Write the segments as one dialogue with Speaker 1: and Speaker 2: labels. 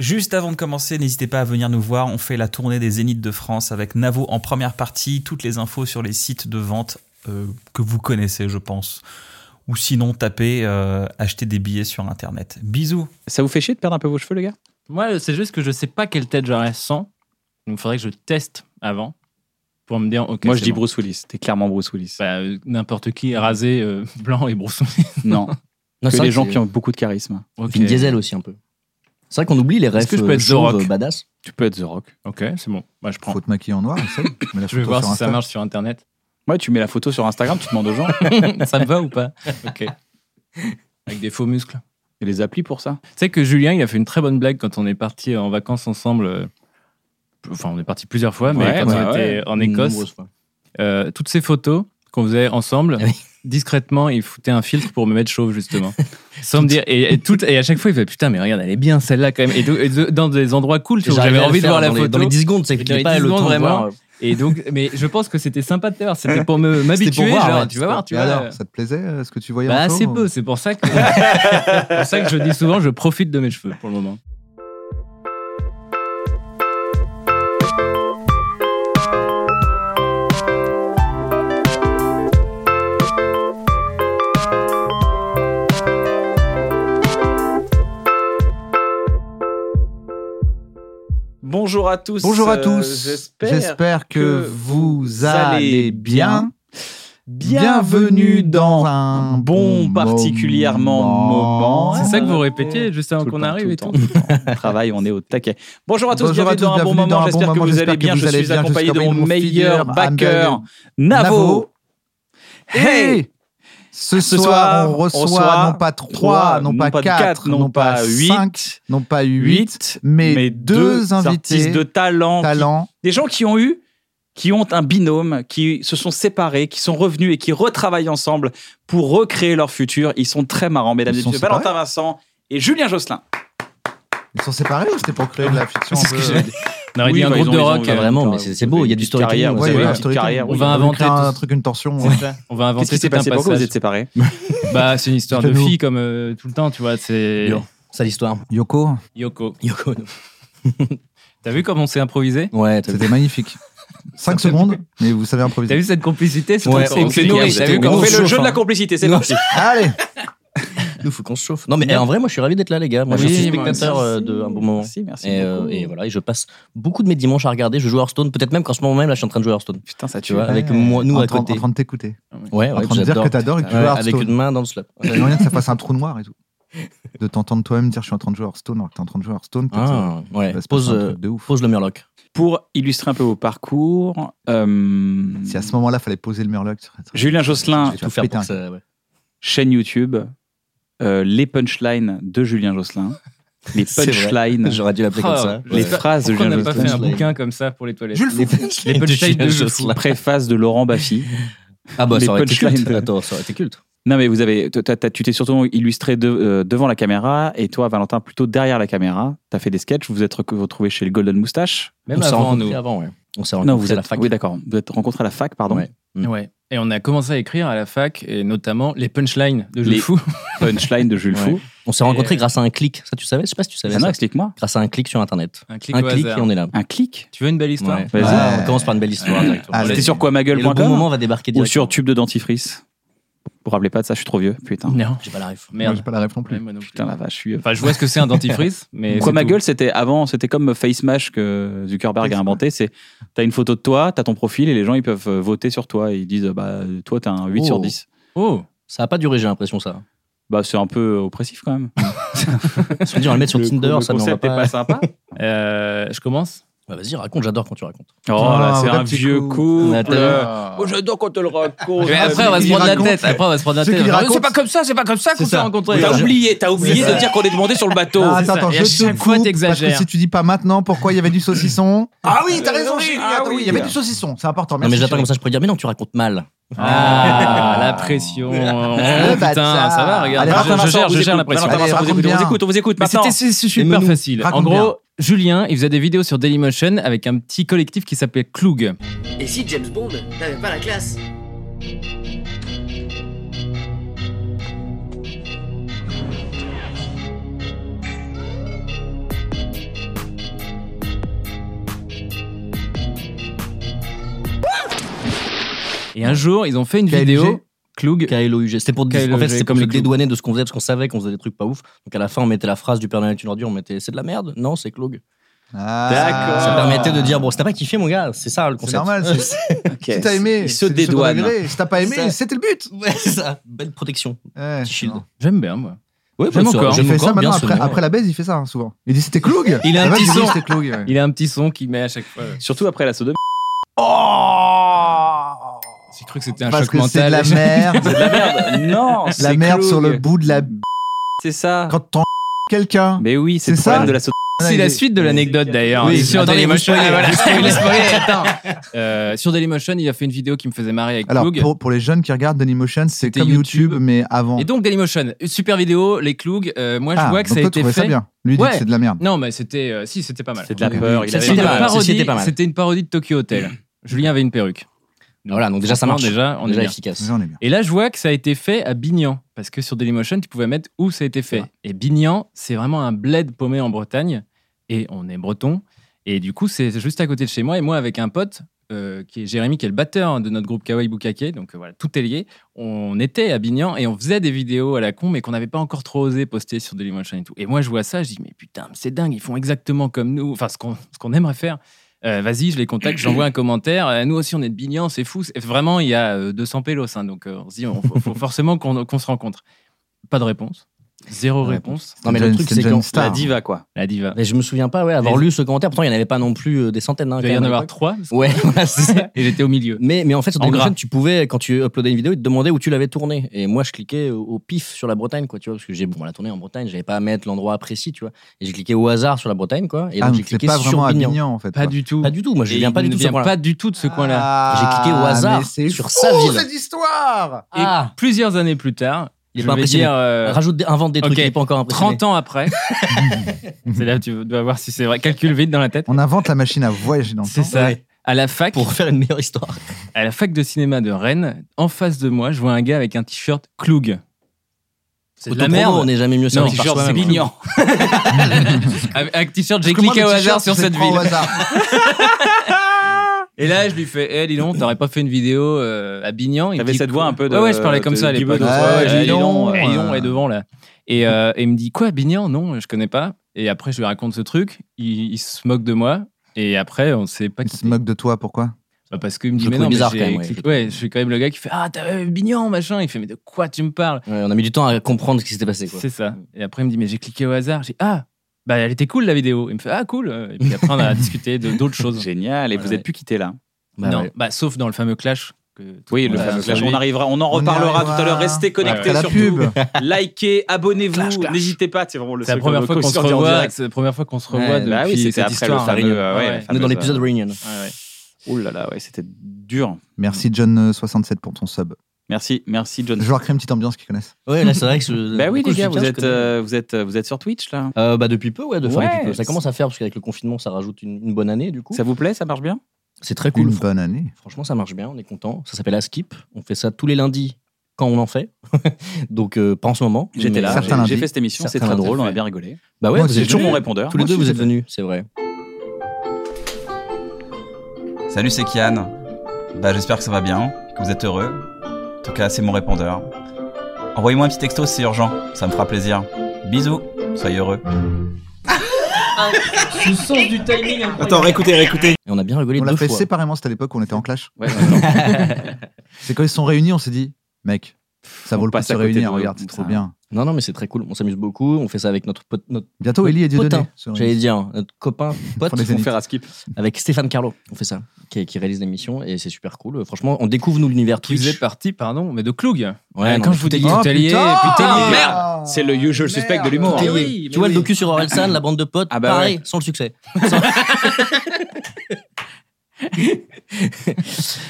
Speaker 1: Juste avant de commencer, n'hésitez pas à venir nous voir. On fait la tournée des Zéniths de France avec Navo en première partie. Toutes les infos sur les sites de vente euh, que vous connaissez, je pense. Ou sinon, tapez euh, acheter des billets sur Internet. Bisous.
Speaker 2: Ça vous fait chier de perdre un peu vos cheveux, les gars
Speaker 3: Moi, c'est juste que je sais pas quelle tête j'aurais sans. Donc, il faudrait que je teste avant pour me dire, ok.
Speaker 2: Moi, je
Speaker 3: c'est
Speaker 2: dis
Speaker 3: bon.
Speaker 2: Bruce Willis. T'es clairement Bruce Willis.
Speaker 3: Bah, euh, N'importe qui est rasé, euh, blanc et brousson.
Speaker 2: Non.
Speaker 4: Non, Bah, c'est
Speaker 2: que
Speaker 4: vrai
Speaker 2: les
Speaker 4: que
Speaker 2: gens
Speaker 4: c'est
Speaker 2: qui ont beaucoup de charisme.
Speaker 3: Ok.
Speaker 4: Vin Diesel aussi un peu. C'est vrai qu'on oublie les rêves
Speaker 3: que je peux être The
Speaker 4: chauves,
Speaker 3: Rock
Speaker 4: badass.
Speaker 2: Tu peux être The Rock.
Speaker 3: Ok, c'est bon. Bah, je prends.
Speaker 5: Faut te maquiller en noir, ça. Mais la
Speaker 3: Je vais
Speaker 5: photo
Speaker 3: voir
Speaker 5: sur
Speaker 3: si ça
Speaker 5: Insta.
Speaker 3: marche sur Internet.
Speaker 2: Ouais, tu mets la photo sur Instagram, tu demandes aux gens.
Speaker 3: ça me va ou pas Ok. Avec des faux muscles.
Speaker 2: Et les applis pour ça.
Speaker 3: Tu sais que Julien, il a fait une très bonne blague quand on est parti en vacances ensemble. euh, Enfin, on est parti plusieurs fois, mais
Speaker 2: Ouais,
Speaker 3: quand
Speaker 2: bah
Speaker 3: on était en Écosse,
Speaker 4: Nombreuses fois.
Speaker 3: euh, toutes ces photos qu'on faisait ensemble,
Speaker 4: Ah oui.
Speaker 3: discrètement, il foutait un filtre pour me mettre chauve, justement. Sans me dire. Et, et toutes- et à chaque fois, il fait Putain, mais regarde, elle est bien celle-là quand même. Et, do- et de- dans des endroits cool, tu vois,
Speaker 4: J'arrivais
Speaker 3: j'avais
Speaker 4: à le
Speaker 3: envie de
Speaker 4: faire
Speaker 3: voir la
Speaker 4: dans les-
Speaker 3: photo.
Speaker 4: dans les 10 secondes, c'est que
Speaker 3: Dans les
Speaker 4: j'ai pas
Speaker 3: 10
Speaker 4: le temps
Speaker 3: secondes,
Speaker 4: de voir. euh,
Speaker 3: Et donc, mais je pense que c'était sympa de faire. C'était pour me
Speaker 4: C'était pour
Speaker 3: m'habituer.
Speaker 4: voir,
Speaker 3: genre,
Speaker 4: ouais,
Speaker 3: tu vas voir, tu
Speaker 5: Et
Speaker 3: vas
Speaker 5: alors, ça te plaisait euh, ce que tu voyais
Speaker 3: Bah,
Speaker 5: en
Speaker 3: assez
Speaker 5: photo
Speaker 3: peu, c'est pour ça que c'est pour ça que je dis souvent je profite de mes cheveux pour le moment.
Speaker 2: Bonjour à tous.
Speaker 5: Bonjour à
Speaker 2: Euh,
Speaker 5: tous. J'espère que vous allez bien.
Speaker 2: Bienvenue dans un bon
Speaker 5: moment.
Speaker 2: particulièrement moment.
Speaker 3: C'est ça que vous
Speaker 2: Ouais.
Speaker 3: répétiez juste avant
Speaker 2: Tout le
Speaker 3: qu'on
Speaker 2: temps,
Speaker 3: arrive et
Speaker 2: tout
Speaker 3: tout.
Speaker 2: le temps, tout le temps. On travaille, on est au taquet. Bonjour à tous,
Speaker 5: Bonjour
Speaker 2: bienvenue
Speaker 5: à tous,
Speaker 2: dans un bon
Speaker 5: bienvenue dans
Speaker 2: moment.
Speaker 5: un bon
Speaker 2: J'espère que
Speaker 5: moment,
Speaker 2: vous
Speaker 5: j'espère
Speaker 2: allez
Speaker 5: que
Speaker 2: bien.
Speaker 5: vous Ah, bah,
Speaker 2: Je
Speaker 5: allez
Speaker 2: suis
Speaker 5: bien,
Speaker 2: accompagné de
Speaker 5: jusqu'à
Speaker 2: mon
Speaker 5: mon
Speaker 2: meilleur
Speaker 5: meilleur
Speaker 2: backer,
Speaker 5: hamburger,
Speaker 2: Navo. Hey
Speaker 5: Ce,
Speaker 2: Ce
Speaker 5: soir,
Speaker 2: soir,
Speaker 5: on reçoit,
Speaker 2: on reçoit
Speaker 5: non pas 3, non, pas 4, non pas 5,
Speaker 2: huit,
Speaker 5: non pas 8,
Speaker 2: huit,
Speaker 5: mais
Speaker 2: mais
Speaker 5: deux
Speaker 2: deux
Speaker 5: invités,
Speaker 2: artistes de talent, qui
Speaker 5: talent.
Speaker 2: des gens qui ont eu, qui ont un binôme, qui se sont séparés, qui sont revenus et qui retravaillent ensemble pour recréer leur futur. Ils sont très marrants, mesdames
Speaker 5: Ils
Speaker 2: et
Speaker 5: sont
Speaker 2: messieurs. Valentin Vincent et Julien Josselin.
Speaker 5: Ils sont séparés ou c'était pour créer de la fiction
Speaker 2: C'est
Speaker 5: un
Speaker 2: ce
Speaker 5: peu
Speaker 2: que j'allais dire.
Speaker 3: Non, il
Speaker 2: Oui,
Speaker 3: y a un
Speaker 2: bah, ils
Speaker 3: groupe
Speaker 2: ont-
Speaker 3: de
Speaker 2: ils ont- ils
Speaker 3: rock.
Speaker 2: ont-
Speaker 3: euh,
Speaker 4: hein, vraiment,
Speaker 2: ils ont-
Speaker 4: mais c'est- c'est beau, il y a hein. du
Speaker 2: une petite carrière,
Speaker 4: storytelling,
Speaker 2: vous
Speaker 5: Ouais,
Speaker 2: avez
Speaker 5: ouais,
Speaker 2: une
Speaker 5: un
Speaker 2: petite
Speaker 5: storytelling.
Speaker 2: carrière.
Speaker 3: On
Speaker 2: oui.
Speaker 3: va
Speaker 5: On
Speaker 3: inventer
Speaker 5: crée un
Speaker 3: tout-
Speaker 5: truc, une tension.
Speaker 2: C'est
Speaker 5: ouais.
Speaker 2: ça.
Speaker 3: On va inventer
Speaker 2: Qu'est-ce qui s'est
Speaker 3: tout un
Speaker 2: passé Pourquoi vous
Speaker 3: passage.
Speaker 2: êtes séparés
Speaker 3: Bah, c'est une histoire de
Speaker 5: Fais-nous.
Speaker 3: fille comme euh, tout le temps, tu vois. C'est
Speaker 4: Yo. Ça l'histoire.
Speaker 5: Yoko,
Speaker 3: Yoko.
Speaker 4: Yoko.
Speaker 3: T'as vu comme on s'est improvisé
Speaker 4: Ouais, t'as
Speaker 5: c'était magnifique. 5 secondes, mais vous savez
Speaker 3: T'as
Speaker 5: improviser.
Speaker 3: vu cette complicité C'est
Speaker 4: Ouais,
Speaker 3: trop- on
Speaker 4: on
Speaker 3: s'est
Speaker 4: s'est
Speaker 3: nourri.
Speaker 4: dit,
Speaker 3: T'as
Speaker 4: vous
Speaker 3: vu
Speaker 4: êtes
Speaker 3: comment
Speaker 2: On
Speaker 4: on
Speaker 2: fait le
Speaker 4: chauffe,
Speaker 2: jeu de
Speaker 4: hein.
Speaker 2: la complicité, c'est
Speaker 4: Non.
Speaker 2: parti.
Speaker 5: Allez
Speaker 4: Nous, faut qu'on se chauffe. Non, mais eh, en vrai, moi, je suis ravi d'être là, les gars. Moi, je
Speaker 3: Oui,
Speaker 4: suis
Speaker 3: moi
Speaker 4: spectateur
Speaker 2: Merci.
Speaker 4: euh, de un bon moment.
Speaker 2: Merci, merci.
Speaker 4: Et, euh,
Speaker 2: beaucoup.
Speaker 4: et voilà, et je passe beaucoup de mes dimanches à regarder. Je joue à Hearthstone, peut-être même qu'en ce moment même, là, je suis en train de jouer à Hearthstone.
Speaker 2: Putain, ça
Speaker 4: Tu
Speaker 2: tue.
Speaker 4: vois, avec
Speaker 5: Ouais,
Speaker 4: moi, nous
Speaker 5: en
Speaker 4: à
Speaker 5: train-
Speaker 4: côté.
Speaker 5: En train de t'écouter.
Speaker 4: Ouais,
Speaker 5: En
Speaker 4: ouais,
Speaker 5: train de dire
Speaker 4: j'adore.
Speaker 5: que t'adores et que tu
Speaker 4: Ouais,
Speaker 5: joues à
Speaker 4: Avec
Speaker 5: Hearthstone. Ah,
Speaker 4: une main dans le slap.
Speaker 5: Il y a moyen que ça fasse un trou noir et tout. De t'entendre toi-même dire je suis en train de jouer à Hearthstone alors que t'es en train de jouer à Hearthstone. peut-être, euh,
Speaker 4: Ah, ouais.
Speaker 5: va se passer
Speaker 4: Pose,
Speaker 5: un
Speaker 4: euh,
Speaker 5: truc de ouf.
Speaker 4: pose le murloc.
Speaker 2: Pour illustrer un peu vos parcours, euh,
Speaker 5: Si à ce moment-là, fallait poser le murloc. ça serait-
Speaker 2: Julien
Speaker 4: Je
Speaker 2: Josselin,
Speaker 4: vais
Speaker 5: tu
Speaker 4: tout
Speaker 5: vas
Speaker 4: faire
Speaker 5: péter
Speaker 4: pour
Speaker 5: un
Speaker 4: ça. ouais.
Speaker 2: chaîne YouTube, euh, les punchlines de Julien Josselin, les
Speaker 4: C'est vrai.
Speaker 2: punchlines,
Speaker 4: J'aurais dû l'appeler comme
Speaker 3: Oh,
Speaker 4: ça.
Speaker 3: les
Speaker 4: Ouais.
Speaker 3: fa-
Speaker 2: phrases de
Speaker 3: Pourquoi on
Speaker 2: Julien
Speaker 3: n'a pas fait un
Speaker 2: Josselin,
Speaker 4: Josselin.
Speaker 3: bouquin comme ça pour les toilettes
Speaker 4: Les punchlines
Speaker 3: Les punchlines
Speaker 4: de
Speaker 3: de
Speaker 4: Jules
Speaker 3: Jules
Speaker 4: Fou.
Speaker 2: préface de Laurent Baffy.
Speaker 4: Ah bah
Speaker 2: Les
Speaker 4: ça aurait été
Speaker 2: punchlines
Speaker 4: culte.
Speaker 2: de-
Speaker 4: Attends, ça aurait été culte.
Speaker 2: Non, mais vous avez, t'as- t'as- tu t'es surtout illustré de- euh, devant la caméra et toi, Valentin, plutôt derrière la caméra. T'as fait des sketchs, vous vous êtes rec- retrouvés chez le Golden Moustache.
Speaker 3: Même
Speaker 4: on s'est
Speaker 3: avant
Speaker 4: rencontrés
Speaker 3: nous.
Speaker 4: avant, ouais. On s'est
Speaker 2: non,
Speaker 4: rencontrés
Speaker 2: vous
Speaker 4: à
Speaker 2: êtes,
Speaker 4: la fac.
Speaker 2: oui, d'accord. Vous êtes rencontrés à la fac, pardon.
Speaker 4: Ouais. Mm.
Speaker 3: Ouais. Et on a commencé à écrire à la fac, et notamment les punchlines de Jules
Speaker 2: Les-
Speaker 3: Fou.
Speaker 2: Punchline de Jules
Speaker 3: Ouais.
Speaker 2: Fou.
Speaker 4: On s'est
Speaker 3: Et-
Speaker 4: rencontrés grâce à un clic. Ça, tu savais Je sais pas si tu savais
Speaker 2: Ah non,
Speaker 4: ça.
Speaker 2: explique-moi.
Speaker 4: Grâce à un clic sur Internet.
Speaker 3: Un clic
Speaker 4: Un
Speaker 3: au
Speaker 4: clic et
Speaker 3: hasard.
Speaker 4: on est là.
Speaker 2: Un clic
Speaker 3: Tu veux une belle histoire
Speaker 4: Ouais.
Speaker 2: Vas-y.
Speaker 4: Ouais, On commence par une belle histoire. directement.
Speaker 5: Allez.
Speaker 2: C'était
Speaker 4: Et
Speaker 2: sur quoi ma
Speaker 4: le bon moment va débarquer
Speaker 2: ou
Speaker 4: direct.
Speaker 2: sur tube de dentifrice Vous vous rappelez pas de ça, je suis trop vieux. Putain.
Speaker 3: Non.
Speaker 4: J'ai pas la ref.
Speaker 5: Moi,
Speaker 3: Merde.
Speaker 5: j'ai pas la ref non
Speaker 3: Ouais,
Speaker 4: Ah,
Speaker 5: plus.
Speaker 3: moi non plus.
Speaker 2: Putain, la vache, je suis. euh,
Speaker 3: Enfin, je vois ce que c'est un dentifrice, mais.
Speaker 2: Quoi
Speaker 3: c'est
Speaker 2: ma
Speaker 3: tout.
Speaker 2: gueule, c'était avant, c'était comme Face Mash que Zuckerberg a
Speaker 5: Face
Speaker 2: inventé. C'est t'as une photo de toi, t'as ton profil et les gens ils peuvent euh, voter sur toi. Et ils disent bah toi t'as un 8 sur
Speaker 4: Oh.
Speaker 2: 10.
Speaker 3: Oh
Speaker 4: Ça a pas duré, j'ai l'impression ça.
Speaker 2: Bah c'est un peu oppressif quand même.
Speaker 4: Parce que dire, on va le mettre sur
Speaker 2: Le-
Speaker 4: Tinder,
Speaker 2: le
Speaker 4: ça ne va
Speaker 2: concept est
Speaker 4: pas.
Speaker 2: pas sympa.
Speaker 3: Euh, Je commence
Speaker 4: Bah, Vas-y, raconte, j'adore quand tu racontes.
Speaker 2: Oh là,
Speaker 5: Ah,
Speaker 2: c'est
Speaker 5: vrai
Speaker 2: un
Speaker 5: petit
Speaker 2: vieux
Speaker 5: coup.
Speaker 2: coup.
Speaker 5: euh,
Speaker 4: Nathalie.
Speaker 2: Oh, j'adore quand elle raconte.
Speaker 3: Mais après, on va se
Speaker 5: Il
Speaker 3: prendre la
Speaker 5: raconte.
Speaker 3: tête. Après, on va se prendre la
Speaker 5: Ceux
Speaker 3: tête.
Speaker 5: qui
Speaker 3: Genre,
Speaker 5: racontent-
Speaker 3: C'est pas comme ça, c'est pas comme ça qu'on
Speaker 4: C'est
Speaker 3: s'est
Speaker 4: ça.
Speaker 3: rencontrés.
Speaker 4: Oui,
Speaker 2: T'as
Speaker 4: alors-
Speaker 2: oublié, t'as oublié de dire qu'on est demandé sur le bateau.
Speaker 5: Ah,
Speaker 3: ça.
Speaker 5: attends, attends,
Speaker 3: Et à
Speaker 5: je te
Speaker 3: chaque fois,
Speaker 5: coupe, Parce
Speaker 3: t'exagères.
Speaker 5: que si tu dis pas maintenant pourquoi il y avait du saucisson. Ah oui, t'as raison, Gilles.
Speaker 2: Ah
Speaker 5: Attends,
Speaker 2: oui.
Speaker 5: oui, il y avait du saucisson. C'est important.
Speaker 4: Non,
Speaker 5: Merci.
Speaker 4: mais j'attends
Speaker 5: Thierry.
Speaker 4: comme ça, je pourrais dire, mais non, tu racontes mal.
Speaker 3: Ah, la pression. Oh,
Speaker 5: Le
Speaker 3: putain,
Speaker 5: bâtard.
Speaker 3: ça va, regarde.
Speaker 5: Allez,
Speaker 3: je,
Speaker 2: Vincent,
Speaker 3: je gère,
Speaker 2: vous
Speaker 3: je gère
Speaker 2: écoute.
Speaker 3: la pression.
Speaker 2: Vincent,
Speaker 5: Allez,
Speaker 2: Vincent, vous écoute, on vous
Speaker 5: raconte
Speaker 2: écoute, on vous écoute
Speaker 3: Mais
Speaker 2: maintenant.
Speaker 3: c'était c'est- c'est super
Speaker 5: Mets-nous.
Speaker 3: facile. En
Speaker 5: Raconte
Speaker 3: gros,
Speaker 5: bien.
Speaker 3: Julien, il faisait des vidéos sur Dailymotion avec un petit collectif qui s'appelait Klug.
Speaker 6: Et si James Bond n'avait pas la classe
Speaker 3: Et un jour, ils ont fait une
Speaker 5: KLG.
Speaker 3: vidéo Klug.
Speaker 4: KLOUG. C'était pour
Speaker 3: KLOUG,
Speaker 4: en fait, c'est
Speaker 3: comme
Speaker 4: comme se
Speaker 3: les clous.
Speaker 4: dédouaner de ce qu'on faisait parce qu'on savait qu'on faisait des trucs pas ouf. Donc à la fin, on mettait la phrase du Père Noël est une ordure, on mettait c'est de la merde. Non, c'est Clog.
Speaker 5: Ah.
Speaker 2: D'accord.
Speaker 4: Ça
Speaker 2: Ah.
Speaker 4: permettait de dire bon, si t'as pas kiffé mon gars, c'est ça le
Speaker 5: C'est
Speaker 4: concept.
Speaker 5: normal. c'est- Si t'as aimé,
Speaker 2: Il se
Speaker 5: c'est le second
Speaker 2: dédouane.
Speaker 5: degré. Si t'as pas
Speaker 4: Ça-
Speaker 5: aimé, c'était le but.
Speaker 4: Ouais, c'est ça. Belle protection.
Speaker 5: Ouais,
Speaker 4: Petit shield.
Speaker 5: non.
Speaker 3: J'aime bien, moi.
Speaker 4: Ouais,
Speaker 3: J'aime
Speaker 4: bonne soirée.
Speaker 3: encore.
Speaker 5: Il
Speaker 4: J'aime
Speaker 5: fait ça
Speaker 4: encore,
Speaker 5: maintenant
Speaker 4: bien
Speaker 5: après,
Speaker 4: sûr.
Speaker 5: après la baise, il fait ça hein, souvent. Il dit c'était Cloug.
Speaker 3: Il a un
Speaker 5: Ouais,
Speaker 3: petit
Speaker 5: il dit,
Speaker 3: son.
Speaker 5: C'était Cloug. ouais.
Speaker 3: Il a un petit son qu'il met à chaque fois.
Speaker 2: Surtout après la sodomie.
Speaker 3: Oh J'ai cru que c'était un
Speaker 5: Parce
Speaker 3: choc
Speaker 5: que c'est de
Speaker 3: mental.
Speaker 5: la merde.
Speaker 2: C'est de la merde. Non,
Speaker 5: La
Speaker 2: c'est
Speaker 5: merde
Speaker 2: Claude.
Speaker 5: sur le bout de la. b-
Speaker 2: C'est ça.
Speaker 5: Quand t'en quelqu'un.
Speaker 2: Mais oui, c'est
Speaker 5: C'est
Speaker 2: le
Speaker 5: ça
Speaker 2: problème de la sodomie.
Speaker 3: C'est la suite de l'anecdote d'ailleurs.
Speaker 4: Oui,
Speaker 3: sur
Speaker 4: attendez,
Speaker 3: Dailymotion,
Speaker 4: vous spoilez,
Speaker 3: ah, voilà,
Speaker 4: vous spoilez.
Speaker 3: vous spoilez, attends. Euh, sur Dailymotion, il a fait une vidéo qui me faisait marrer avec
Speaker 5: Alors,
Speaker 3: Klug.
Speaker 5: pour, pour les jeunes qui regardent Dailymotion, c'est
Speaker 3: C'était
Speaker 5: comme YouTube,
Speaker 3: YouTube.
Speaker 5: mais avant.
Speaker 3: Et donc Dailymotion, une super vidéo, les Klug. euh, moi, je
Speaker 5: ah,
Speaker 3: vois que
Speaker 5: donc
Speaker 3: ça a
Speaker 5: toi,
Speaker 3: été
Speaker 5: trouvais ça
Speaker 3: fait.
Speaker 5: bien. Lui, il dit
Speaker 3: Ouais.
Speaker 5: que c'est de la merde.
Speaker 3: Non, mais c'était, euh, si, c'était pas mal.
Speaker 2: C'est de la peur. Il
Speaker 4: Ça,
Speaker 2: avait
Speaker 4: c'est
Speaker 3: C'était une
Speaker 4: pas mal.
Speaker 3: parodie-
Speaker 4: C'était pas mal.
Speaker 3: C'était une parodie de Tokyo Hotel. Julien avait une perruque.
Speaker 4: Voilà, donc déjà ça
Speaker 3: Franchement,
Speaker 4: marche.
Speaker 3: Déjà, on est
Speaker 4: déjà
Speaker 3: bien.
Speaker 4: efficace.
Speaker 5: J'en ai bien.
Speaker 3: Et là, je vois que ça a été fait à Bignan. Parce que sur Dailymotion, tu pouvais mettre où ça a été fait. Et Bignan, c'est vraiment un bled paumé en Bretagne. Et on est breton. Et du coup, c'est juste à côté de chez moi. Et moi, avec un pote, euh, qui est Jérémy, qui est le batteur hein, de notre groupe Kawaii Bukake. Donc euh, voilà, tout est lié. On était à Bignan et on faisait des vidéos à la con, mais qu'on n'avait pas encore trop osé poster sur Dailymotion et tout. Et moi, je vois ça, je dis, mais putain, mais c'est dingue, ils font exactement comme nous. Enfin, ce qu'on ce qu'on aimerait faire. Euh, Vas-y, je les contacte, j'envoie un commentaire. Euh, nous aussi, on est de Bignan, c'est fou. C'est- Vraiment, il y a euh, 200 pélos. hein. donc, euh, on se dit, il faut, faut forcément qu'on qu'on se rencontre. Pas de réponse. Zéro
Speaker 5: Ouais.
Speaker 3: réponse.
Speaker 4: Non, mais
Speaker 5: C'était
Speaker 4: le
Speaker 5: une-
Speaker 4: truc,
Speaker 5: c'était
Speaker 4: c'est
Speaker 5: une
Speaker 4: qu'on-
Speaker 5: star.
Speaker 2: La diva, quoi.
Speaker 3: La diva.
Speaker 4: Mais je me souviens pas ouais, avoir
Speaker 3: Les-
Speaker 4: lu ce commentaire. Pourtant, il n'y en avait pas non plus euh, des centaines. hein,
Speaker 3: Il doit y
Speaker 4: quand
Speaker 3: en
Speaker 4: même,
Speaker 3: avoir
Speaker 4: à l'époque.
Speaker 3: trois.
Speaker 4: Ouais, voilà, c'est ça.
Speaker 3: Et j'étais au milieu.
Speaker 4: Mais, mais en fait, sur
Speaker 3: En
Speaker 4: Dailymotion,
Speaker 3: gras.
Speaker 4: tu pouvais, quand tu uploadais une vidéo, il te demandait où tu l'avais tournée. Et moi, je cliquais au, au pif sur la Bretagne, quoi, tu vois, parce que j'ai, bon, on l'a tournée en Bretagne, j'avais pas à mettre l'endroit précis, tu vois. Et j'ai cliqué au hasard sur la Bretagne, quoi. Et
Speaker 5: Ah,
Speaker 4: donc,
Speaker 5: donc
Speaker 4: j'ai
Speaker 5: c'est
Speaker 4: cliqué
Speaker 5: pas
Speaker 4: sur
Speaker 5: vraiment à
Speaker 4: Bignan.
Speaker 5: Bignan, en fait.
Speaker 3: Pas du tout.
Speaker 4: Pas du tout, moi, je
Speaker 3: Et
Speaker 4: viens pas
Speaker 3: il
Speaker 4: du
Speaker 3: ne
Speaker 4: tout de ce
Speaker 3: vient
Speaker 4: coin-là.
Speaker 3: pas du tout de
Speaker 5: Ah.
Speaker 3: ce coin-là.
Speaker 4: J'ai cliqué au hasard sur sa ville.
Speaker 5: cette histoire
Speaker 3: Et
Speaker 4: Ah.
Speaker 3: plusieurs années plus tard,
Speaker 4: Il est
Speaker 3: je
Speaker 4: pas
Speaker 3: vais
Speaker 4: impressionné.
Speaker 3: dire euh,
Speaker 4: Rajoute, des- invente des trucs,
Speaker 3: Ok.
Speaker 4: il est pas encore impressionné.
Speaker 3: 30 ans après. c'est là que tu dois voir si c'est vrai. Calcule vite dans la tête.
Speaker 5: On invente la machine à voyager dans le
Speaker 3: C'est
Speaker 5: temps.
Speaker 3: ça.
Speaker 4: Ouais.
Speaker 3: À la fac,
Speaker 4: Pour faire une meilleure histoire.
Speaker 3: à la fac de cinéma de Rennes, en face de moi, je vois un gars avec un t-shirt Klug. C'est de la
Speaker 4: Autopromo,
Speaker 3: merde.
Speaker 4: on n'est jamais mieux servi
Speaker 3: Non,
Speaker 4: que par
Speaker 3: t-shirt,
Speaker 4: soi-même.
Speaker 3: c'est Bignan. avec avec t-shirt, j'ai
Speaker 5: Parce que moi,
Speaker 3: cliqué
Speaker 5: le
Speaker 3: au
Speaker 5: t-shirt,
Speaker 3: hasard sur
Speaker 5: je
Speaker 3: cette
Speaker 5: prends au
Speaker 3: ville.
Speaker 5: hasard.
Speaker 3: Et là, je lui fais, eh, dis donc, t'aurais pas fait une vidéo euh, à Bignan Il me
Speaker 2: T'avais
Speaker 3: dit,
Speaker 2: cette voix un peu de-
Speaker 3: Ouais, ouais, je parlais comme
Speaker 2: de
Speaker 3: ça à l'époque.
Speaker 2: Guy Bedos,
Speaker 5: ouais,
Speaker 3: Ouais,
Speaker 5: dis
Speaker 3: ouais, dis
Speaker 5: donc,
Speaker 3: donc, eh, dis donc,
Speaker 5: euh.
Speaker 3: est devant là. Et, euh, et il me dit, quoi, Bignan Non, je connais pas. Et après, je lui raconte ce truc. Il, il se moque de moi. Et après, on sait pas
Speaker 5: Il
Speaker 3: qui
Speaker 5: se moque de toi, pourquoi
Speaker 3: Bah, parce qu'il me dit,
Speaker 4: Je le
Speaker 3: mais
Speaker 4: trouvais
Speaker 3: non, mais
Speaker 4: bizarre
Speaker 3: j'ai-
Speaker 4: quand même, ouais.
Speaker 3: Ouais, je suis quand même le gars qui fait, ah, t'as vu Bignan, machin. Il fait, mais de quoi tu me parles
Speaker 4: Ouais, on a mis du temps à comprendre ce qui s'était passé, quoi.
Speaker 3: C'est ça. Et après, il me dit, mais j'ai cliqué au hasard. J'ai, ah, bah, elle était cool la vidéo. Il me fait, ah, cool. Et puis après, on a discuté de- d'autres choses.
Speaker 2: Génial. Et vous
Speaker 4: Ouais.
Speaker 2: êtes plus quittés là.
Speaker 4: Bah,
Speaker 3: non,
Speaker 4: ouais.
Speaker 3: bah, sauf dans le fameux clash. que tout
Speaker 2: Oui, le
Speaker 3: monde a
Speaker 2: fameux
Speaker 3: suivi.
Speaker 2: clash. On arrivera, on en
Speaker 5: On y
Speaker 2: reparlera tout à l'heure.
Speaker 5: arrivera.
Speaker 2: Restez
Speaker 3: Ouais,
Speaker 2: connectés
Speaker 5: T'as la
Speaker 2: surtout.
Speaker 5: pub.
Speaker 2: Likez,
Speaker 3: Clash,
Speaker 2: abonnez-vous,
Speaker 3: clash.
Speaker 2: n'hésitez pas. C'est vraiment le
Speaker 3: C'est la
Speaker 2: seul
Speaker 3: première
Speaker 2: que-
Speaker 3: fois qu'on se
Speaker 2: qu'on dit en
Speaker 3: revoit.
Speaker 2: direct.
Speaker 3: C'est la première fois qu'on se revoit
Speaker 4: Ouais,
Speaker 3: depuis
Speaker 2: bah oui, c'était
Speaker 3: cette
Speaker 2: après
Speaker 3: histoire. hein,
Speaker 2: le fameux,
Speaker 3: Rennes.
Speaker 2: euh, ouais,
Speaker 5: Ah,
Speaker 4: On est
Speaker 5: bah
Speaker 4: dans
Speaker 2: fameuse,
Speaker 4: l'épisode Reunion.
Speaker 3: ouais, ouais.
Speaker 2: Oh là là, ouais, c'était dur.
Speaker 5: Merci John67 pour ton sub.
Speaker 2: Merci, merci John.
Speaker 5: Je leur crée une petite ambiance qu'ils connaissent.
Speaker 4: Ouais, là, c'est vrai que. ce-
Speaker 2: Bah oui,
Speaker 4: beaucoup
Speaker 2: les
Speaker 4: de
Speaker 2: gars,
Speaker 4: soutien,
Speaker 2: vous
Speaker 4: je
Speaker 2: êtes,
Speaker 4: connais.
Speaker 2: euh, vous êtes, vous êtes sur Twitch là.
Speaker 4: Euh, bah depuis peu ouais de enfin,
Speaker 2: Ouais,
Speaker 4: depuis peu. ça
Speaker 2: c'est-
Speaker 4: commence à faire parce qu'avec le confinement ça rajoute une, une bonne année du coup
Speaker 2: Ça vous plaît, ça marche bien
Speaker 4: c'est très
Speaker 5: Une
Speaker 4: cool
Speaker 5: bonne année.
Speaker 4: franchement ça marche bien on est content ça s'appelle Askip on fait ça tous les lundis quand on en fait donc euh, pas en ce moment
Speaker 2: J'étais
Speaker 4: mais-
Speaker 2: là,
Speaker 5: certains
Speaker 2: j'ai- j'ai
Speaker 5: lundis.
Speaker 2: fait cette émission, c'est très
Speaker 4: Certains
Speaker 2: drôle,
Speaker 4: lundis.
Speaker 2: on a bien rigolé.
Speaker 4: bah ouais
Speaker 5: Moi,
Speaker 4: vous êtes
Speaker 5: c'est
Speaker 2: J'ai toujours
Speaker 4: venus.
Speaker 2: mon répondeur.
Speaker 4: tous les
Speaker 5: Moi
Speaker 4: deux
Speaker 5: aussi,
Speaker 4: vous êtes
Speaker 5: j'ai-
Speaker 4: venus c'est vrai
Speaker 7: Salut, c'est Kian. Bah, j'espère que ça va bien, que vous êtes heureux. En tout cas, c'est mon répondeur. Envoyez-moi un petit texto si c'est urgent, ça me fera plaisir. Bisous, soyez heureux.
Speaker 8: Attends, réécoutez, réécoutez.
Speaker 4: et on a bien rigolé
Speaker 5: On
Speaker 4: deux
Speaker 5: l'a fait
Speaker 4: fois
Speaker 5: séparément, c'était à l'époque où on était en clash.
Speaker 2: Ouais, attends,
Speaker 5: C'est quand ils se sont réunis, on s'est dit, mec, ça
Speaker 2: On
Speaker 5: vaut le coup de
Speaker 2: passe
Speaker 5: se
Speaker 2: à côté
Speaker 5: réunir,
Speaker 2: de-
Speaker 5: regarde,
Speaker 2: de Ah.
Speaker 5: c'est
Speaker 2: ça.
Speaker 5: trop bien.
Speaker 4: Non, non, mais c'est très cool. On s'amuse beaucoup. On fait ça avec notre pote, notre
Speaker 5: Bientôt, Ellie est
Speaker 4: potin,
Speaker 5: Dieudonné. sur-
Speaker 4: J'allais dire, notre copain, pote,
Speaker 5: Pour les
Speaker 4: on
Speaker 5: zéniths.
Speaker 4: fait skip. Avec Stéphane Carlo, on fait ça, qui, qui réalise l'émission et c'est super cool. Franchement, on découvre nous l'univers
Speaker 3: Qui
Speaker 4: Twitch.
Speaker 3: faisait partie, pardon, mais de Klug.
Speaker 4: Ouais, non,
Speaker 3: Ah, quand
Speaker 4: mais
Speaker 3: je vous
Speaker 4: tout est
Speaker 3: dis
Speaker 4: lié.
Speaker 3: hôtelier,
Speaker 5: putain,
Speaker 4: Ah,
Speaker 3: putain,
Speaker 2: merde. Ah, C'est le usual suspect de l'humour.
Speaker 4: Tout est
Speaker 3: Ah oui,
Speaker 4: lié.
Speaker 3: mais
Speaker 4: tu vois
Speaker 3: oui.
Speaker 4: le docu sur Orelsan, la bande de potes,
Speaker 2: Ah bah
Speaker 4: pareil,
Speaker 2: ouais.
Speaker 4: sans le succès.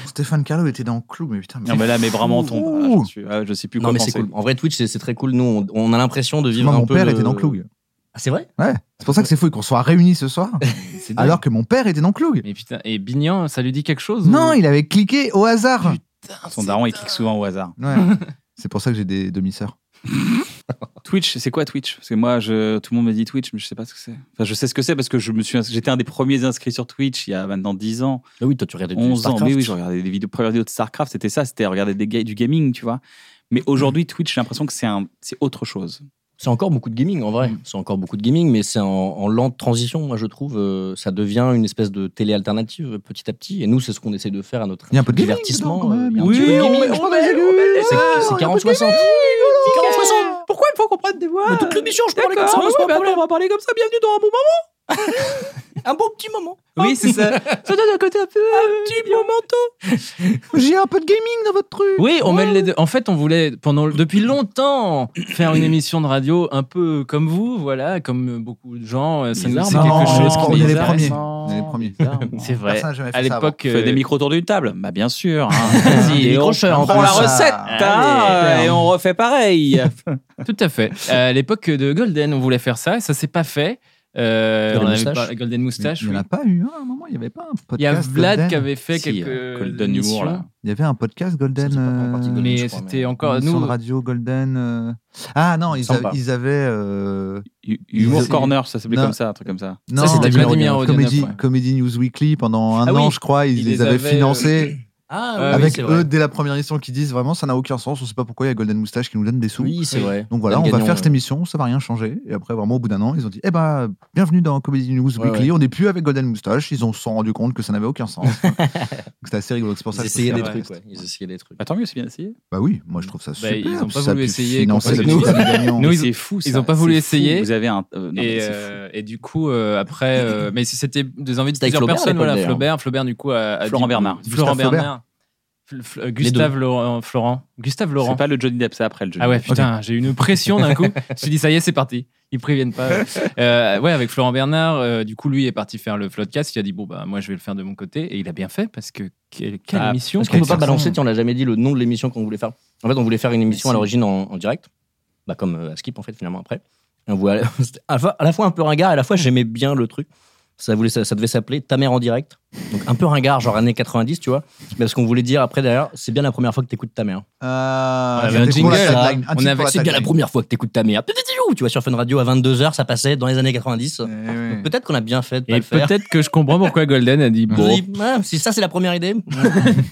Speaker 5: Stéphane Carlo était dans Clou, mais putain. mais-
Speaker 2: Non, mais là, mes bras m'en tombent. Ah, je, suis- ah, je sais plus
Speaker 4: Non,
Speaker 2: quoi
Speaker 4: mais
Speaker 2: penser.
Speaker 4: c'est cool. En vrai, Twitch, c'est c'est très cool. Nous, on, on a l'impression de vivre
Speaker 5: Moi,
Speaker 4: un
Speaker 5: mon
Speaker 4: peu
Speaker 5: père
Speaker 4: le-
Speaker 5: était dans Clou.
Speaker 4: Ah, c'est vrai
Speaker 5: Ouais. C'est pour ça que c'est fou qu'on soit réunis ce soir,
Speaker 3: c'est dingue.
Speaker 5: alors que mon père était dans Clou.
Speaker 3: Mais putain, et Bignan, ça lui dit quelque chose
Speaker 5: Non,
Speaker 3: ou-
Speaker 5: il avait cliqué au hasard.
Speaker 2: Son daron, il clique souvent au hasard.
Speaker 5: Ouais. C'est pour ça que j'ai des demi-sœurs.
Speaker 2: Twitch, c'est quoi Twitch Parce que moi, je, tout le monde me dit Twitch, mais je sais pas ce que c'est. Enfin, je sais ce que c'est parce que je me suis, ins- j'étais un des premiers inscrits sur Twitch il y a maintenant 10 ans,
Speaker 4: Ah Oui, toi, tu regardais du
Speaker 2: 11 ans.
Speaker 4: Starcraft.
Speaker 2: Mais oui, je regardais des vidéos, premières vidéos de StarCraft, c'était ça, c'était regarder des ga- du gaming, tu vois.
Speaker 3: Mm.
Speaker 2: Mais aujourd'hui, Twitch, j'ai l'impression que c'est un, c'est autre chose.
Speaker 4: C'est encore beaucoup de gaming en vrai. C'est encore beaucoup de gaming, mais c'est en, en lente transition, moi je trouve. euh, ça devient une espèce de télé alternative euh, petit à petit. Et nous, c'est ce qu'on essaie de faire à notre
Speaker 5: Il y a un peu de gaming
Speaker 4: divertissement.
Speaker 5: dedans, quand même.
Speaker 4: euh, il y a un
Speaker 5: Oui,
Speaker 4: petit peu de
Speaker 5: on
Speaker 4: gaming,
Speaker 5: met-
Speaker 4: je
Speaker 5: on
Speaker 4: pense.
Speaker 5: met- on met les
Speaker 4: C'est-
Speaker 5: heures, Ah, il y
Speaker 4: C'est
Speaker 5: a un peu de
Speaker 4: 40-60. C'est 40-60.
Speaker 2: Pourquoi il faut qu'on prenne des voix
Speaker 4: Mais Toute l'émission, je parlais comme ça. c'est pas un
Speaker 3: bah
Speaker 4: problème.
Speaker 2: on va parler comme ça. Bienvenue dans un bon moment.
Speaker 4: Un bon petit moment.
Speaker 3: Hein
Speaker 2: Oui, c'est ça. Ça donne un côté un peu
Speaker 3: euh,
Speaker 2: petit moment.
Speaker 5: J'ai un peu de gaming dans votre truc.
Speaker 3: Oui, on mêle les deux. En fait, on voulait pendant depuis longtemps faire une émission de radio un peu comme vous, voilà, comme beaucoup de gens. euh, Ça nous,
Speaker 2: Bizarre,
Speaker 3: c'est
Speaker 5: non,
Speaker 3: quelque chose
Speaker 5: on
Speaker 3: qui
Speaker 5: est les
Speaker 3: bizarre.
Speaker 5: premiers. On est les premiers.
Speaker 3: C'est vrai.
Speaker 5: Personne n'a jamais fait
Speaker 3: À
Speaker 5: ça avant. Ah,
Speaker 3: l'époque,
Speaker 2: On fait des
Speaker 3: euh,
Speaker 2: micros autour d'une table Bah bien sûr. hein.
Speaker 3: Ah,
Speaker 4: Des
Speaker 2: Et on
Speaker 4: microcheurs, en
Speaker 2: prend la
Speaker 5: plus.
Speaker 2: recette
Speaker 5: Allez,
Speaker 2: hein,
Speaker 3: ferme.
Speaker 2: et on refait pareil.
Speaker 3: Tout à fait. Euh, À l'époque de Golden, on voulait faire ça, et ça s'est pas fait. Euh,
Speaker 4: Golden
Speaker 3: on avait
Speaker 4: Moustache.
Speaker 3: parlé- Golden
Speaker 5: Mais
Speaker 3: Moustache.
Speaker 5: Il n'y en a
Speaker 3: oui.
Speaker 5: pas eu un, à un moment, il n'y avait pas un podcast.
Speaker 3: Il y a Vlad
Speaker 5: Golden.
Speaker 3: qui avait fait
Speaker 2: Si, euh,
Speaker 3: quelques
Speaker 2: Golden
Speaker 3: émissions,
Speaker 2: Humour, là.
Speaker 5: Il y avait un podcast Golden.
Speaker 4: Ça, c'est pas vraiment
Speaker 5: euh,
Speaker 4: parti de Golden, je
Speaker 3: mais
Speaker 4: crois,
Speaker 3: c'était
Speaker 4: mais-
Speaker 3: encore
Speaker 5: émission de
Speaker 3: nous.
Speaker 5: radio Golden. euh. Ah non, ils,
Speaker 4: Sympa.
Speaker 5: avaient- ils avaient. euh,
Speaker 2: Humour
Speaker 5: C'est-
Speaker 2: Corner, ça s'appelait
Speaker 5: Non.
Speaker 2: comme ça, un truc comme ça.
Speaker 5: Non,
Speaker 3: c'était
Speaker 5: ils
Speaker 3: Vladimir
Speaker 5: avaient-
Speaker 3: Rodionov,
Speaker 5: Comedy,
Speaker 3: ouais.
Speaker 5: Comedy News Weekly pendant un
Speaker 3: Ah oui,
Speaker 5: an, je crois. Ils,
Speaker 3: ils
Speaker 5: les
Speaker 3: les
Speaker 5: avaient
Speaker 3: avaient, euh,
Speaker 5: financés
Speaker 4: Ah,
Speaker 3: oui,
Speaker 5: avec
Speaker 4: c'est
Speaker 5: eux
Speaker 4: vrai.
Speaker 5: dès la première émission qui disent vraiment ça n'a aucun sens. On ne sait pas pourquoi il y a Golden Moustache qui nous donne des sous.
Speaker 4: Oui, c'est vrai.
Speaker 5: Donc voilà,
Speaker 4: Dan
Speaker 5: on va
Speaker 4: Gagnon,
Speaker 5: faire cette
Speaker 4: euh,
Speaker 5: émission, ça va rien changer. Et après, vraiment, au bout d'un an, ils ont dit Eh ben, bienvenue dans Comedy News
Speaker 4: Ouais,
Speaker 5: Weekly. On n'est plus avec Golden Moustache. Ils ont- se sont rendu compte que ça n'avait aucun sens. Donc c'était assez rigolo. C'est pour ça
Speaker 4: Ils
Speaker 5: que je
Speaker 4: essayaient des
Speaker 5: préfère
Speaker 4: trucs.
Speaker 5: le
Speaker 4: ouais.
Speaker 5: reste.
Speaker 4: Ils essayaient des trucs.
Speaker 2: Bah tant mieux, c'est bien essayé.
Speaker 5: Bah oui, moi je trouve ça
Speaker 3: Bah,
Speaker 5: super.
Speaker 3: ils ont
Speaker 5: puis
Speaker 3: pas
Speaker 5: ça a
Speaker 3: voulu
Speaker 5: pu
Speaker 3: essayer,
Speaker 5: financer
Speaker 3: qu'on
Speaker 5: le
Speaker 3: fasse-
Speaker 5: Dan Gagnon.
Speaker 3: Nous,
Speaker 2: Mais
Speaker 3: ils-
Speaker 2: c'est fou.
Speaker 3: ils
Speaker 2: ça,
Speaker 3: ont pas
Speaker 2: c'est
Speaker 3: voulu
Speaker 2: fou.
Speaker 3: essayer.
Speaker 2: Vous avez un. euh, non, mais
Speaker 3: Et,
Speaker 2: c'est fou.
Speaker 3: euh, et du coup, euh, après, euh, mais si c'était des envies de
Speaker 4: C'était avec
Speaker 3: plusieurs
Speaker 4: Flaubert, à
Speaker 3: personnes,
Speaker 4: l'époque,
Speaker 3: voilà,
Speaker 4: d'ailleurs.
Speaker 3: Flaubert, Flaubert du coup, a, a
Speaker 2: Florent
Speaker 3: dit-
Speaker 2: Bernard.
Speaker 3: Florent
Speaker 5: Gustave
Speaker 3: Bernard, Fl- Fl- euh, Gustave Laurent, Florent, Gustave Laurent.
Speaker 2: C'est pas le Johnny Depp, c'est après le Johnny.
Speaker 3: Ah ouais, putain, j'ai eu une pression d'un coup. Je me suis dit, ça y est, c'est parti. Ils préviennent pas. Euh, ouais, avec Florent Bernard, euh, du coup, lui est parti faire le floodcast. Il a dit, bon, bah, moi, je vais le faire de mon côté. Et il a bien fait parce que quelle, quelle
Speaker 2: Ah,
Speaker 3: émission.
Speaker 4: Parce qu'on peut
Speaker 3: quelle
Speaker 4: pas
Speaker 3: façon.
Speaker 4: balancer, tiens, on l'a jamais dit le nom de l'émission qu'on voulait faire. En fait, on voulait faire une émission à
Speaker 3: si.
Speaker 4: l'origine en, en direct, bah, comme euh, à Skip en fait finalement après. Et on voulait, c'était à, la fois, à la fois un peu ringard, et à la fois j'aimais bien le truc. Ça, voulait, ça, ça devait s'appeler Ta mère en direct. Donc un peu ringard, genre années 90, tu vois. Mais parce qu'on voulait dire après d'ailleurs, c'est bien la première fois que t'écoutes ta mère.
Speaker 5: Euh,
Speaker 3: avait
Speaker 5: c'était
Speaker 3: un
Speaker 5: pour
Speaker 3: jingle,
Speaker 5: la
Speaker 3: là.
Speaker 5: tagline, un
Speaker 3: On
Speaker 5: titre
Speaker 3: avait-
Speaker 5: pour
Speaker 4: C'est bien la
Speaker 5: tagline.
Speaker 4: première fois que t'écoutes ta mère. Tu vois, sur Fun Radio à 22h, ça passait dans les années 90.
Speaker 5: Eh oui.
Speaker 4: Peut-être qu'on a bien fait de pas
Speaker 3: Et
Speaker 4: le faire.
Speaker 3: peut-être que je comprends pourquoi Golden a dit,
Speaker 4: On
Speaker 3: bon.
Speaker 4: se dit, Ah, si ça c'est la première idée,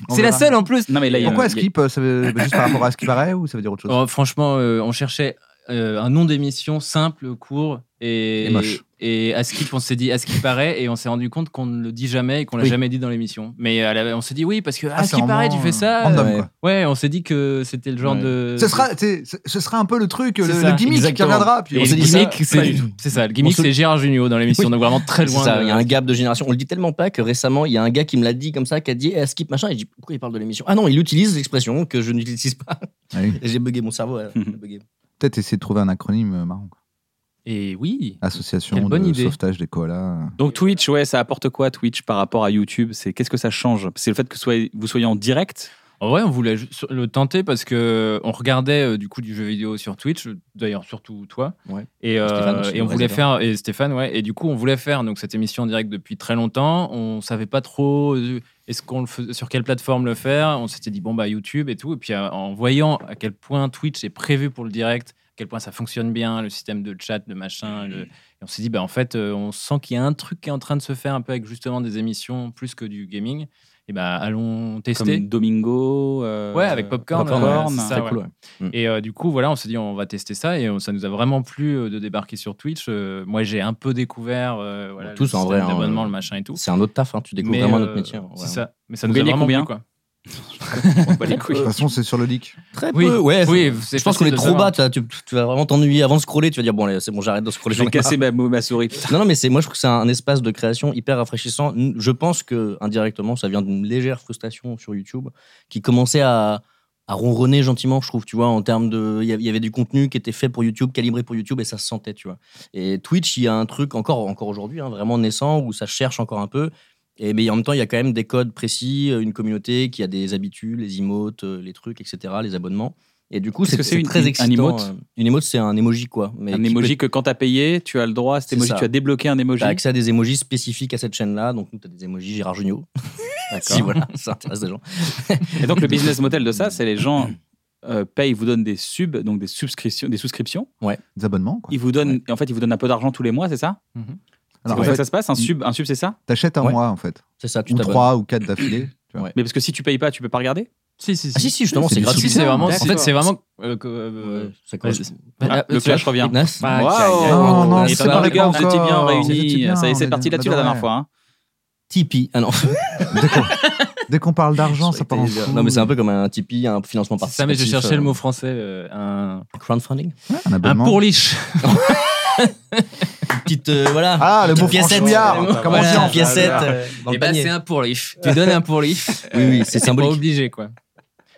Speaker 5: On
Speaker 3: C'est la
Speaker 5: verra.
Speaker 3: seule en plus.
Speaker 2: Non mais là, il y a-
Speaker 5: Pourquoi
Speaker 2: il y a-
Speaker 5: Skip euh, ça veut- Juste par rapport à ce qui paraît ou ça veut dire autre chose
Speaker 3: Oh, franchement, euh, on cherchait euh, un nom d'émission simple, court et,
Speaker 5: Et moche.
Speaker 3: et à ce qu'il on s'est dit à ce qu'il paraît et on s'est rendu compte qu'on ne le dit jamais et qu'on l'a
Speaker 4: Oui.
Speaker 3: jamais dit dans l'émission. Mais euh, à la- on s'est dit oui parce que à ce
Speaker 5: c'est
Speaker 3: qu'il paraît
Speaker 5: vraiment,
Speaker 3: tu fais
Speaker 5: euh,
Speaker 3: ça.
Speaker 5: random,
Speaker 3: euh,
Speaker 5: quoi.
Speaker 3: ouais, on s'est dit que c'était le genre
Speaker 4: Ouais.
Speaker 3: de.
Speaker 5: Ce sera, tu sais, ce- ce sera un peu le truc, le,
Speaker 3: C'est
Speaker 5: le
Speaker 3: ça,
Speaker 5: gimmick qui
Speaker 4: exactement.
Speaker 5: reviendra. Puis
Speaker 3: Et
Speaker 5: on s'est
Speaker 3: le
Speaker 5: dit ça.
Speaker 3: gimmick, c'est c'est ça. Le gimmick,
Speaker 4: On se-
Speaker 3: c'est Gérard Junio dans l'émission,
Speaker 4: Oui.
Speaker 3: donc vraiment très
Speaker 4: C'est
Speaker 3: loin.
Speaker 4: ça,
Speaker 3: de-
Speaker 4: il y a un gap de génération. On le dit tellement pas que récemment, il y a un gars qui me l'a dit comme ça, qui a dit eh, skip machin. Et je dis pourquoi il parle de l'émission Ah non, il utilise l'expression que je n'utilise pas.
Speaker 5: Allez,
Speaker 4: Et J'ai bugué mon cerveau. ouais,
Speaker 3: Mhm.
Speaker 4: j'ai bugué.
Speaker 5: Peut-être essayer de trouver un acronyme euh, marrant. quoi.
Speaker 3: Et oui.
Speaker 5: Association
Speaker 3: Quelle bonne
Speaker 5: de
Speaker 3: idée.
Speaker 5: sauvetage des koalas.
Speaker 2: Donc Twitch, ouais, ça apporte quoi Twitch par rapport à YouTube C'est qu'est-ce que ça change C'est le fait que soyez- vous soyez en direct.
Speaker 3: En vrai, on voulait ju- sur- le tenter parce que on regardait euh, du coup du jeu vidéo sur Twitch, euh, d'ailleurs surtout toi.
Speaker 4: Ouais.
Speaker 3: Et, euh,
Speaker 4: Stéphane aussi,
Speaker 3: et on
Speaker 4: le
Speaker 3: voulait
Speaker 4: réalisateur.
Speaker 3: faire et Stéphane, ouais. Et du coup, on voulait faire donc cette émission en direct depuis très longtemps. On savait pas trop euh, est-ce qu'on le faisait- sur quelle plateforme le faire. On s'était dit bon bah YouTube et tout. Et puis euh, en voyant à quel point Twitch est prévu pour le direct, à quel point ça fonctionne bien, le système de chat, de machin, le- et on s'est dit, bah, en fait, euh, on sent qu'il y a un truc qui est en train de se faire un peu avec justement des émissions plus que du gaming. Et bah, allons tester.
Speaker 2: Comme Domingo. euh,
Speaker 3: Ouais, avec Popcorn.
Speaker 2: Popcorn.
Speaker 3: ouais, c'est ça,
Speaker 4: Très cool,
Speaker 3: Ah ouais.
Speaker 4: ouais.
Speaker 3: Et euh, du coup, voilà, on s'est dit, on va tester ça. Et on- ça nous a vraiment plu euh, de débarquer sur Twitch. Euh, moi, j'ai un peu découvert euh, voilà,
Speaker 4: Tous,
Speaker 3: le
Speaker 4: en vrai,
Speaker 3: système
Speaker 4: hein,
Speaker 3: d'abonnement,
Speaker 4: euh,
Speaker 3: le machin et tout.
Speaker 4: C'est un autre taf, hein. tu découvres
Speaker 3: Mais,
Speaker 4: vraiment
Speaker 3: euh,
Speaker 4: notre métier. hein.
Speaker 3: C'est
Speaker 4: Voilà.
Speaker 3: ça. Mais ça
Speaker 2: Vous
Speaker 3: nous a
Speaker 2: gagnez
Speaker 3: vraiment
Speaker 2: combien
Speaker 3: plu, quoi.
Speaker 2: On bat les
Speaker 5: De
Speaker 2: couilles.
Speaker 5: toute façon, c'est sur le leak.
Speaker 4: Très
Speaker 3: Oui,
Speaker 4: peu, ouais.
Speaker 3: oui,
Speaker 4: c'est-
Speaker 3: c'est
Speaker 4: je pense qu'on
Speaker 3: facile
Speaker 4: est
Speaker 3: de
Speaker 4: trop
Speaker 3: savoir.
Speaker 4: bas. t'as- Tu, tu vas vraiment t'ennuyer avant de scroller. Tu vas dire, bon, allez, c'est bon, j'arrête de scroller.
Speaker 2: J'ai
Speaker 4: j'en ai marre.
Speaker 2: cassé ma, ma souris. putain.
Speaker 4: Non, non, mais c'est moi, je trouve que c'est un espace de création hyper rafraîchissant. N- Je pense que indirectement, ça vient d'une légère frustration sur YouTube qui commençait à, à ronronner gentiment, je trouve. Tu vois, en termes de, il y av- il y avait du contenu qui était fait pour YouTube, calibré pour YouTube, et ça se sentait, tu vois. Et Twitch, il y a un truc encore, encore aujourd'hui, hein, vraiment naissant, où ça cherche encore un peu. Et, mais en même temps, il y a quand même des codes précis, euh, une communauté qui a des habitudes, les emotes, euh, les trucs, etc., les abonnements. Et du coup,
Speaker 2: Qu'est-ce
Speaker 4: c'est
Speaker 2: que c'est
Speaker 4: c'est
Speaker 2: une-
Speaker 4: très
Speaker 2: une- un
Speaker 4: excitant.
Speaker 2: emote
Speaker 4: euh. Une emote, c'est un emoji, quoi. Mais
Speaker 2: Un
Speaker 4: qui peut
Speaker 2: emoji que quand t'as payé, tu as le droit à cet
Speaker 4: C'est
Speaker 2: emoji,
Speaker 4: ça.
Speaker 2: tu as débloqué un emoji.
Speaker 4: T'as accès à des émojis spécifiques à cette chaîne-là. Donc, nous, t'as des émojis Gérard Jugnot. si, voilà, ça intéresse des gens.
Speaker 2: Et donc le business model de ça, c'est les gens euh, payent, vous donnent des subs, donc des subscriptions, des souscriptions.
Speaker 5: Des abonnements, quoi.
Speaker 2: Ils vous donnent, et en fait, ils vous donnent un peu d'argent tous les mois, c'est ça C'est
Speaker 5: Alors,
Speaker 2: comme
Speaker 5: en
Speaker 2: ça que
Speaker 5: fait,
Speaker 2: ça se passe. Un
Speaker 5: il-
Speaker 2: sub, un sub, c'est ça
Speaker 5: t'achètes un
Speaker 4: Ouais.
Speaker 5: mois, en fait.
Speaker 4: C'est ça, tu
Speaker 5: Ou
Speaker 4: t'abonnes.
Speaker 5: trois ou quatre d'affilée. tu vois.
Speaker 4: Ouais.
Speaker 2: Mais parce que si tu payes pas, tu peux pas regarder.
Speaker 3: Si, si, si.
Speaker 4: Ah, si, si, justement,
Speaker 5: C'est
Speaker 4: c'est
Speaker 5: du
Speaker 4: gratuit.
Speaker 3: Si, c'est vraiment. En fait,
Speaker 2: D'accord.
Speaker 3: c'est vraiment. euh, que, euh,
Speaker 4: Ouais, ça correspond. Ah,
Speaker 3: bah,
Speaker 2: Ah,
Speaker 3: là,
Speaker 2: le
Speaker 3: tu
Speaker 2: clash
Speaker 3: vois,
Speaker 2: revient.
Speaker 4: Ignace
Speaker 3: bah,
Speaker 2: Waouh
Speaker 5: Non, non,
Speaker 4: Et
Speaker 2: Et
Speaker 4: c'est
Speaker 2: ça va,
Speaker 4: pas
Speaker 2: les
Speaker 5: les
Speaker 2: gars,
Speaker 5: gars
Speaker 2: vous étiez bien
Speaker 5: encore. Vous
Speaker 2: réunis.
Speaker 5: étiez bien,
Speaker 2: ça y est, c'est
Speaker 5: on
Speaker 2: parti
Speaker 5: a-
Speaker 2: là-dessus
Speaker 5: on
Speaker 2: la
Speaker 5: adorait.
Speaker 2: dernière fois. hein.
Speaker 4: Tipeee. Ah non.
Speaker 5: Dès qu'on- Dès qu'on parle d'argent, ça part en couille.
Speaker 4: Non, mais c'est un peu comme un Tipeee, un financement
Speaker 3: C'est ça, mais
Speaker 4: participatif.
Speaker 3: j'ai cherché le
Speaker 4: euh,
Speaker 3: mot français. euh, un
Speaker 4: Crowdfunding.
Speaker 5: Un
Speaker 3: un
Speaker 5: abonnement.
Speaker 3: pourliche.
Speaker 4: Petite, euh, voilà.
Speaker 5: Ah, le mot
Speaker 4: Petite piécette.
Speaker 5: franchouillard.
Speaker 4: Voilà,
Speaker 5: Comment on dit en
Speaker 4: une piécette euh, dans
Speaker 3: Et
Speaker 4: le
Speaker 3: bah,
Speaker 4: panier.
Speaker 3: c'est un pourliche. Tu donnes un pourliche.
Speaker 4: Oui, oui, c'est
Speaker 3: C'est pas
Speaker 4: symbolique.
Speaker 3: obligé, quoi.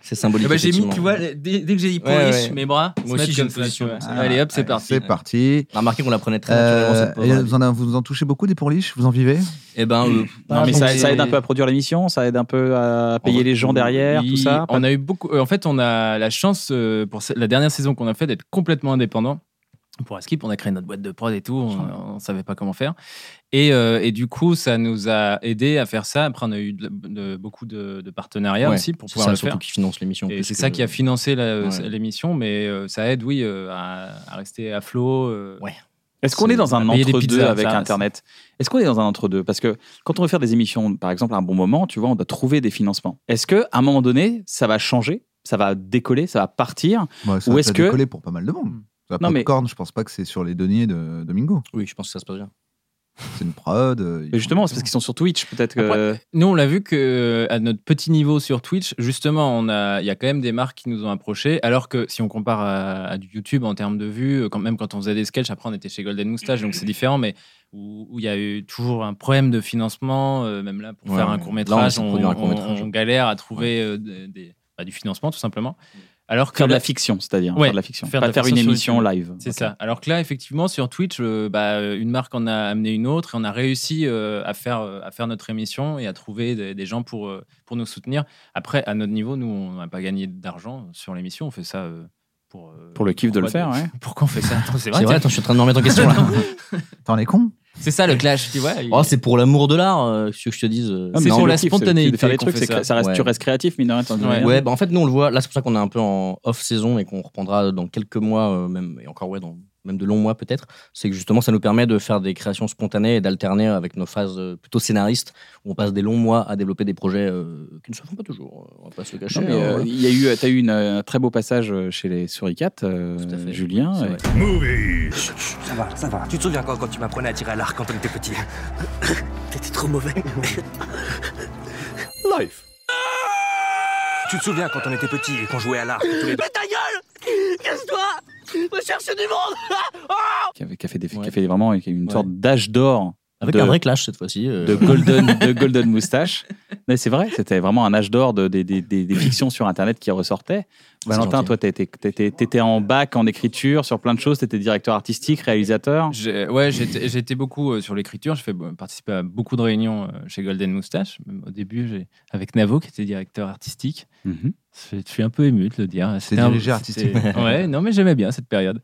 Speaker 4: C'est symbolique.
Speaker 3: Eh ben, j'ai mis,
Speaker 4: effectivement.
Speaker 3: tu vois, dès, dès que j'ai dit
Speaker 4: Ouais,
Speaker 3: polish,
Speaker 4: ouais. Ah,
Speaker 3: mes bras,
Speaker 4: Moi
Speaker 3: se
Speaker 4: aussi,
Speaker 3: mettent
Speaker 4: j'ai une
Speaker 3: comme ça,
Speaker 4: position
Speaker 3: tu vois.
Speaker 4: comme
Speaker 5: ça.
Speaker 3: Allez, hop, c'est
Speaker 5: Allez,
Speaker 3: parti.
Speaker 5: C'est parti.
Speaker 4: Remarquez qu'on la prenait très naturellement,
Speaker 5: Euh,
Speaker 4: cette
Speaker 5: et
Speaker 4: pauvre.
Speaker 5: vous, en a- vous en touchez beaucoup des pourliches Vous en vivez
Speaker 4: Eh ben, euh,
Speaker 2: Non,
Speaker 4: Ah,
Speaker 2: mais
Speaker 4: donc
Speaker 2: ça,
Speaker 4: c'est-
Speaker 2: ça aide un peu à produire l'émission, ça aide un peu à payer les gens derrière,
Speaker 3: Oui,
Speaker 2: tout ça.
Speaker 3: On a eu beaucoup. euh, en fait, on a la chance euh, pour ce- la dernière saison qu'on a fait d'être complètement indépendant. Pour Askip, on a créé notre boîte de prod et tout. On, on savait pas comment faire. Et, euh, et du coup, ça nous a aidé à faire ça. Après, on a eu de- de- beaucoup de, de partenariats
Speaker 4: Ouais,
Speaker 3: aussi pour
Speaker 4: c'est
Speaker 3: pouvoir
Speaker 4: ça
Speaker 3: le
Speaker 4: surtout
Speaker 3: faire.
Speaker 4: qui finance l'émission.
Speaker 3: Et
Speaker 4: plus
Speaker 3: c'est
Speaker 4: que-
Speaker 3: ça qui a financé la-
Speaker 4: Ouais.
Speaker 3: l'émission, mais euh, ça aide, oui, euh, à, à rester à flot. euh,
Speaker 4: Ouais.
Speaker 2: Est-ce qu'on est dans un
Speaker 3: à payer des
Speaker 2: entre-deux
Speaker 3: pizzas,
Speaker 2: avec
Speaker 3: ça,
Speaker 2: Internet Est-ce qu'on est dans un entre-deux Parce que quand on veut faire des émissions, par exemple, à un bon moment, tu vois, on doit trouver des financements. Est-ce qu'à un moment donné, ça va changer Ça va décoller Ça va partir
Speaker 5: Bon, ça
Speaker 2: Ou
Speaker 5: a
Speaker 2: est-ce
Speaker 5: déjà
Speaker 2: que-
Speaker 5: décollé pour pas mal de monde. La
Speaker 2: Non, mais-
Speaker 5: Popcorn, je pense pas que c'est sur les deniers de Domingo.
Speaker 4: Oui, je pense que ça se passe bien.
Speaker 5: C'est une prod. euh, ils
Speaker 2: Mais Justement,
Speaker 5: font-
Speaker 2: c'est parce qu'ils sont sur Twitch, peut-être que.
Speaker 3: Nous, on l'a vu que euh, à notre petit niveau sur Twitch, justement, on a, il y a quand même des marques qui nous ont approchés. Alors que si on compare à, à du YouTube en termes de vues, euh, quand même quand on faisait des sketchs, après on était chez Golden Moustache, donc c'est différent, mais où où il y a eu toujours un problème de financement, euh, même là pour
Speaker 4: Ouais,
Speaker 3: faire
Speaker 4: ouais.
Speaker 3: un
Speaker 4: Là, on
Speaker 3: court métrage,
Speaker 4: essaie de
Speaker 3: on,
Speaker 4: produire un court-métrage.
Speaker 3: on- on galère à trouver euh, des- des- bah, du financement tout simplement.
Speaker 4: Mm.
Speaker 3: Alors que
Speaker 2: Faire de
Speaker 3: là-
Speaker 2: la fiction, c'est-à-dire.
Speaker 3: Ouais,
Speaker 2: Faire de la fiction.
Speaker 3: faire de
Speaker 2: pas
Speaker 3: la
Speaker 2: faire une
Speaker 3: fiction sur
Speaker 2: émission
Speaker 3: YouTube.
Speaker 2: live.
Speaker 3: C'est
Speaker 2: Ok.
Speaker 3: ça. Alors que là, effectivement, sur Twitch, euh, bah, euh, une marque en a amené une autre et on a réussi euh, à, faire, euh, à faire notre émission et à trouver des, des gens pour, euh, pour nous soutenir. Après, à notre niveau, nous, on n'a pas gagné d'argent sur l'émission. On fait ça euh, pour, euh,
Speaker 2: Pour le kiff de le
Speaker 3: pourquoi
Speaker 2: faire, ouais.
Speaker 3: Pourquoi on fait ça Attends, C'est vrai,
Speaker 4: C'est vrai,
Speaker 3: tiens.
Speaker 4: attends, je suis en train de me remettre en question là.
Speaker 5: T'en es con
Speaker 3: C'est ça le clash, tu vois.
Speaker 4: Oh, c'est pour l'amour de l'art, euh, qu'est-ce que je te dise. euh,
Speaker 2: Ah, mais
Speaker 3: C'est
Speaker 4: non,
Speaker 3: pour
Speaker 2: le
Speaker 3: la
Speaker 2: kiff, c'est-
Speaker 3: spontanéité
Speaker 2: c'est de faire les
Speaker 3: qu'on
Speaker 2: trucs,
Speaker 3: fait
Speaker 2: c'est
Speaker 3: ça.
Speaker 2: que ça reste,
Speaker 4: Ouais.
Speaker 2: tu restes créatif, mine de rien. t'en dis
Speaker 3: Ouais.
Speaker 2: rien.
Speaker 4: Ouais, bah en fait, nous on le voit. Là, c'est pour ça qu'on est un peu en off saison et qu'on reprendra dans quelques mois, euh, même et encore ouais, dans même de longs mois peut-être. C'est que justement, ça nous permet de faire des créations spontanées et d'alterner avec nos phases euh, plutôt scénaristes où on passe des longs mois à développer des projets euh, qui ne se font pas toujours. euh, On va pas se le cacher.
Speaker 2: Non, mais,
Speaker 4: hein.
Speaker 2: euh, il y a eu, t'as eu une, euh, un très beau passage euh, chez les Suricates, euh,
Speaker 4: Tout à fait.
Speaker 2: Julien.
Speaker 4: C'est
Speaker 2: et-
Speaker 4: vrai.
Speaker 6: Ça va, ça va. Tu te souviens quand, quand tu m'apprenais à tirer à l'arc quand on était petit T'étais trop mauvais. Life. Tu te souviens quand on était petit et qu'on jouait à l'arc tous les deux
Speaker 2: qui, avait, qui a fait des, qui a
Speaker 4: Ouais.
Speaker 2: fait vraiment une une
Speaker 4: Ouais.
Speaker 2: sorte d'âge d'or
Speaker 4: Avec
Speaker 2: de-
Speaker 4: un vrai clash cette fois-ci. euh,
Speaker 2: de golden de golden moustache. Mais c'est vrai, c'était vraiment un âge d'or de, des- des- des- des fictions sur internet qui ressortaient. Valentin,
Speaker 4: gentil.
Speaker 2: toi, t'étais- t'étais t'étais en bac en écriture sur plein de choses. T'étais directeur artistique, réalisateur.
Speaker 3: J'ai- Ouais, j'étais j'étais beaucoup euh, sur l'écriture. J'ai fait bon, participer à beaucoup de réunions euh, chez Golden Moustache. Même au début, j'ai- avec Navo, qui était directeur artistique. Je je suis un peu ému de le dire. C'était un-
Speaker 5: dirigé
Speaker 3: c'était-
Speaker 5: artistiquement.
Speaker 3: Ouais, non, mais j'aimais bien cette période.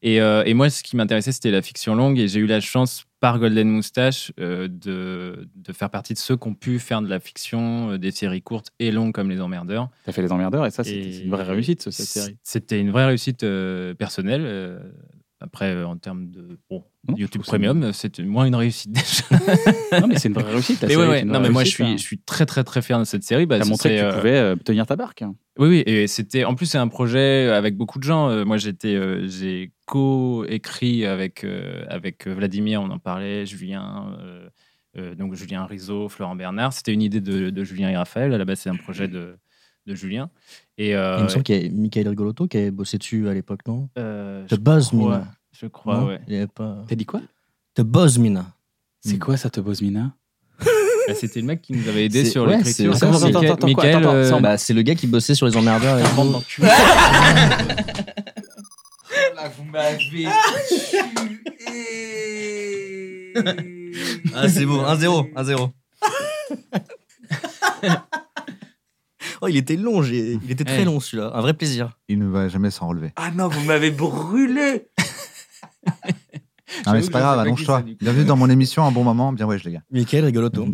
Speaker 3: Et, euh, et moi, ce qui m'intéressait, c'était la fiction longue. Et j'ai eu la chance, par Golden Moustache, euh, de, de faire partie de ceux qui ont pu faire de la fiction, euh, des séries courtes et longues comme Les Emmerdeurs.
Speaker 2: T'as fait les emmerdeurs et ça, c'était
Speaker 3: Et-
Speaker 2: c'est une vraie réussite, ce- cette série.
Speaker 3: C'était une vraie réussite euh, personnelle. euh, après, euh, en termes de bon,
Speaker 2: Non, je trouve
Speaker 3: YouTube
Speaker 2: que
Speaker 3: Premium, c'était moins une réussite déjà.
Speaker 2: Non, mais c'est une vraie réussite. la
Speaker 3: Mais
Speaker 2: série,
Speaker 3: ouais, ouais.
Speaker 2: c'est une
Speaker 3: Non,
Speaker 2: vraie
Speaker 3: mais moi,
Speaker 2: réussite,
Speaker 3: je suis,
Speaker 2: hein.
Speaker 3: je suis très, très, très fier de cette série. Bah,
Speaker 2: T'as montré
Speaker 3: c'était,
Speaker 2: que tu
Speaker 3: euh,
Speaker 2: pouvais euh, tenir ta barque. hein.
Speaker 3: Oui, oui, et c'était. En plus, c'est un projet avec beaucoup de gens. Euh, Moi, j'étais, euh, j'ai co-écrit avec euh, avec Vladimir. On en parlait, Julien, euh, euh, donc Julien Rizzo, Florent Bernard. C'était une idée de, de Julien et Raphaël. À la base, c'est un projet de, de Julien. Et, euh,
Speaker 4: Il me semble qu'il y a Michael Rigolotto qui avait bossé dessus à l'époque, non
Speaker 3: euh,
Speaker 4: The
Speaker 3: je
Speaker 4: Buzz
Speaker 3: crois-
Speaker 4: Mina.
Speaker 3: Je crois,
Speaker 4: Non
Speaker 3: ouais.
Speaker 4: Il y avait pas...
Speaker 2: T'as dit quoi
Speaker 4: The Buzz Mina.
Speaker 3: Hmm.
Speaker 2: C'est quoi ça, Tobos Mina
Speaker 3: Bah, C'était le mec qui nous avait aidé
Speaker 4: C'est-
Speaker 3: sur
Speaker 4: ouais,
Speaker 3: l'écriture.
Speaker 4: c'est- attends,
Speaker 3: Michael-
Speaker 2: attends, attends,
Speaker 3: Michael,
Speaker 2: attends,
Speaker 3: euh,
Speaker 2: attends,
Speaker 4: Bah, c'est le gars qui bossait sur les emmerdeurs. et tout.
Speaker 1: Là, vous m'avez
Speaker 4: Ah, c'est beau, 1-0, 1-0. oh, il était long, j'ai- il était très
Speaker 3: Ouais.
Speaker 4: long celui-là. Un vrai plaisir.
Speaker 5: Il ne va jamais s'en relever.
Speaker 8: Ah non, vous m'avez brûlé
Speaker 5: Non, mais
Speaker 3: J'avoue que
Speaker 5: c'est
Speaker 3: je
Speaker 5: pas grave,
Speaker 3: sais pas qui
Speaker 5: allonge-toi.
Speaker 3: c'est, du coup.
Speaker 5: Bienvenue dans mon émission, un bon moment. Bien, ouais, les gars.
Speaker 4: Michael Rigolotto.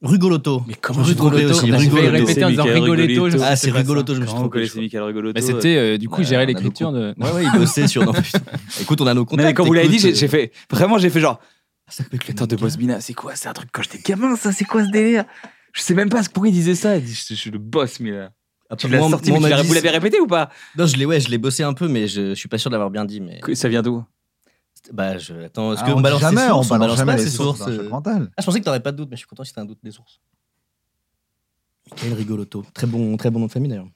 Speaker 4: Rugolotto.
Speaker 2: Mais
Speaker 4: comment je trouvais aussi
Speaker 3: Je vais
Speaker 4: Rigolotto.
Speaker 3: répéter en disant
Speaker 2: Michael
Speaker 3: rigoletto. je
Speaker 2: Rigolotto.
Speaker 3: sais
Speaker 4: Ah, c'est
Speaker 3: pas ça.
Speaker 4: Rigolotto, je me suis
Speaker 2: Quand vous
Speaker 4: trompé. je
Speaker 2: connaissez Michael Rigolotto.
Speaker 3: Bah, c'était euh, du coup, il
Speaker 4: Ouais,
Speaker 3: gérait
Speaker 4: on a
Speaker 3: l'écriture de.
Speaker 4: crois. Ouais, ouais, il bossait sur. Non, putain. Écoute, on a nos
Speaker 2: Non,
Speaker 4: contacts.
Speaker 2: mais quand vous l'avez dit, j'ai
Speaker 4: écoute,
Speaker 2: j'ai fait. Vraiment, j'ai fait genre.
Speaker 4: euh, ça peut être le
Speaker 2: Attends,
Speaker 4: mec,
Speaker 2: Tobos
Speaker 4: hein.
Speaker 2: Mina, c'est quoi C'est un truc quand j'étais gamin, ça C'est quoi ce délire Je sais même pas pourquoi il disait ça. Il dit, Je je suis le boss, Mina. Tu
Speaker 4: Après,
Speaker 2: l'as
Speaker 4: Ah, moi,
Speaker 2: sorti,
Speaker 4: moi,
Speaker 2: mais
Speaker 4: on
Speaker 2: tu
Speaker 4: m'a
Speaker 2: l'as-
Speaker 4: dit-
Speaker 2: vous l'avez répété ou pas
Speaker 4: Non, je l'ai, ouais, je l'ai bossé un peu, mais je, je suis pas sûr de l'avoir bien dit. Mais
Speaker 2: Ça vient d'où
Speaker 4: bah, je... attends, est-ce
Speaker 5: Ah,
Speaker 4: qu'on
Speaker 5: dit
Speaker 4: balance
Speaker 5: jamais,
Speaker 4: les sources
Speaker 5: on balance jamais
Speaker 4: pas
Speaker 5: les
Speaker 4: ces
Speaker 5: sources.
Speaker 4: sources.
Speaker 5: c'est un
Speaker 4: euh.
Speaker 5: choc mental.
Speaker 4: Ah, je pensais que t'aurais pas de doute, mais je suis content si t'as un doute des sources. Michael Rigolotto. Très bon, très bon nom de famille d'ailleurs.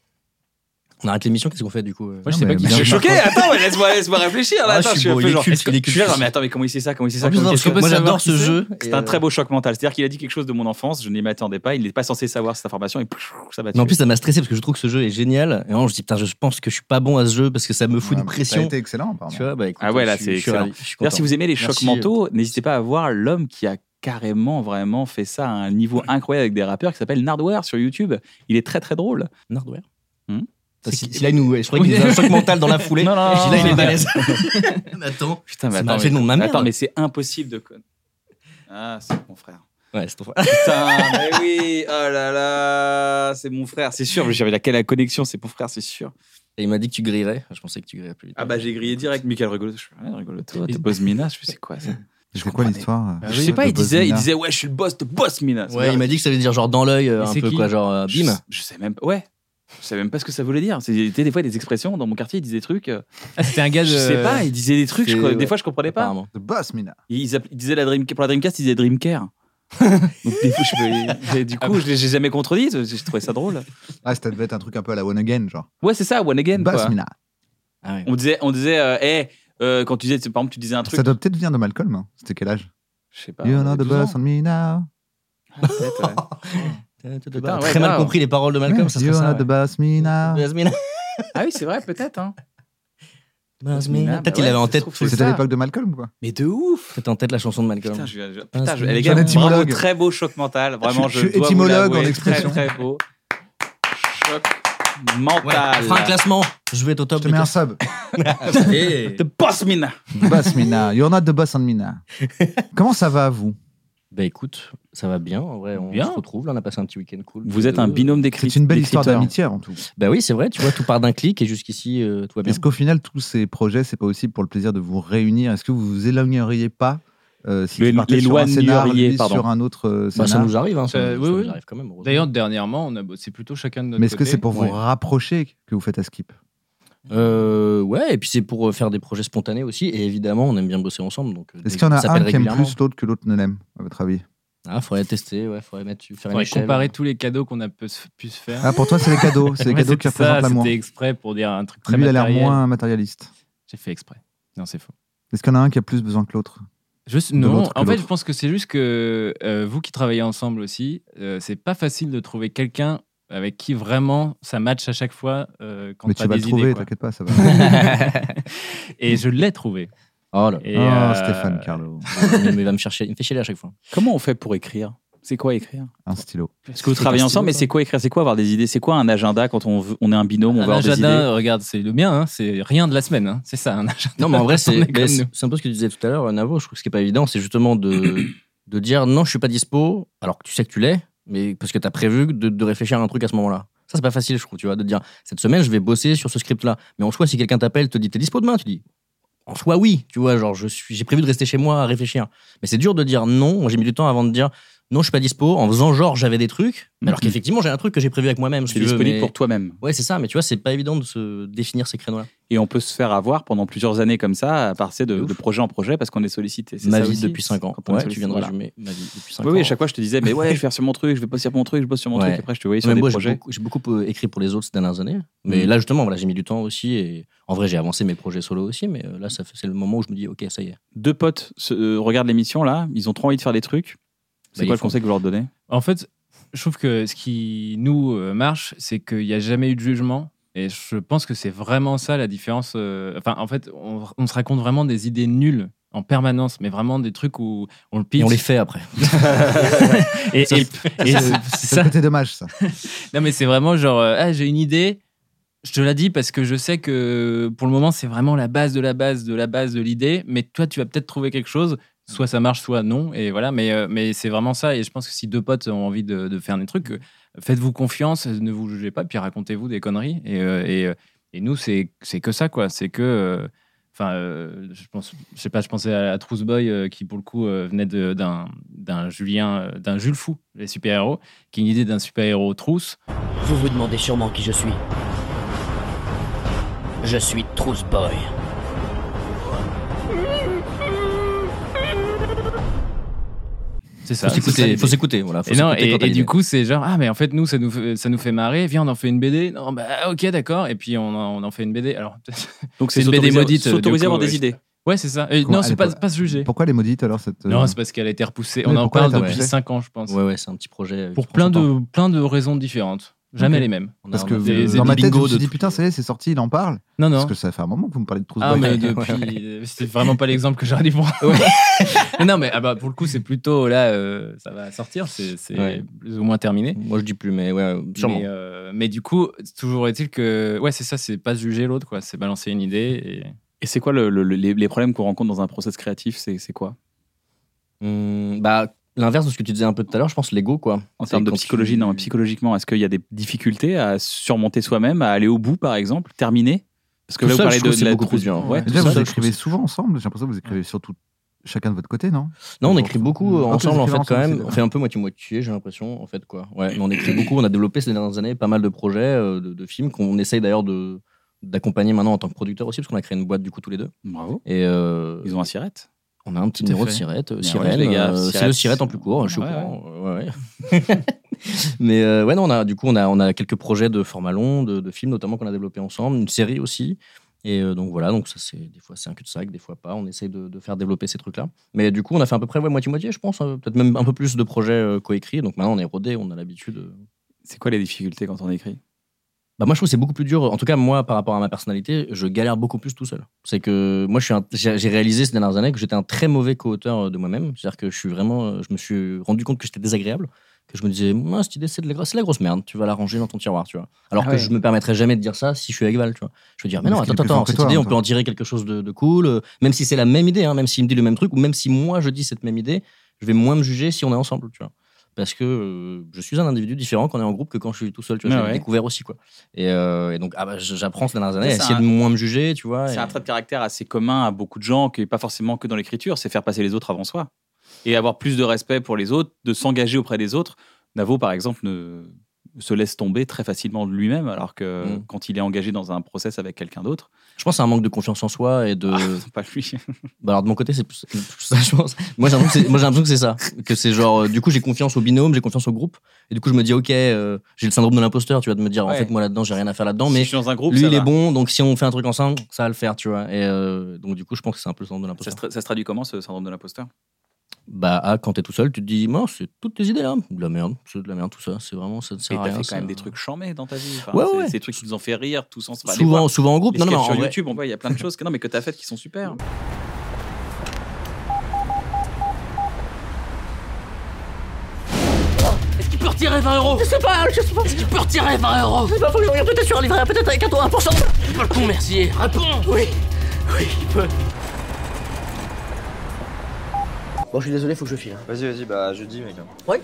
Speaker 4: On arrête l'émission, qu'est-ce qu'on fait du coup euh
Speaker 3: Moi, je
Speaker 5: Non,
Speaker 3: sais
Speaker 5: mais
Speaker 3: pas qui
Speaker 5: bien
Speaker 2: Je suis
Speaker 5: sûr.
Speaker 2: choqué. Attends, mais laisse-moi laisse-moi réfléchir. là.
Speaker 4: Ah,
Speaker 2: Attends,
Speaker 4: je suis
Speaker 2: un
Speaker 4: bon,
Speaker 2: peu
Speaker 4: il est
Speaker 2: genre,
Speaker 4: culte,
Speaker 2: est-ce que-
Speaker 4: il est
Speaker 2: je suis là,
Speaker 4: culte.
Speaker 2: genre, mais attends, mais comment il sait ça Comment il sait
Speaker 4: En
Speaker 2: ça
Speaker 4: plus,
Speaker 2: Comment
Speaker 4: non,
Speaker 2: il
Speaker 4: parce
Speaker 2: sait
Speaker 4: que
Speaker 2: ça
Speaker 4: moi j'adore
Speaker 2: Comment
Speaker 4: ce
Speaker 2: il sait ça
Speaker 4: jeu.
Speaker 2: C'est
Speaker 4: et,
Speaker 2: un
Speaker 4: euh,
Speaker 2: très beau choc mental. C'est-à-dire qu'il a dit quelque chose de mon enfance, je n'y m'attendais pas, il n'est pas censé savoir cette information et pff, ça m'a
Speaker 4: Mais en
Speaker 2: tué.
Speaker 4: plus, ça m'a stressé parce que je trouve que ce jeu est génial. Et vraiment, je dis, putain, je pense que je suis pas bon à ce jeu parce que ça me fout
Speaker 5: Ouais,
Speaker 4: une
Speaker 5: mais ça a
Speaker 4: pression.
Speaker 5: été excellent, pardon.
Speaker 4: Tu vois, bah écoute,
Speaker 2: Ah ouais, là,
Speaker 4: je suis-
Speaker 2: c'est
Speaker 4: je suis
Speaker 2: excellent.
Speaker 4: ravi, je suis
Speaker 2: D'ailleurs, si
Speaker 4: content.
Speaker 2: vous aimez les chocs
Speaker 4: Merci.
Speaker 2: mentaux, n'hésitez pas à voir l'homme qui a carrément vraiment fait ça à un niveau incroyable avec des rappeurs qui s'appelle Nardware sur YouTube. Il est très très drôle.
Speaker 4: Nardware
Speaker 2: Hmm
Speaker 4: Enfin, si- si là, il nous, je croyais qu'il nous a un choc mental dans la foulée.
Speaker 2: Non, non, non,
Speaker 4: Si là, il
Speaker 2: non.
Speaker 4: est balèze. Mais attends.
Speaker 2: Putain, mais
Speaker 4: C'est
Speaker 2: attends,
Speaker 4: ma- c'est le nom de ma
Speaker 2: mais-
Speaker 4: mère.
Speaker 2: attends, mais c'est impossible de con. Ah, c'est mon frère.
Speaker 4: Ouais, c'est ton frère.
Speaker 2: Putain, mais oui, oh là là, c'est mon frère, c'est sûr. J'avais laquelle la connexion, c'est mon frère, c'est sûr.
Speaker 4: Et il m'a dit que tu grillerais. Je pensais que tu grillerais plus vite.
Speaker 2: Ah bah j'ai grillé direct Michael Rigolo. Je suis rigolo, toi, t'es boss Mina, je sais quoi ça.
Speaker 5: C'est quoi l'histoire euh,
Speaker 2: Ah Je sais pas,
Speaker 5: de
Speaker 2: il disait, il
Speaker 5: Bosnia
Speaker 2: disait ouais, je suis le boss de boss Mina. C'est
Speaker 4: Ouais, il
Speaker 2: bien.
Speaker 4: m'a dit que ça veut dire genre dans l'œil euh,
Speaker 3: Et
Speaker 4: un
Speaker 3: c'est
Speaker 4: peu
Speaker 3: qui
Speaker 4: quoi, genre euh,
Speaker 2: Je-
Speaker 4: bim.
Speaker 2: Je sais même pas. Ouais. Je sais même pas ce que ça voulait dire. C'était des fois des expressions dans mon quartier, ils disaient des trucs. euh,
Speaker 3: Ah, c'était un gars de.
Speaker 2: Je sais pas, ils disaient des trucs. je
Speaker 4: c'est-
Speaker 2: crois- Des
Speaker 4: ouais,
Speaker 2: fois, je comprenais pas.
Speaker 4: Apparemment.
Speaker 5: The Boss, Mina.
Speaker 2: Ils, app- ils disaient la Dream, pour la Dreamcast, ils disaient Dreamcare. Donc, des fois, je me- et du coup, je les ai jamais contredit. J'ai trouvé ça drôle.
Speaker 5: Ah, ça devait être un truc un peu à la One Again, genre.
Speaker 2: Ouais, c'est ça, One Again.
Speaker 5: Boss,
Speaker 2: Quoi.
Speaker 5: Mina.
Speaker 4: Ah ouais.
Speaker 2: On disait, on disait, euh, hey, euh, quand tu disais, par exemple, tu disais un truc.
Speaker 5: Ça doit peut-être venir de Malcolm. hein. C'était quel âge
Speaker 2: Je sais pas.
Speaker 5: You
Speaker 2: on
Speaker 5: know
Speaker 2: avait
Speaker 5: the
Speaker 2: 12 ans.
Speaker 5: boss on me now.
Speaker 2: Ah, peut-être, ouais.
Speaker 4: Putain, Très
Speaker 2: Putain, ouais,
Speaker 4: mal
Speaker 2: grave.
Speaker 4: compris les paroles de Malcolm, ça
Speaker 5: You
Speaker 4: serait ça.
Speaker 5: know the boss me now.
Speaker 4: Yasmina.
Speaker 2: Ah oui, c'est vrai, peut-être. hein.
Speaker 4: Yasmina.
Speaker 2: Bah
Speaker 4: Peut-être
Speaker 2: ouais,
Speaker 4: qu'il avait en
Speaker 2: ça se
Speaker 4: tête.
Speaker 2: trouve, c'est
Speaker 5: C'était à
Speaker 2: ça.
Speaker 5: l'époque de Malcolm, ou quoi.
Speaker 2: Mais de ouf.
Speaker 4: Peut-être en tête la chanson de Malcolm.
Speaker 2: Putain, je, je- putain, je-
Speaker 4: c'est
Speaker 2: les gars,
Speaker 5: un étymologue.
Speaker 2: bravo, très beau choc mental. Vraiment,
Speaker 5: Je-
Speaker 2: je,
Speaker 5: je
Speaker 2: dois
Speaker 5: suis
Speaker 2: vous
Speaker 5: étymologue
Speaker 2: l'avouer,
Speaker 5: en expression.
Speaker 2: Très, très beau. Choc
Speaker 4: Ouais,
Speaker 2: mental.
Speaker 4: on fera un classement. Je vais être au top.
Speaker 5: Je te mets un sub.
Speaker 2: The boss mina.
Speaker 5: boss Mina. You're not the boss on Mina. Comment ça va, vous
Speaker 4: Bah écoute, ça va bien. En vrai, on
Speaker 3: Bien.
Speaker 4: se retrouve. Là, on a passé un petit week-end cool.
Speaker 2: Vous êtes un
Speaker 4: Euh,
Speaker 2: binôme d'écrits.
Speaker 5: C'est une belle histoire
Speaker 2: d'écriteurs.
Speaker 5: d'amitié avant tout.
Speaker 4: Bah oui, c'est vrai. Tu vois, tout part d'un clic et jusqu'ici, euh, tout va bien.
Speaker 5: Est-ce qu'au final, tous ces projets, c'est pas aussi pour le plaisir de vous réunir Est-ce que vous vous éloigneriez pas euh, si
Speaker 2: Le-
Speaker 5: tu partais sur un scénar,
Speaker 2: l'éloigneriez,
Speaker 5: lui
Speaker 2: pardon.
Speaker 5: sur un autre euh,
Speaker 4: Bah, ça
Speaker 5: scénar
Speaker 4: nous arrive. Hein, ça,
Speaker 3: Euh,
Speaker 4: ça
Speaker 3: oui,
Speaker 4: nous
Speaker 3: oui.
Speaker 4: arrive quand même. heureusement.
Speaker 3: D'ailleurs, dernièrement, on a bossé plutôt chacun de notre
Speaker 5: Mais est-ce que
Speaker 3: côté.
Speaker 5: c'est pour vous
Speaker 4: Ouais.
Speaker 5: rapprocher que vous faites à Skip
Speaker 4: Euh, ouais, et puis c'est pour euh, faire des projets spontanés aussi. Et évidemment, on aime bien bosser ensemble. Donc, euh,
Speaker 5: Est-ce qu'il y en
Speaker 4: on
Speaker 5: a
Speaker 4: s'appelle
Speaker 5: un qui aime
Speaker 4: régulièrement.
Speaker 5: plus l'autre que l'autre ne l'aime, à votre avis
Speaker 4: Ah, faudrait tester. Ouais, faudrait mettre, faire une
Speaker 3: Faudrait
Speaker 4: échelle.
Speaker 3: comparer tous les cadeaux qu'on a pu se- pu se faire.
Speaker 5: Ah, pour toi, c'est les cadeaux. C'est les
Speaker 3: Ouais,
Speaker 5: cadeaux qui
Speaker 3: c'était ça,
Speaker 5: représentent l'amour.
Speaker 3: C'était
Speaker 5: Lui,
Speaker 3: exprès pour dire un truc très
Speaker 5: il a l'air
Speaker 3: matériel.
Speaker 5: moins matérialiste.
Speaker 3: J'ai fait exprès. Non, c'est faux.
Speaker 5: Est-ce qu'il y en a un qui a plus besoin que l'autre
Speaker 3: Je sais- non,
Speaker 5: l'autre que
Speaker 3: en fait,
Speaker 5: l'autre.
Speaker 3: je pense que c'est juste que euh, vous qui travaillez ensemble aussi, euh, c'est pas facile de trouver quelqu'un avec qui vraiment ça match à chaque fois euh, quand
Speaker 5: Mais
Speaker 3: t'as
Speaker 5: tu vas
Speaker 3: des
Speaker 5: le trouver,
Speaker 3: idées. quoi.
Speaker 5: t'inquiète pas, ça va.
Speaker 3: Et je l'ai trouvé.
Speaker 4: Oh là.
Speaker 3: Et,
Speaker 5: oh,
Speaker 3: euh,
Speaker 5: Stéphane Carlo,
Speaker 4: mais il va me chercher. Il me fait chier à chaque fois.
Speaker 2: Comment on fait pour écrire C'est quoi écrire
Speaker 5: un stylo.
Speaker 2: Parce que vous travaillez ensemble, mais c'est quoi écrire C'est quoi avoir des idées C'est quoi un agenda quand on, veut- on est un binôme, on
Speaker 3: Un
Speaker 2: va avoir des idées
Speaker 3: agenda, regarde, c'est le mien, hein, c'est rien de la semaine, hein, c'est ça un agenda.
Speaker 4: Non, mais en vrai, c'est
Speaker 3: On est comme
Speaker 4: mais c'est-
Speaker 3: nous.
Speaker 4: c'est un peu ce que tu disais tout à l'heure, euh, Navo. Je trouve que ce qui n'est pas évident, c'est justement de, de dire non, je suis pas dispo, alors que tu sais que tu l'es, mais parce que tu as prévu de, de réfléchir à un truc à ce moment-là. Ça, c'est pas facile, je trouve, tu vois, de dire cette semaine, je vais bosser sur ce script-là. Mais en soi, si quelqu'un t'appelle, te dit t'es dispo demain, tu dis en soi, oui, tu vois, genre, je suis- j'ai prévu de rester chez moi à réfléchir. Mais c'est dur de dire non. Moi, j'ai mis du temps avant de dire non, je suis pas dispo, en faisant genre j'avais des trucs, mais
Speaker 3: Mm-hmm.
Speaker 4: alors qu'effectivement j'ai un truc que j'ai prévu avec moi-même. si
Speaker 2: Tu es
Speaker 4: tu veux,
Speaker 2: disponible
Speaker 4: mais-
Speaker 2: pour toi-même.
Speaker 4: Ouais, c'est ça, mais tu vois, c'est pas évident de se définir ces créneaux-là.
Speaker 2: Et on peut se faire avoir pendant plusieurs années comme ça, à passer de,
Speaker 4: De ouf.
Speaker 2: de projet en projet parce qu'on est sollicité. C'est
Speaker 4: Ma
Speaker 2: ça
Speaker 4: vie
Speaker 2: aussi,
Speaker 4: depuis 5 ans.
Speaker 2: quand on est
Speaker 4: Ouais, tu
Speaker 2: sollicité,
Speaker 4: viens de
Speaker 2: voilà.
Speaker 4: résumer ma vie depuis 5
Speaker 2: Oui,
Speaker 4: ans.
Speaker 2: oui, à chaque fois je te disais, mais ouais, je vais faire sur mon truc, je vais bosser sur mon truc, je bosse sur mon
Speaker 4: Ouais.
Speaker 2: truc. Après, je te voyais sur
Speaker 4: Mais
Speaker 2: des
Speaker 4: moi, j'ai
Speaker 2: projets.
Speaker 4: beaucoup, j'ai beaucoup, euh, écrit pour les autres ces dernières années. Mais
Speaker 2: Mm.
Speaker 4: là, justement, voilà, j'ai mis du temps aussi. Et en vrai, j'ai avancé mes projets solo aussi. Mais euh, là, ça fait- c'est le moment où je me dis, OK, ça y est.
Speaker 2: Deux potes se- euh, regardent l'émission là, ils ont trop envie de faire des trucs. C'est
Speaker 4: Bah,
Speaker 2: quoi
Speaker 4: ils
Speaker 2: le conseil que vous leur donnez
Speaker 3: En fait, je trouve que ce qui nous euh, marche, c'est qu'il n'y a jamais eu de jugement. Et je pense que c'est vraiment ça la différence. euh, Enfin, en fait, on, on se raconte vraiment des idées nulles en permanence, mais vraiment des trucs où on le
Speaker 4: Et
Speaker 3: pitch.
Speaker 4: on les fait après.
Speaker 3: et, et- et-
Speaker 5: C'est le
Speaker 3: ça,
Speaker 5: côté dommage, ça.
Speaker 3: non, mais c'est vraiment genre, euh, ah, j'ai une idée. Je te la dis parce que je sais que pour le moment, c'est vraiment la base de la base de la base de l'idée. Mais toi, tu vas peut-être trouver quelque chose. Soit ça marche, soit non. Et voilà. Mais, euh, mais c'est vraiment ça. Et je pense que si deux potes ont envie de, de faire des trucs, euh, faites-vous confiance, ne vous jugez pas, puis racontez-vous des conneries. Et, euh, et, euh, et nous, c'est c'est que ça, quoi. C'est que. euh, Enfin, euh, je pense, je sais pas, je pensais à, à Trousse Boy euh, qui, pour le coup, euh, venait de- d'un d'un Julien, euh, d'un Jules Fou, les super-héros, qui est une idée d'un super-héros trousse.
Speaker 9: Vous vous demandez sûrement qui je suis. Je suis Trousse Boy.
Speaker 3: C'est ça.
Speaker 4: Faut s'écouter. Faut s'écouter. Voilà, faut
Speaker 3: Et, non,
Speaker 4: s'écouter
Speaker 3: et,
Speaker 4: quand t'as
Speaker 3: et
Speaker 4: l'idée.
Speaker 3: du coup, c'est genre, ah, mais en fait, nous, ça nous, fait- ça nous fait marrer. Viens, on en fait une BD. Non, bah, ok, d'accord. Et puis, on en, on en fait une BD. Alors,
Speaker 2: Donc,
Speaker 3: c'est une BD
Speaker 2: s'autoriser-
Speaker 3: maudite, euh,
Speaker 2: S'autoriser
Speaker 3: du
Speaker 2: à avoir
Speaker 3: coup,
Speaker 2: des
Speaker 3: ouais.
Speaker 2: idées.
Speaker 3: ouais, c'est ça. Et
Speaker 5: Comment-
Speaker 3: non, c'est
Speaker 5: elle
Speaker 3: pas,
Speaker 5: est pas-
Speaker 3: pas ce sujet.
Speaker 5: Pourquoi les maudites alors cette, euh,
Speaker 3: Non, c'est parce qu'elle a été repoussée.
Speaker 5: mais
Speaker 3: On en
Speaker 5: pourquoi elle
Speaker 3: parle
Speaker 5: a été
Speaker 3: depuis
Speaker 5: repoussée
Speaker 3: 5 ans, je pense.
Speaker 4: Ouais, ouais, c'est un petit projet. euh,
Speaker 3: Pour plein de, plein de raisons différentes. Jamais
Speaker 5: Ok.
Speaker 3: les mêmes.
Speaker 5: Parce que
Speaker 3: des-
Speaker 5: euh,
Speaker 3: des
Speaker 5: dans ma tête, je
Speaker 4: bingos
Speaker 5: me suis
Speaker 4: de
Speaker 5: dit
Speaker 4: tout-
Speaker 5: putain, ça y est, c'est sorti, il en parle.
Speaker 3: Non, non.
Speaker 5: Parce que ça fait un moment que vous me parlez de Trousse
Speaker 3: Ah,
Speaker 5: Boy.
Speaker 3: mais depuis. C'est vraiment pas l'exemple que j'aurais dû prendre. non, mais ah bah, pour le coup, c'est plutôt là, euh, ça va sortir. C'est c'est
Speaker 4: Ouais.
Speaker 3: plus ou moins terminé.
Speaker 4: Moi, je dis plus, mais ouais, sûrement.
Speaker 3: Mais, euh, mais du coup, toujours est-il que. Ouais, c'est ça, c'est pas juger l'autre, quoi. C'est balancer une idée.
Speaker 2: Et c'est quoi le- le- les, les problèmes qu'on rencontre dans un process créatif C'est c'est quoi
Speaker 4: Hum, bah, l'inverse de ce que tu disais un peu tout à l'heure, je pense l'ego, quoi.
Speaker 2: En
Speaker 4: C'est
Speaker 2: termes de
Speaker 4: quand
Speaker 2: psychologie,
Speaker 4: tu-
Speaker 2: non, mais psychologiquement, est-ce qu'il y a des difficultés à surmonter soi-même, à aller au bout, par exemple, terminer Parce que
Speaker 4: Tout
Speaker 2: là, vous
Speaker 4: seul,
Speaker 2: parlez
Speaker 4: je
Speaker 2: de,
Speaker 4: trouve
Speaker 2: de
Speaker 4: que c'est
Speaker 2: la
Speaker 4: beaucoup plus
Speaker 2: trousse-
Speaker 4: dur.
Speaker 2: Ouais.
Speaker 4: Ouais.
Speaker 5: Mais Déjà,
Speaker 4: Ça,
Speaker 5: vous
Speaker 4: je trouve
Speaker 5: écrivez
Speaker 4: que c'est-
Speaker 5: souvent ensemble. J'ai l'impression que vous écrivez surtout chacun de votre côté, non
Speaker 4: Non, on
Speaker 5: Genre,
Speaker 4: écrit beaucoup euh,
Speaker 5: Ah, vous
Speaker 4: ensemble, en
Speaker 5: écrivez
Speaker 4: fait, quand
Speaker 5: ensemble,
Speaker 4: même.
Speaker 5: c'est-
Speaker 4: On fait un peu moitié-moitié, j'ai l'impression, en fait, quoi. Ouais, mais on écrit beaucoup, on a développé ces dernières années pas mal de projets, euh, de, de films qu'on essaye d'ailleurs de d'accompagner maintenant en tant que producteur aussi, parce qu'on a créé une boîte du coup tous les deux.
Speaker 2: Bravo.
Speaker 4: Et euh,
Speaker 2: Ils ont un sirette.
Speaker 4: on a un
Speaker 3: Tout
Speaker 4: petit
Speaker 3: à
Speaker 4: numéro de
Speaker 3: fait.
Speaker 4: sirette. euh,
Speaker 2: ouais,
Speaker 4: sirène,
Speaker 2: les gars,
Speaker 4: euh, c'est
Speaker 2: sirète.
Speaker 4: le sirette en plus court, je suis au
Speaker 2: Ouais,
Speaker 4: courant, euh, ouais, ouais. Mais euh, ouais, non, on a, du coup, on a, on a quelques projets de format long, de, de films notamment qu'on a développés ensemble, une série aussi. Et euh, donc voilà, donc ça c'est des fois c'est un cul-de-sac, des fois pas. On essaye de, de faire développer ces trucs-là. Mais du coup, on a fait à peu près ouais, moitié-moitié, je pense. hein, Peut-être même un peu plus de projets euh, coécrits. Donc maintenant, on est rodé, on a l'habitude. euh.
Speaker 2: C'est quoi les difficultés quand on écrit
Speaker 4: Bah moi, je trouve que c'est beaucoup plus dur. En tout cas, moi, par rapport à ma personnalité, je galère beaucoup plus tout seul. C'est que moi, je suis un- j'ai j'ai réalisé ces dernières années que j'étais un très mauvais co-auteur euh, de moi-même. C'est-à-dire que je suis vraiment, euh, je me suis rendu compte que j'étais désagréable, que je me disais, moi, cette idée, c'est de la, gro- c'est de la grosse merde. Tu vas la ranger dans ton tiroir, tu vois. Alors
Speaker 2: Ah
Speaker 4: que
Speaker 2: ouais.
Speaker 4: je me permettrais jamais de dire ça si je suis avec Val, tu vois. Je veux dire, mais
Speaker 5: Parce
Speaker 4: non,
Speaker 5: qu'il est
Speaker 4: attends,
Speaker 5: plus fort
Speaker 4: attends,
Speaker 5: que
Speaker 4: cette
Speaker 5: toi, en
Speaker 4: idée, on
Speaker 5: même
Speaker 4: peut
Speaker 5: temps.
Speaker 4: en tirer quelque chose de, de cool, euh, même si c'est la même idée, hein, même s'il me dit le même truc, ou même si moi je dis cette même idée, je vais moins me juger si on est ensemble, tu vois. Parce que euh, je suis un individu différent quand on est en groupe que quand je suis tout seul, tu vois.
Speaker 2: Ah
Speaker 4: j'ai
Speaker 2: ouais.
Speaker 4: découvert aussi, quoi. Et, euh, et donc, ah bah, je- j'apprends ces dernières années
Speaker 2: Ça,
Speaker 4: à
Speaker 2: c'est
Speaker 4: essayer
Speaker 2: un-
Speaker 4: de moins me juger, tu vois.
Speaker 2: C'est
Speaker 4: et-
Speaker 2: un trait de caractère assez commun à beaucoup de gens, qui est pas forcément que dans l'écriture, c'est faire passer les autres avant soi. Et avoir plus de respect pour les autres, de s'engager auprès des autres. Navo, par exemple, ne se laisse tomber très facilement de lui-même, alors que
Speaker 4: Mm.
Speaker 2: quand il est engagé dans un process avec quelqu'un d'autre,
Speaker 4: Je pense que c'est un manque de confiance en soi et de.
Speaker 2: pas lui.
Speaker 4: Bah, alors, de mon côté, c'est plus, plus ça, je pense. Moi, j'ai l'impression que c'est- moi, j'ai l'impression que c'est ça. Que c'est genre, euh, du coup, j'ai confiance au binôme, j'ai confiance au groupe. Et du coup, je me dis, OK, euh, j'ai le syndrome de l'imposteur, tu vois, de me dire, en
Speaker 2: Ouais.
Speaker 4: fait, moi là-dedans, j'ai rien à faire là-dedans,
Speaker 2: Si
Speaker 4: mais
Speaker 2: je suis dans un groupe,
Speaker 4: lui,
Speaker 2: ça
Speaker 4: il est
Speaker 2: va.
Speaker 4: bon, donc si on fait un truc ensemble, ça va le faire, tu vois. Et euh, donc, du coup, je pense que c'est un peu le syndrome de
Speaker 2: Ça se,
Speaker 4: l'imposteur.
Speaker 2: tra- ça se traduit comment ce syndrome de l'imposteur
Speaker 4: Ah, Bah, ah, quand t'es tout seul, tu te dis, moi, c'est toutes tes idées là. De la merde, c'est de la merde, tout ça. C'est vraiment, ça ne
Speaker 2: Et
Speaker 4: sert à
Speaker 2: t'as
Speaker 4: rien.
Speaker 2: fait quand
Speaker 4: ça.
Speaker 2: même des trucs bah, chamés dans ta vie. Enfin,
Speaker 4: Ouais,
Speaker 2: c'est-
Speaker 4: ouais.
Speaker 2: C'est des trucs qui nous ont fait rire, tous ensemble. Allez
Speaker 4: Souvent,
Speaker 2: voir
Speaker 4: souvent en groupe.
Speaker 2: les
Speaker 4: Non, non,
Speaker 2: sketchs
Speaker 4: non, en
Speaker 2: sur
Speaker 4: vrai.
Speaker 2: YouTube, on voit, il y a plein de choses que, non, mais que t'as faites qui sont super.
Speaker 9: Est-ce qu'il peut retirer 20 euros Je sais pas, je sais pas. Est-ce qu'il peut retirer 20 euros Je sais pas, faut que je regarde peut-être sur un livret, peut-être avec un taux à 1%. Fais Pas le con, merci. Réponds Oui, oui, il peut. Bon, je suis désolé, faut que je file. hein.
Speaker 6: Vas-y, vas-y, bah jeudi, mec.
Speaker 9: Ouais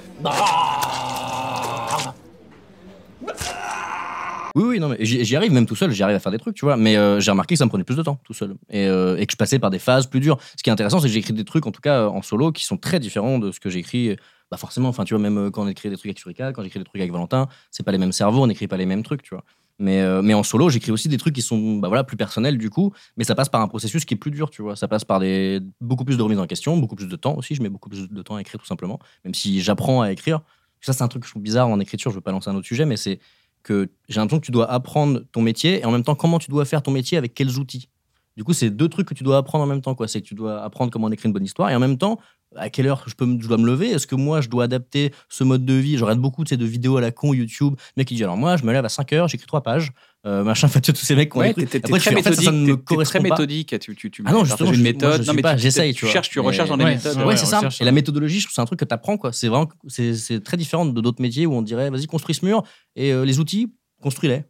Speaker 4: Oui, oui, non, mais j'y j'y arrive même tout seul, j'y arrive à faire des trucs, tu vois. Mais euh, j'ai remarqué que ça me prenait plus de temps tout seul et, euh, et que je passais par des phases plus dures. Ce qui est intéressant, c'est que j'ai écrit des trucs, en tout cas euh, en solo, qui sont très différents de ce que j'écris bah forcément, enfin, tu vois, même euh, quand on écrit des trucs avec Surika, quand j'écris des trucs avec Valentin, c'est pas les mêmes cerveaux, on n'écrit pas les mêmes trucs, tu vois. Mais, euh, mais en solo, j'écris aussi des trucs qui sont bah voilà, plus personnels du coup, mais ça passe par un processus qui est plus dur, tu vois. Ça passe par des, beaucoup plus de remises en question, beaucoup plus de temps aussi. Je mets beaucoup plus de temps à écrire tout simplement, même si j'apprends à écrire. Ça, c'est un truc que je trouve bizarre en écriture, je veux pas lancer un autre sujet, mais c'est que j'ai l'impression que tu dois apprendre ton métier et en même temps comment tu dois faire ton métier avec quels outils. Du coup, c'est deux trucs que tu dois apprendre en même temps. quoi. C'est que tu dois apprendre comment écrire une bonne histoire et en même temps, à quelle heure je, peux, me- je dois me lever Est-ce que moi, je dois adapter ce mode de vie Je regarde beaucoup tu sais, de vidéos à la con YouTube. Le mec, il dit alors moi, je me lève à 5 heures, j'écris 3 pages. euh, machin, enfin, tu vois, tous ces mecs qui ont
Speaker 2: Ouais,
Speaker 4: des
Speaker 2: t'es
Speaker 4: trucs.
Speaker 2: t'es- t'es
Speaker 4: Après, je
Speaker 2: très
Speaker 4: suis- en fait, ça, ça ne me
Speaker 2: méthodique. t'es- T'es très
Speaker 4: correspond pas.
Speaker 2: métodique. Tu, tu, tu
Speaker 4: Ah non,
Speaker 2: partages
Speaker 4: justement,
Speaker 2: une
Speaker 4: je- moi,
Speaker 2: méthode.
Speaker 4: je
Speaker 2: non,
Speaker 4: suis
Speaker 2: mais
Speaker 4: pas,
Speaker 2: tu-
Speaker 4: j'essaye,
Speaker 2: tu
Speaker 4: tu vois.
Speaker 2: cherches, tu
Speaker 4: Mais-
Speaker 2: recherches dans les
Speaker 3: ouais,
Speaker 2: méthodes. euh,
Speaker 3: ouais,
Speaker 4: Ouais, c'est
Speaker 3: on
Speaker 4: ça.
Speaker 3: cherche,
Speaker 4: Et la
Speaker 3: ouais.
Speaker 4: méthodologie, je trouve que c'est un truc que tu apprends. C'est vraiment c'est, c'est très différent de d'autres métiers où on dirait vas-y, construis ce mur et euh, les outils, construis-les.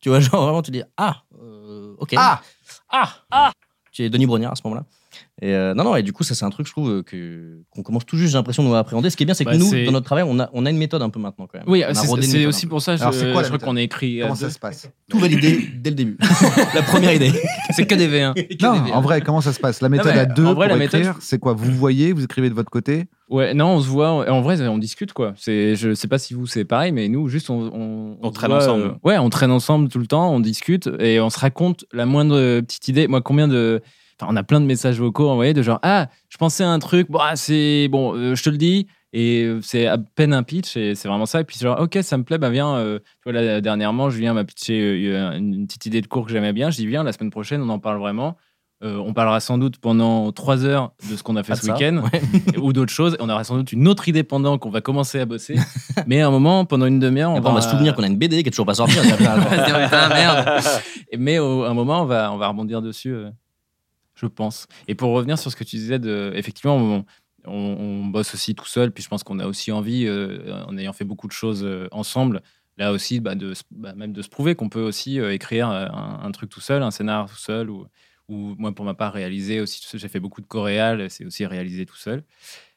Speaker 4: Tu vois, genre vraiment, tu dis ah, euh, ok.
Speaker 5: Ah
Speaker 4: Ah Ah Tu es Denis Brognard à ce moment-là. Et euh, non, non, et du coup, ça, c'est un truc, je trouve, euh, que, qu'on commence tout juste, j'ai l'impression, de nous appréhender. Ce qui est bien, c'est que
Speaker 3: Bah,
Speaker 4: nous,
Speaker 3: c'est-
Speaker 4: dans notre travail, on a, on a une méthode un peu maintenant, quand même.
Speaker 3: Oui,
Speaker 4: On a
Speaker 3: c'est-
Speaker 4: rodé une
Speaker 3: c'est
Speaker 4: méthode
Speaker 3: aussi
Speaker 4: un peu.
Speaker 3: pour ça je,
Speaker 5: Alors, c'est quoi,
Speaker 3: je
Speaker 5: la
Speaker 3: crois qu'on a écrit. euh, à
Speaker 5: Comment ça
Speaker 3: deux.
Speaker 5: se passe
Speaker 4: Tout validé dès le début. la première idée.
Speaker 3: C'est que des V1.
Speaker 5: Non, en vrai, comment ça se passe La méthode
Speaker 3: mais
Speaker 5: à deux
Speaker 3: en vrai,
Speaker 5: pour
Speaker 3: la méthode-
Speaker 5: écrire, c'est quoi Vous voyez, vous écrivez de votre côté.
Speaker 3: Ouais, non, on se voit. on- En vrai, on discute, quoi. C'est, je sais pas si vous, c'est pareil, mais nous, juste, on. On,
Speaker 2: On
Speaker 3: se
Speaker 2: traîne
Speaker 3: voit, euh,
Speaker 2: ensemble.
Speaker 3: ouais, on traîne ensemble tout le temps, on discute et on se raconte la moindre euh, petite idée. Moi, combien de. Enfin, on a plein de messages vocaux envoyés de genre, ah, je pensais à un truc, bon, ah, c'est. Bon, euh, je te le dis. Et euh, c'est à peine un pitch, et c'est vraiment ça. Et puis, c'est genre, ok, ça me plaît, bah viens. euh, tu vois, là, dernièrement, Julien m'a pitché euh, une une petite idée de cours que j'aimais bien. Je dis, viens, la semaine prochaine, on en parle vraiment. Euh, on parlera sans doute pendant trois heures de ce qu'on a fait
Speaker 2: Ah,
Speaker 4: Pas
Speaker 3: ce
Speaker 4: de ça.
Speaker 3: week-end ou d'autres choses. On aura sans doute une autre idée pendant qu'on va commencer à bosser. Mais à un moment, pendant une demi-heure,
Speaker 4: Et
Speaker 3: on,
Speaker 4: après, on va se souvenir qu'on a une BD qui est toujours pas sortie.
Speaker 3: Putain, merde. Mais au- à un moment, on va, on va rebondir dessus, euh, je pense. Et pour revenir sur ce que tu disais, de, effectivement, on, on- on bosse aussi tout seul. Puis je pense qu'on a aussi envie, euh, en ayant fait beaucoup de choses euh, ensemble, là aussi, bah, de, se- bah, même de se prouver qu'on peut aussi euh, écrire euh, un, un truc tout seul, un scénar tout seul, ou, ou moi, pour ma part, réaliser aussi. tout seul. J'ai fait beaucoup de choréal, c'est aussi réaliser tout seul.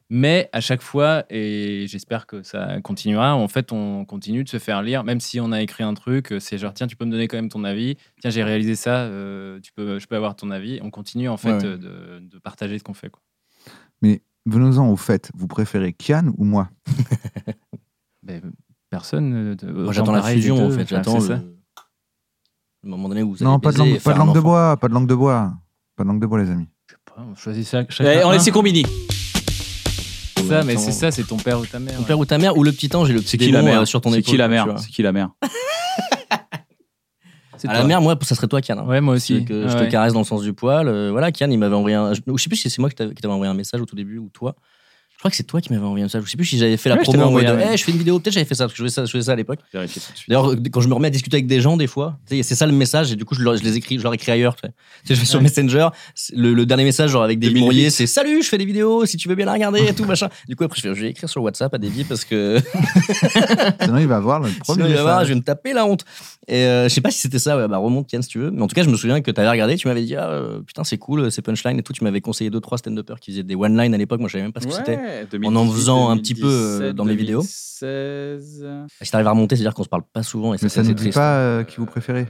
Speaker 3: Mais à chaque fois, et j'espère que ça continuera, en fait, on continue de se faire lire, même si on a écrit un truc, euh, c'est genre, tiens, tu peux me donner quand même ton avis, tiens, j'ai réalisé ça, euh, tu peux, je peux avoir ton avis. On continue, en fait,
Speaker 4: Ouais, ouais.
Speaker 3: euh, de, de partager ce qu'on fait. quoi.
Speaker 5: Venons-en au fait. Vous préférez Kian ou moi
Speaker 3: Mais personne. euh,
Speaker 4: Moi, j'attends la fusion, en fait. J'attends le... le moment donné où vous allez
Speaker 5: Non, pas de,
Speaker 4: baiser et
Speaker 5: langue, pas
Speaker 4: faire
Speaker 5: de
Speaker 4: un
Speaker 5: langue de
Speaker 4: enfant.
Speaker 5: bois, pas de langue de bois, pas de langue de bois, les amis.
Speaker 3: on choisit ça.
Speaker 2: Eh,
Speaker 3: chacun
Speaker 2: On
Speaker 3: un.
Speaker 2: laisse combini.
Speaker 3: ça, mais
Speaker 4: Attends.
Speaker 3: c'est ça, c'est ton père ou ta mère.
Speaker 4: Ton père euh, ou ta mère ou le petit ange et le petit
Speaker 2: C'est qui la
Speaker 4: démon, euh,
Speaker 2: mère
Speaker 4: sur ton
Speaker 2: C'est
Speaker 4: épaule.
Speaker 2: qui la
Speaker 4: tu
Speaker 2: mère
Speaker 4: vois.
Speaker 2: C'est qui la mère
Speaker 3: C'est
Speaker 4: À la
Speaker 3: toi.
Speaker 4: mère, moi, ça serait toi, Kian. hein.
Speaker 3: Ah Ouais, moi
Speaker 4: Tu veux
Speaker 3: aussi.
Speaker 4: que je
Speaker 3: Ouais.
Speaker 4: te caresse dans le sens du poil. euh, voilà, Kian, il m'avait envoyé un. Je, ou je sais plus si c'est moi qui t'avais qui t'avais envoyé un message au tout début ou toi. Je crois que c'est toi qui m'avais envoyé un message. Je sais plus si j'avais fait la
Speaker 2: Ouais, je
Speaker 4: promo
Speaker 2: t'avais
Speaker 4: en mode
Speaker 2: envoyé un-
Speaker 4: hey, je fais une vidéo. Peut-être j'avais fait ça, parce que je faisais ça, je faisais ça à l'époque.
Speaker 2: Vérifier tout de suite.
Speaker 4: D'ailleurs, quand je me remets à discuter avec des gens, des fois, tu sais, c'est ça le message, et du coup, je, leur, je les écris, je leur écris ailleurs. tu sais. Tu sais, Je vais sur Messenger, c'est- le, le dernier message, genre avec des
Speaker 2: 2008.
Speaker 4: mouriers, c'est Salut, je fais des vidéos, si tu veux bien la regarder et tout, machin. Du coup, après, je, fais, je vais écrire sur WhatsApp à Davy parce que
Speaker 5: Sinon, il va voir le premier.
Speaker 4: sinon, il va voir,
Speaker 5: message.
Speaker 4: je vais me taper la honte. Et euh, je sais pas si c'était ça, ouais, bah remonte, Ken, si tu veux. Mais en tout cas, je me souviens que t'avais regardé, tu m'avais dit Ah, euh, putain, c'est cool, ces punchlines et tout. Tu m'avais conseillé deux, trois stand-uppers qui faisaient des one-line à l'époque, moi, je savais même pas ce que c'était. en en faisant un petit peu, euh, dans mes vidéos.
Speaker 2: 2016.
Speaker 4: Et si t'arrives à remonter, c'est-à-dire qu'on se parle pas souvent. Et
Speaker 5: Mais ça
Speaker 4: c'est
Speaker 5: ne dit
Speaker 4: triste.
Speaker 5: pas euh, qui vous préférez.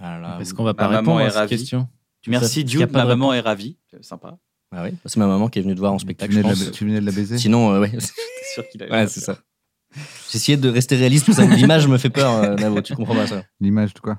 Speaker 4: Ah là là,
Speaker 3: Parce
Speaker 4: oui.
Speaker 3: qu'on va pas
Speaker 2: Ma maman
Speaker 3: répondre
Speaker 2: est
Speaker 3: à cette
Speaker 2: ravie.
Speaker 3: question.
Speaker 2: Merci
Speaker 4: Parce
Speaker 2: Dieu,
Speaker 3: qu'il y a pas
Speaker 2: ma
Speaker 3: de
Speaker 2: maman est ravie. C'est Sympa.
Speaker 4: Ah oui, c'est ma maman qui est venue te voir en
Speaker 5: Tu
Speaker 4: spectacle,
Speaker 5: venais,
Speaker 4: je
Speaker 5: de la,
Speaker 4: pense.
Speaker 5: tu venais de la baiser.
Speaker 4: Sinon, euh, ouais.
Speaker 2: T'es sûr qu'il a eu
Speaker 4: Ouais,
Speaker 2: la
Speaker 4: c'est
Speaker 2: peur.
Speaker 4: ça. J'essayais de rester réaliste, tout ça. L'image me fait peur, euh, Navo, tu comprends pas ça.
Speaker 5: L'image, de quoi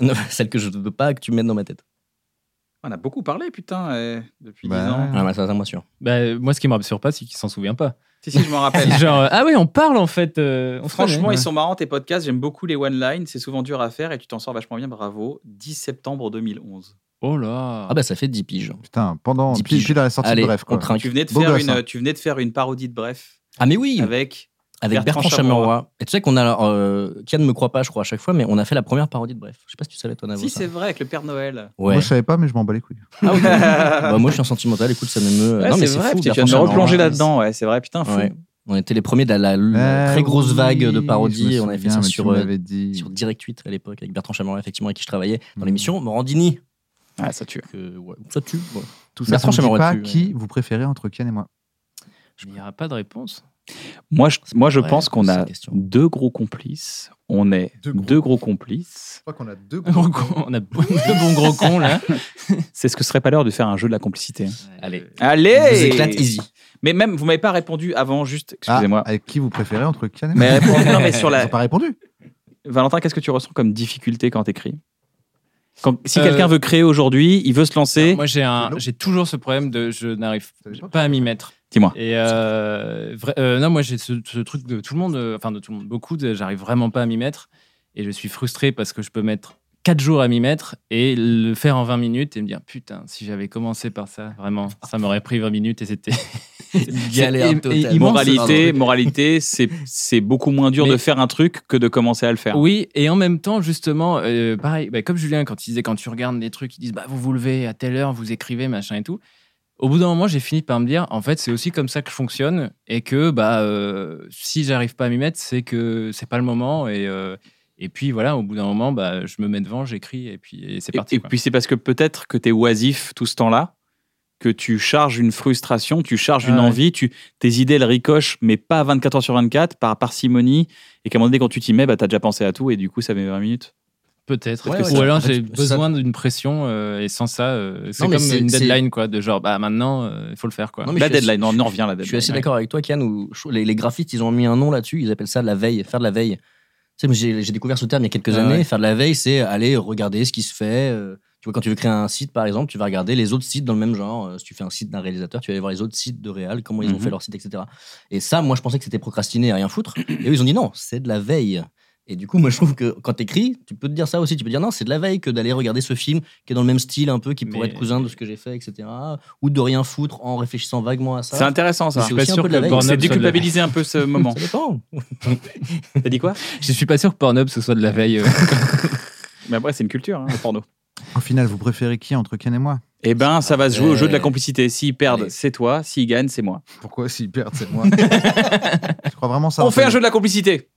Speaker 4: Non, celle que je veux pas que tu mettes dans ma tête.
Speaker 2: On a beaucoup parlé, putain, eh, depuis
Speaker 5: Bah.
Speaker 2: 10 ans.
Speaker 4: Ah, bah, ça, ça, moi, sûr.
Speaker 3: Bah, moi, ce qui me rassure pas, c'est qu'il s'en souvient pas.
Speaker 2: Si, si, je m'en rappelle.
Speaker 3: Genre, euh, ah oui, on parle en fait. euh, on se
Speaker 2: Franchement,
Speaker 3: connaît.
Speaker 2: ils sont marrants tes podcasts. J'aime beaucoup les one-line. C'est souvent dur à faire et tu t'en sors vachement bien. Bravo. 10 septembre 2011.
Speaker 3: Oh là.
Speaker 4: Ah bah ça fait 10 piges.
Speaker 5: Putain, pendant.
Speaker 4: Dix
Speaker 5: Puis,
Speaker 4: piges.
Speaker 5: puis dans la sortie
Speaker 4: Allez,
Speaker 5: de Bref,
Speaker 4: on
Speaker 5: quoi.
Speaker 4: trinque.
Speaker 2: Tu venais de
Speaker 5: Beau
Speaker 2: faire
Speaker 5: gosse,
Speaker 2: une,
Speaker 5: hein.
Speaker 2: tu venais de faire une parodie de Bref
Speaker 4: Ah mais oui
Speaker 2: avec
Speaker 4: avec Bertrand, Chameroy. Et tu sais qu'on a. Euh, Kian ne me croit pas, je crois, à chaque fois, mais on a fait la première parodie de Bref. Je sais pas si tu savais, toi, Navo.
Speaker 2: Si,
Speaker 4: ça.
Speaker 2: c'est vrai, avec le Père Noël.
Speaker 4: Ouais.
Speaker 5: Moi, je savais pas, mais je m'en bats les couilles.
Speaker 4: Ah oui. Bah, moi, je suis un sentimental, écoute, ça m'émeut.
Speaker 2: Ouais,
Speaker 4: non, mais
Speaker 2: euh, c'est
Speaker 4: c'est
Speaker 2: vrai,
Speaker 4: fou,
Speaker 2: putain, tu viens
Speaker 4: Bertrand
Speaker 2: de me
Speaker 4: Chameroy.
Speaker 2: replonger là-dedans. Ouais, c'est vrai, putain, fou.
Speaker 4: Ouais. On était les premiers de la, la- la
Speaker 5: Ah
Speaker 4: très grosse
Speaker 5: oui,
Speaker 4: vague de
Speaker 5: je me
Speaker 4: parodies. On avait fait
Speaker 5: souviens,
Speaker 4: ça
Speaker 5: mais
Speaker 4: sur,
Speaker 5: tu
Speaker 4: euh,
Speaker 5: m'avais dit.
Speaker 4: sur Direct 8 à l'époque, avec Bertrand Chameroy, effectivement, avec qui je travaillais
Speaker 2: Mhm.
Speaker 4: dans l'émission Morandini.
Speaker 2: Ah, ça tue.
Speaker 4: Que, ouais, ça tue. ouais.
Speaker 5: Tout ça,
Speaker 4: Bertrand
Speaker 5: ça ne
Speaker 4: Chameroy
Speaker 5: dit pas
Speaker 4: dessus,
Speaker 5: qui vous préférez entre Ken et moi.
Speaker 3: Il n'y aura pas de réponse.
Speaker 2: Moi, je, moi, je
Speaker 4: Ouais,
Speaker 2: pense qu'on
Speaker 4: c'est
Speaker 2: a
Speaker 4: la question.
Speaker 2: deux gros complices. On est
Speaker 5: Deux gros.
Speaker 2: deux gros complices.
Speaker 5: Je crois qu'on a deux
Speaker 3: Gros con, on a deux bons gros cons là.
Speaker 2: C'est ce que serait pas l'heure de faire un jeu de la complicité. hein.
Speaker 4: Allez.
Speaker 2: Allez
Speaker 4: Vous éclate easy.
Speaker 2: Mais même, vous m'avez pas répondu avant, juste, excusez-moi.
Speaker 5: Ah, avec qui vous préférez entre Ken et moi
Speaker 2: Mais réponse- non, mais sur
Speaker 5: Ils
Speaker 2: la.
Speaker 5: n'ont pas répondu.
Speaker 2: Valentin, qu'est-ce que tu ressens comme difficulté quand t'écris quand, Si
Speaker 3: Euh,
Speaker 2: quelqu'un veut créer aujourd'hui, il veut se lancer.
Speaker 3: Moi, j'ai un,
Speaker 5: Hello.
Speaker 3: j'ai toujours ce problème de je n'arrive
Speaker 5: Ça dépend.
Speaker 3: pas à m'y mettre.
Speaker 2: Dis-moi.
Speaker 3: Et euh, vra- euh, non, moi, j'ai ce, ce truc de tout le monde, euh, enfin de tout le monde, beaucoup, de, j'arrive vraiment pas à m'y mettre. Et je suis frustré parce que je peux mettre 4 jours à m'y mettre et le faire en 20 minutes et me dire putain, si j'avais commencé par ça, vraiment, ça m'aurait pris 20 minutes et c'était.
Speaker 4: Galère
Speaker 3: et- et
Speaker 4: totale.
Speaker 3: immense.
Speaker 2: Moralité, moralité, c'est c'est beaucoup moins dur
Speaker 3: Mais-
Speaker 2: de faire un truc que de commencer à le faire.
Speaker 3: Oui, et en même temps, justement, euh, pareil, bah, comme Julien, quand il disait, quand tu regardes des trucs, ils disent, bah, vous vous levez à telle heure, vous écrivez, machin et tout. Au bout d'un moment, j'ai fini par me dire, en fait, c'est aussi comme ça que je fonctionne et que bah, euh, si j'arrive pas à m'y mettre, c'est que c'est pas le moment. Et, euh, et puis voilà, au bout d'un moment, bah, je me mets devant, j'écris et puis et c'est
Speaker 2: Et,
Speaker 3: parti.
Speaker 2: et
Speaker 3: quoi.
Speaker 2: puis c'est parce que peut-être que tu es oisif tout ce temps-là, que tu charges une frustration, tu charges une
Speaker 3: Ah ouais.
Speaker 2: envie, tu, tes idées elles ricochent, mais pas 24 heures sur 24, par parcimonie, et qu'à un moment donné, quand tu t'y mets, bah, tu as déjà pensé à tout, et du coup, ça met 20 minutes.
Speaker 3: Peut-être.
Speaker 4: Ouais, ouais,
Speaker 3: Ou
Speaker 4: ça-
Speaker 3: alors
Speaker 4: en fait,
Speaker 3: j'ai
Speaker 4: ça-
Speaker 3: besoin d'une pression euh, et sans ça, euh, c'est
Speaker 4: Non, mais
Speaker 3: comme
Speaker 4: c'est-
Speaker 3: une
Speaker 4: c'est-
Speaker 3: deadline, quoi, de genre, bah maintenant, il faut le faire, quoi.
Speaker 4: Non, mais
Speaker 2: la
Speaker 4: je suis
Speaker 2: deadline, on en revient à la
Speaker 4: Je
Speaker 2: deadline.
Speaker 4: suis assez d'accord avec toi, Kian. Où je trouve les, les graphistes, ils ont mis un nom là-dessus. Ils appellent ça la veille, faire de la veille. Tu sais, moi, j'ai j'ai découvert ce terme il y a quelques
Speaker 3: Ah
Speaker 4: années.
Speaker 3: ouais.
Speaker 4: Faire de la veille, c'est aller regarder ce qui se fait. euh, Tu vois, quand tu veux créer un site, par exemple, tu vas regarder les autres sites dans le même genre. Euh, Si tu fais un site d'un réalisateur, tu vas aller voir les autres sites de réal, comment ils ont
Speaker 2: Mhm.
Speaker 4: fait leur site, etc. Et ça, moi, je pensais que c'était procrastiné à rien foutre. Et eux, ils ont dit non, c'est de la veille. Et du coup, moi, je trouve que quand t'écris, tu peux te dire ça aussi. Tu peux dire non, c'est de la veille que d'aller regarder ce film qui est dans le même style un peu, qui pourrait
Speaker 3: Mais-
Speaker 4: être cousin de ce que j'ai fait, etc. Ou de rien foutre en réfléchissant vaguement à ça.
Speaker 2: C'est intéressant ça.
Speaker 4: Mais c'est aussi un peu de la
Speaker 2: que
Speaker 4: veille.
Speaker 2: c'est
Speaker 3: Pornhub
Speaker 2: déculpabiliser un peu ce moment.
Speaker 4: Ça dépend.
Speaker 2: T'as dit quoi
Speaker 3: Je suis pas sûr que Pornhub ce soit de la veille. euh,
Speaker 2: Mais après, c'est une culture, hein, le porno.
Speaker 5: Au final, vous préférez qui entre Ken et moi
Speaker 2: Eh ben, ça va se jouer au jeu de la
Speaker 4: Ouais.
Speaker 2: complicité. S'ils perdent,
Speaker 4: Euh, Allez.
Speaker 2: c'est toi. S'ils gagnent, c'est moi.
Speaker 5: Pourquoi s'ils perdent, c'est moi Je crois vraiment ça.
Speaker 2: On fait un jeu de la complicité.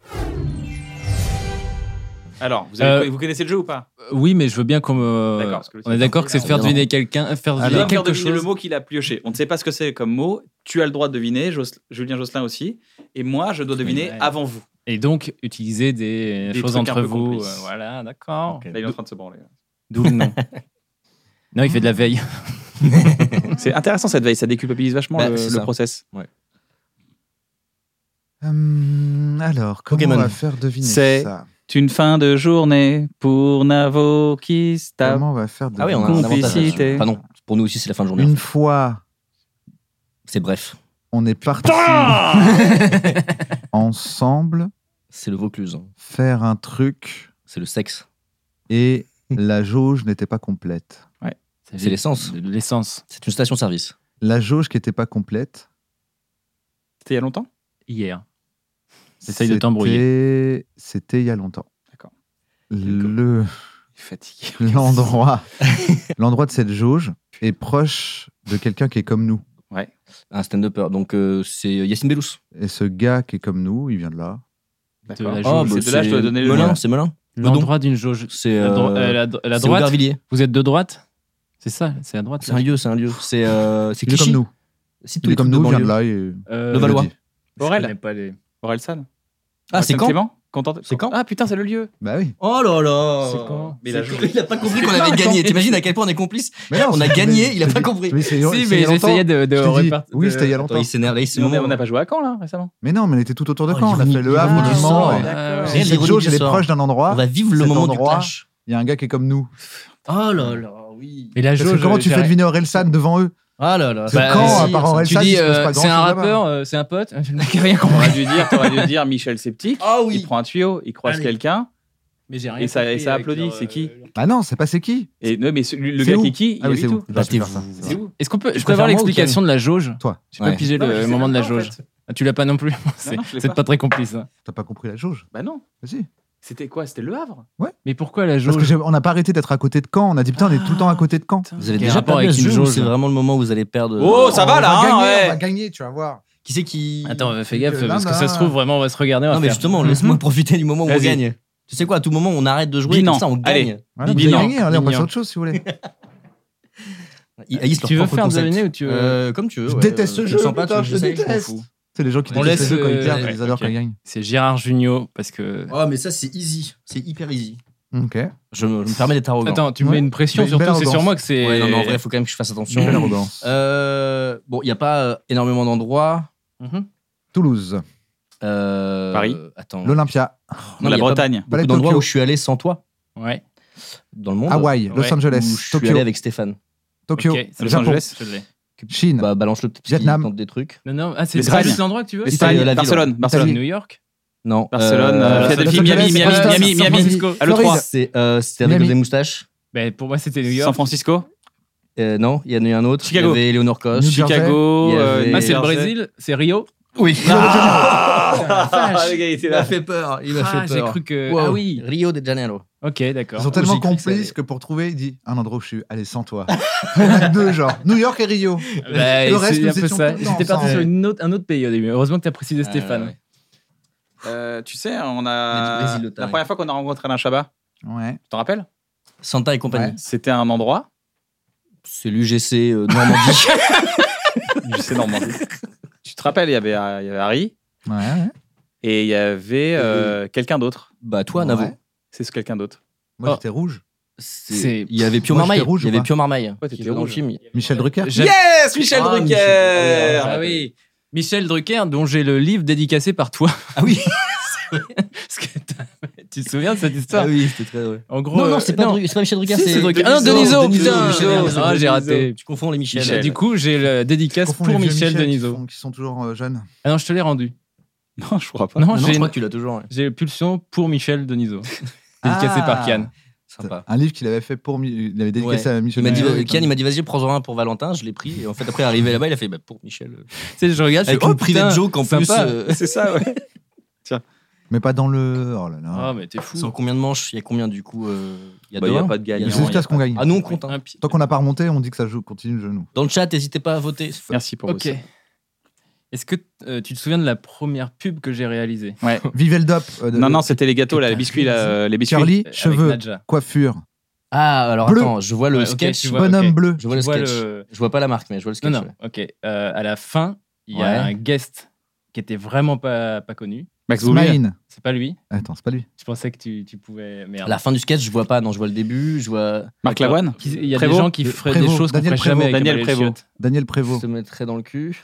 Speaker 2: Alors, vous, avez-
Speaker 3: Euh,
Speaker 2: vous connaissez le jeu ou pas
Speaker 3: Oui, mais je veux bien qu'on me.
Speaker 2: D'accord, parce que le
Speaker 3: on est d'accord que c'est faire
Speaker 4: évidemment.
Speaker 3: deviner quelqu'un, faire
Speaker 2: Tu
Speaker 3: deviner
Speaker 2: dois me faire
Speaker 3: quelque
Speaker 2: deviner
Speaker 3: chose.
Speaker 2: le mot qu'il a pioché. On ne sait pas ce que c'est comme mot. Tu as le droit de deviner, Jos- Julien Josselin aussi. Et moi, je dois deviner
Speaker 3: ouais.
Speaker 2: avant vous.
Speaker 3: Et donc utiliser des,
Speaker 2: Des
Speaker 3: choses
Speaker 2: trucs un
Speaker 3: entre
Speaker 2: peu
Speaker 3: vous.
Speaker 2: complices.
Speaker 3: euh, voilà, d'accord.
Speaker 4: Ok.
Speaker 2: Là, il est en train de se branler.
Speaker 3: D'où le nom. non, il fait de la veille.
Speaker 2: C'est intéressant cette veille, ça déculpabilise vachement
Speaker 4: Bah,
Speaker 2: le,
Speaker 4: c'est
Speaker 2: le
Speaker 4: ça.
Speaker 2: process.
Speaker 5: Hum, alors, comment
Speaker 4: Pokémon.
Speaker 5: on va faire deviner
Speaker 2: C'est-
Speaker 5: ça
Speaker 2: C'est une fin de journée pour Navo qui se tape.
Speaker 5: Comment on va faire
Speaker 4: Ah oui,
Speaker 5: deviner
Speaker 4: on a un avantage.
Speaker 2: Complicité.
Speaker 4: là-dessus. Enfin Ah non, pour nous aussi, c'est la fin de journée.
Speaker 5: Une fois,
Speaker 4: C'est bref.
Speaker 5: on est parti ensemble
Speaker 4: C'est le Vaucluse. hein.
Speaker 5: faire un truc
Speaker 4: C'est le sexe.
Speaker 5: et la jauge n'était pas complète.
Speaker 4: C'est l'essence.
Speaker 3: De L'essence.
Speaker 4: C'est une station-service.
Speaker 5: La jauge qui n'était pas complète.
Speaker 2: C'était il y a longtemps
Speaker 3: Hier. Essaye de t'embrouiller.
Speaker 5: c'était- C'était il y a longtemps.
Speaker 2: D'accord.
Speaker 5: Le
Speaker 2: Il est fatigué.
Speaker 5: l'endroit l'endroit de cette jauge est proche de quelqu'un qui est comme nous.
Speaker 4: Un stand-upper. Donc euh, c'est Yacine Bellous.
Speaker 5: Et ce gars qui est comme nous, il vient de là.
Speaker 2: D'accord.
Speaker 3: la
Speaker 4: Ah,
Speaker 3: jauge.
Speaker 4: bah,
Speaker 2: C'est de là, je dois
Speaker 4: c'est
Speaker 2: donner le
Speaker 4: Melun,
Speaker 2: nom.
Speaker 4: c'est Melun. Bedon.
Speaker 3: L'endroit d'une jauge.
Speaker 4: C'est
Speaker 3: La, dro- euh,
Speaker 4: euh,
Speaker 3: la, dro- la
Speaker 4: c'est
Speaker 3: droite.
Speaker 4: Aubervilliers.
Speaker 3: Vous êtes de droite C'est ça, c'est à droite.
Speaker 4: C'est
Speaker 3: là.
Speaker 4: un lieu, c'est un lieu. C'est euh, c'est
Speaker 5: Il est
Speaker 4: Clichy.
Speaker 5: comme nous.
Speaker 4: Si tous
Speaker 5: Il
Speaker 4: les
Speaker 5: est comme
Speaker 4: trucs de
Speaker 5: nous, il vient de
Speaker 4: banlieue.
Speaker 5: là. et-
Speaker 3: Euh,
Speaker 4: Le Valois.
Speaker 5: Je dis.
Speaker 2: Borel.
Speaker 3: je connais pas les-
Speaker 2: Aurel San
Speaker 4: Ah, c'est quand
Speaker 2: Clément Content-
Speaker 4: C'est quand
Speaker 2: Ah putain, c'est le lieu.
Speaker 5: Bah oui.
Speaker 4: Oh là là
Speaker 2: C'est quand Mais
Speaker 4: Mais
Speaker 2: la jauge.
Speaker 4: Il a pas compris qu'on avait gagné. T'imagines à quel point on est complices
Speaker 5: Mais non,
Speaker 4: On a
Speaker 5: c'est-
Speaker 4: gagné,
Speaker 5: mais-
Speaker 4: il a
Speaker 5: je
Speaker 4: pas
Speaker 5: dis-
Speaker 4: compris.
Speaker 5: oui, c'est-
Speaker 3: Si,
Speaker 5: c'est
Speaker 3: mais
Speaker 5: il y a longtemps.
Speaker 3: j'essayais de, de
Speaker 5: Je te dis,
Speaker 3: repartir-
Speaker 5: oui, c'était il y a
Speaker 4: Attends,
Speaker 5: longtemps.
Speaker 4: il s'énerve là, il se
Speaker 2: on, est- on
Speaker 4: ment.
Speaker 2: a pas joué à Caen là récemment
Speaker 5: Mais non, mais on était tout autour de
Speaker 4: Oh,
Speaker 5: Caen. On a
Speaker 4: l'ironie
Speaker 5: fait
Speaker 4: du
Speaker 5: le Havre
Speaker 4: sort,
Speaker 5: du Mans.
Speaker 3: Ah,
Speaker 4: ouais.
Speaker 5: et-
Speaker 2: D'accord.
Speaker 4: Rien
Speaker 5: Cette
Speaker 4: d'ironie
Speaker 5: jauge,
Speaker 4: du
Speaker 5: elle est
Speaker 4: sort.
Speaker 5: proche d'un
Speaker 4: On
Speaker 5: endroit.
Speaker 4: va vivre le
Speaker 5: Cet
Speaker 4: moment du
Speaker 5: endroit.
Speaker 4: clash.
Speaker 5: Il y a un gars qui est comme nous.
Speaker 4: Oh là là, oui.
Speaker 3: Mais la
Speaker 5: Parce que
Speaker 3: jauge. euh,
Speaker 5: comment tu fais
Speaker 3: j'arrive-
Speaker 5: deviner Orelsan devant eux
Speaker 4: Ah là là.
Speaker 5: C'est quand, à part en
Speaker 4: Aurel
Speaker 5: Relsan,
Speaker 3: Tu
Speaker 5: il
Speaker 3: dis,
Speaker 5: se passe
Speaker 3: euh,
Speaker 5: pas
Speaker 3: c'est un
Speaker 5: grand-chose
Speaker 3: rappeur, euh, c'est un pote. Je n'ai rien compris.
Speaker 2: T'aurais dû dire, t'aurais dû dire Michel Septique.
Speaker 4: Ah oui.
Speaker 2: Il prend un tuyau, il croise
Speaker 4: Allez.
Speaker 2: quelqu'un
Speaker 3: Mais j'ai rien
Speaker 2: et ça, et
Speaker 3: compris
Speaker 2: ça
Speaker 3: avec
Speaker 2: applaudit.
Speaker 3: leur,
Speaker 2: c'est qui
Speaker 3: euh,
Speaker 5: Ah non, c'est pas c'est qui
Speaker 2: Et non, mais celui- le
Speaker 5: C'est
Speaker 2: gars
Speaker 5: où
Speaker 2: qui est qui
Speaker 5: Ah
Speaker 2: il
Speaker 5: oui,
Speaker 2: a
Speaker 5: c'est
Speaker 2: vu
Speaker 5: où
Speaker 2: tout. Bah,
Speaker 4: Battez-vous.
Speaker 2: C'est où
Speaker 3: Est-ce qu'on peut, je peux
Speaker 4: préfère
Speaker 3: avoir
Speaker 4: moi ou
Speaker 3: l'explication de la jauge
Speaker 5: Toi.
Speaker 3: J'ai pas
Speaker 4: Ouais.
Speaker 3: pigé
Speaker 2: Non, mais
Speaker 3: le
Speaker 2: je sais
Speaker 3: moment de la
Speaker 2: pas, en
Speaker 3: jauge.
Speaker 2: fait.
Speaker 3: Ah, tu l'as pas non plus C'est
Speaker 2: non, je l'ai
Speaker 3: c'est
Speaker 2: pas.
Speaker 3: pas très complice. hein.
Speaker 5: T'as pas compris la jauge
Speaker 2: Bah non.
Speaker 5: Vas-y.
Speaker 2: C'était quoi C'était Le Havre
Speaker 3: Mais pourquoi la
Speaker 5: Parce que
Speaker 3: jauge
Speaker 5: j'ai- on n'a pas arrêté d'être à côté de Caen. On a dit putain, on est tout le temps à côté de Caen.
Speaker 4: Vous avez
Speaker 3: Quel
Speaker 4: déjà
Speaker 3: rapport
Speaker 4: pas
Speaker 3: avec
Speaker 4: avec
Speaker 3: une
Speaker 4: une jauge
Speaker 3: jauge
Speaker 4: C'est vraiment le moment où vous allez perdre.
Speaker 7: Oh, ça
Speaker 5: On
Speaker 7: va, là,
Speaker 5: va
Speaker 7: hein,
Speaker 5: gagner,
Speaker 7: ouais.
Speaker 5: On va gagner, tu vas voir.
Speaker 4: Qui c'est qui
Speaker 3: Attends, fais gaffe,
Speaker 5: Euh,
Speaker 3: parce
Speaker 5: là,
Speaker 3: que ça
Speaker 5: là.
Speaker 3: se trouve, vraiment, on va se regarder. on va
Speaker 4: Non, mais
Speaker 3: faire-
Speaker 4: justement,
Speaker 5: Mhm.
Speaker 4: laisse-moi profiter du moment où on
Speaker 2: Vas-y.
Speaker 4: gagne. Tu sais quoi, à tout moment, on arrête de jouer,
Speaker 2: Binan.
Speaker 4: comme ça, on gagne.
Speaker 5: Voilà, vous avez
Speaker 2: Bilan.
Speaker 5: gagné. Allez, on passe à
Speaker 3: Bilan.
Speaker 5: autre chose si vous voulez.
Speaker 4: Ils haïssent leur
Speaker 3: Tu veux
Speaker 4: propre
Speaker 3: faire
Speaker 4: concept.
Speaker 3: deviner ou tu veux.
Speaker 4: Euh, Comme tu veux.
Speaker 5: Je
Speaker 4: ouais,
Speaker 5: déteste
Speaker 4: euh,
Speaker 5: ce
Speaker 4: me
Speaker 5: jeu,
Speaker 4: sens pas,
Speaker 5: putain,
Speaker 4: tu
Speaker 5: je
Speaker 4: le sais,
Speaker 5: déteste.
Speaker 4: m'en fous.
Speaker 5: C'est les gens qui
Speaker 3: On
Speaker 5: détestent
Speaker 3: laisse,
Speaker 5: ce jeu quand ils
Speaker 3: euh,
Speaker 5: perdent,
Speaker 3: ouais,
Speaker 5: ils adorent
Speaker 3: ok.
Speaker 5: quand ils gagnent.
Speaker 3: C'est Gérard Junior, parce que.
Speaker 4: Oh, mais ça, c'est easy. C'est hyper easy.
Speaker 5: Ok.
Speaker 4: Je me je me permets d'être arrogant.
Speaker 3: Attends, tu me
Speaker 5: Ouais.
Speaker 3: mets une pression,
Speaker 5: Belle
Speaker 3: surtout, c'est sur
Speaker 5: arrogance.
Speaker 3: moi que c'est.
Speaker 4: Ouais, non, mais en vrai, il faut quand même que je fasse attention.
Speaker 5: Belle arrogance.
Speaker 4: Euh, bon, il n'y a pas euh, énormément d'endroits.
Speaker 3: Mhm.
Speaker 5: Toulouse,
Speaker 4: Euh,
Speaker 2: Paris.
Speaker 4: Attends.
Speaker 5: l'Olympia,
Speaker 4: Non,
Speaker 2: La
Speaker 4: y a pas
Speaker 2: Bretagne.
Speaker 4: beaucoup
Speaker 5: Palais de
Speaker 4: d'endroits
Speaker 5: Tokyo.
Speaker 4: où je suis allé sans toi
Speaker 3: Ouais.
Speaker 4: dans le monde.
Speaker 5: Hawaï,
Speaker 3: Ouais.
Speaker 5: Los
Speaker 4: Où
Speaker 5: Angeles,
Speaker 4: je suis
Speaker 5: Tokyo,
Speaker 4: allé avec Stéphane.
Speaker 5: Tokyo,
Speaker 3: Ok, c'est
Speaker 5: le
Speaker 3: Los
Speaker 5: Japon,
Speaker 2: Angeles.
Speaker 3: Je l'ai.
Speaker 5: Chine,
Speaker 4: Bah, balance le petit
Speaker 5: Vietnam.
Speaker 4: tente des trucs.
Speaker 3: Non, non, ah, c'est c'est
Speaker 2: L'Espagne.
Speaker 3: juste l'endroit que tu veux
Speaker 2: Espagne,
Speaker 4: Italie, la ville.
Speaker 2: Barcelone, Barcelone.
Speaker 5: Italie.
Speaker 3: New York
Speaker 4: Non.
Speaker 2: Barcelone,
Speaker 4: euh,
Speaker 2: euh, Philadelphie,
Speaker 5: Los Angeles,
Speaker 2: Miami, Miami,
Speaker 5: Boston,
Speaker 2: Miami,
Speaker 5: San
Speaker 2: Miami,
Speaker 5: Francisco.
Speaker 2: Ah, le 3.
Speaker 4: C'est euh, c'était avec
Speaker 5: Miami.
Speaker 4: des moustaches.
Speaker 3: Ben, Pour moi, c'était New
Speaker 2: San
Speaker 3: York.
Speaker 2: Francisco,
Speaker 4: Euh, non, il y en a eu un autre.
Speaker 2: Chicago.
Speaker 4: Il y avait Léonore Cos.
Speaker 5: New Jersey.
Speaker 2: Chicago.
Speaker 4: Il y
Speaker 2: euh,
Speaker 4: avait-
Speaker 3: Ah, c'est le
Speaker 2: New Jersey.
Speaker 3: Brésil, c'est Rio.
Speaker 4: Oui.
Speaker 2: Ah, le gars, il était
Speaker 4: il
Speaker 2: là.
Speaker 4: m'a fait peur. Il m'a
Speaker 3: Ah,
Speaker 4: fait
Speaker 3: j'ai
Speaker 4: peur.
Speaker 3: cru que.
Speaker 4: Wow.
Speaker 3: Ah oui.
Speaker 4: Rio de Janeiro.
Speaker 3: Ok,
Speaker 5: Ils sont
Speaker 3: d'accord.
Speaker 5: tellement
Speaker 4: J'ai cru que ça
Speaker 5: complices
Speaker 4: allait.
Speaker 5: que pour trouver, il dit un endroit où je suis allé sans toi. Il y en a que deux, genre New York et Rio.
Speaker 3: Bah,
Speaker 5: Le reste,
Speaker 3: c'est
Speaker 5: nous
Speaker 3: un peu
Speaker 5: étions
Speaker 3: ça.
Speaker 5: tout le temps
Speaker 3: J'étais parti
Speaker 5: ensemble.
Speaker 3: sur une autre, un autre pays au début. Heureusement que t'as précisé Stéphane.
Speaker 4: Ah, ouais.
Speaker 2: Euh, Tu sais, on
Speaker 4: Mais du
Speaker 2: a.
Speaker 4: Brésil, le
Speaker 2: La
Speaker 4: taré.
Speaker 2: première fois qu'on a rencontré Alain Chabat,
Speaker 5: Ouais.
Speaker 2: tu t'en rappelles
Speaker 4: Santa et compagnie.
Speaker 2: C'était un endroit.
Speaker 4: C'est l'UGC euh, Normandie.
Speaker 2: Je sais, Normandie. Tu te rappelles, il y avait euh, il y avait Harry
Speaker 5: Ouais, ouais.
Speaker 2: et il y avait euh, quelqu'un d'autre.
Speaker 4: bah, toi,
Speaker 5: Ouais.
Speaker 4: Navo.
Speaker 2: C'est ce quelqu'un d'autre.
Speaker 5: Moi,
Speaker 3: Oh.
Speaker 5: j'étais rouge.
Speaker 4: C'est-
Speaker 3: C'est-
Speaker 4: Il y avait Pio
Speaker 5: Moi,
Speaker 4: Marmaille.
Speaker 5: j'étais rouge,
Speaker 4: il y
Speaker 5: ou
Speaker 4: avait
Speaker 5: pas
Speaker 4: Pio Marmaille.
Speaker 2: Ouais, t'étais
Speaker 4: qui était dans le
Speaker 2: rouge.
Speaker 4: film.
Speaker 5: Michel Drucker.
Speaker 3: J'ai-
Speaker 2: Yes, Michel
Speaker 4: Ah, Michel
Speaker 2: Drucker
Speaker 4: Drucker.
Speaker 3: Ah oui. Michel Drucker, dont j'ai le livre dédicacé par toi.
Speaker 4: Ah oui.
Speaker 3: Parce que t'as- tu te souviens de cette histoire
Speaker 4: Ah oui, c'était très drôle.
Speaker 3: En gros,
Speaker 4: Non, non,
Speaker 3: euh,
Speaker 4: c'est pas, Dru- c'est pas Michel Drucker,
Speaker 3: Si, c'est
Speaker 4: c'est
Speaker 3: Drucker. Ah non, Deniso, putain,
Speaker 4: Michel
Speaker 3: Deniso.
Speaker 4: Drucker,
Speaker 3: Ah,
Speaker 4: c'est
Speaker 3: j'ai
Speaker 4: Deniso.
Speaker 3: raté.
Speaker 4: Tu confonds les Michel.
Speaker 2: Michel.
Speaker 3: Du coup, j'ai le dédicace
Speaker 5: Confond
Speaker 3: pour
Speaker 5: les vieux
Speaker 3: Michel,
Speaker 5: qui
Speaker 3: Deniso.
Speaker 5: font- Qui sont toujours euh, jeunes.
Speaker 3: Ah non, je te l'ai rendu.
Speaker 2: Ah, Non, je crois pas.
Speaker 3: Non,
Speaker 4: Non, je
Speaker 3: j'ai
Speaker 4: crois que tu l'as toujours. ouais.
Speaker 3: j'ai Pulsion pour Michel Deniso. dédicacé
Speaker 5: Ah.
Speaker 3: par Kian.
Speaker 4: Sympa.
Speaker 5: Un livre qu'il avait fait pour. Mi- Il avait dédicacé
Speaker 4: Ouais.
Speaker 5: à
Speaker 4: Il
Speaker 5: Michel
Speaker 4: m'a dit,
Speaker 5: Drucker.
Speaker 4: euh, Kian, il m'a dit, vas-y, prends-en un pour Valentin. Je l'ai pris. Et en fait, après, arrivé là-bas, il a fait, bah, pour Michel. euh.
Speaker 3: Tu sais, je regarde, je
Speaker 4: Avec
Speaker 3: fais, oh,
Speaker 4: une private
Speaker 3: putain.
Speaker 4: joke en plus.
Speaker 3: sympa.
Speaker 4: euh,
Speaker 2: C'est ça, ouais.
Speaker 5: Mais pas dans le. Oh là là.
Speaker 3: Ah, mais t'es fou.
Speaker 4: Sur combien de manches Il y a combien du coup euh, Il y a
Speaker 2: Bah,
Speaker 4: deux,
Speaker 2: il y a
Speaker 4: hein
Speaker 2: pas de gagnant,
Speaker 4: Il y a-
Speaker 5: Jusqu'à ce qu'on gagne.
Speaker 4: Ah non, on compte. hein.
Speaker 3: Un pi-
Speaker 5: Tant qu'on n'a pas remonté, on dit que ça joue, continue le jeu, nous.
Speaker 4: Dans le chat, n'hésitez pas à voter.
Speaker 2: Merci pour
Speaker 3: Ok.
Speaker 2: vous.
Speaker 3: Est-ce que euh, tu te souviens de la première pub que j'ai réalisée
Speaker 2: Ouais.
Speaker 5: Vivez le dop. euh, de-
Speaker 2: Non, non, c'était les gâteaux, là, les biscuits, là, euh, les biscuits.
Speaker 5: Curly,
Speaker 3: Euh, avec
Speaker 5: cheveux,
Speaker 3: Nadja.
Speaker 5: coiffure,
Speaker 4: Ah, alors
Speaker 5: Bleu.
Speaker 4: attends, je vois le
Speaker 3: Ouais, ok,
Speaker 4: sketch.
Speaker 3: tu vois,
Speaker 5: bonhomme
Speaker 3: ok.
Speaker 5: bleu.
Speaker 4: Je vois le
Speaker 3: Tu vois
Speaker 4: sketch.
Speaker 3: le-
Speaker 4: Je vois pas la marque, mais je vois le
Speaker 3: Non,
Speaker 4: sketch.
Speaker 3: non,
Speaker 4: ouais.
Speaker 3: ok. Euh, à la fin, il y a
Speaker 4: Ouais.
Speaker 3: un guest qui était vraiment pas, pas connu.
Speaker 2: Max Boublil.
Speaker 5: Smaïn.
Speaker 3: C'est pas lui.
Speaker 5: Attends, c'est pas lui.
Speaker 3: Je pensais que tu, tu pouvais.
Speaker 4: À
Speaker 3: Merde.
Speaker 4: la fin du sketch, je vois pas. Non, je vois le début. Je vois.
Speaker 2: Marc Lavoine.
Speaker 3: Qui- Il y a
Speaker 2: Prévost.
Speaker 3: des gens qui feraient
Speaker 5: Prévost.
Speaker 3: des choses qu'on
Speaker 5: Daniel
Speaker 3: ferait jamais avec
Speaker 2: Daniel
Speaker 3: un balai de
Speaker 2: Prévost.
Speaker 3: chiottes.
Speaker 5: Daniel
Speaker 4: Je
Speaker 5: Prévost.
Speaker 4: te mettrais dans le cul.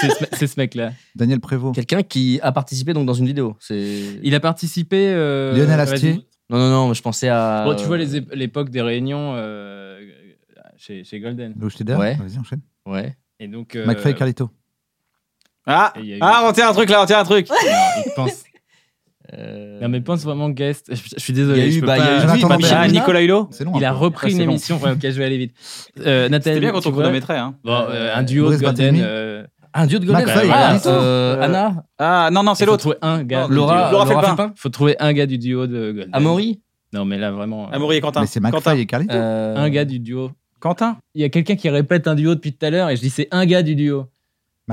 Speaker 3: C'est ce, c'est ce mec-là.
Speaker 5: Daniel Prévost.
Speaker 4: Quelqu'un qui a participé donc dans une vidéo. C'est.
Speaker 3: Il a participé. euh,
Speaker 5: Lionel
Speaker 3: vas-y.
Speaker 5: Astier.
Speaker 4: Non, non, non. mais Je pensais à.
Speaker 3: Bon, Oh, tu vois les ép- l'époque des réunions euh, chez, chez Golden.
Speaker 5: Lou Schneider.
Speaker 4: Ouais.
Speaker 5: Vas-y, enchaîne.
Speaker 4: Ouais.
Speaker 3: Et donc. euh,
Speaker 5: McFly et Carlito.
Speaker 2: Ah,
Speaker 3: Et il y a eu-
Speaker 2: ah, on tient un truc là, on tient un truc.
Speaker 3: non, il pense-
Speaker 4: Euh,
Speaker 3: non, mais pense vraiment guest. Je, je suis
Speaker 4: Il y
Speaker 3: désolé.
Speaker 4: a
Speaker 3: je
Speaker 4: eu.
Speaker 3: peux
Speaker 4: bah, il y
Speaker 3: pas-
Speaker 4: a eu-
Speaker 5: Jonathan
Speaker 4: oui, bah,
Speaker 5: Lambert.
Speaker 4: Michel
Speaker 2: Ah,
Speaker 4: Luna.
Speaker 2: Nicolas Hulot.
Speaker 5: C'est long.
Speaker 3: Il
Speaker 5: hein.
Speaker 3: a repris
Speaker 2: Ah,
Speaker 3: une
Speaker 2: c'est long.
Speaker 3: émission. Ouais, ok, je vais aller vite. Euh, Nathalie,
Speaker 2: C'était bien quand
Speaker 3: tu
Speaker 2: on
Speaker 3: vois
Speaker 2: chronométrait. Hein.
Speaker 3: Bon, euh, un duo
Speaker 5: Boris
Speaker 3: de Golden.
Speaker 5: Barthélemy.
Speaker 3: euh,
Speaker 4: Un duo de Golden.
Speaker 5: McFly,
Speaker 4: Ah,
Speaker 5: Carlito.
Speaker 4: euh,
Speaker 2: Euh,
Speaker 4: Anna.
Speaker 2: Ah, non, non, c'est
Speaker 3: faut
Speaker 2: l'autre.
Speaker 3: trouver un gars.
Speaker 2: Non,
Speaker 3: du
Speaker 4: Laura.
Speaker 3: duo.
Speaker 2: Laura Felpin.
Speaker 3: Faut trouver un gars du duo de Golden.
Speaker 4: Amaury.
Speaker 3: Non, mais là vraiment. euh,
Speaker 2: Amaury et Quentin.
Speaker 5: Mais c'est
Speaker 2: Quentin.
Speaker 5: McFly et Carlito.
Speaker 4: Euh,
Speaker 3: Un gars du duo.
Speaker 2: Quentin.
Speaker 3: Il y a quelqu'un qui répète un duo depuis tout à l'heure et je dis c'est un gars du duo.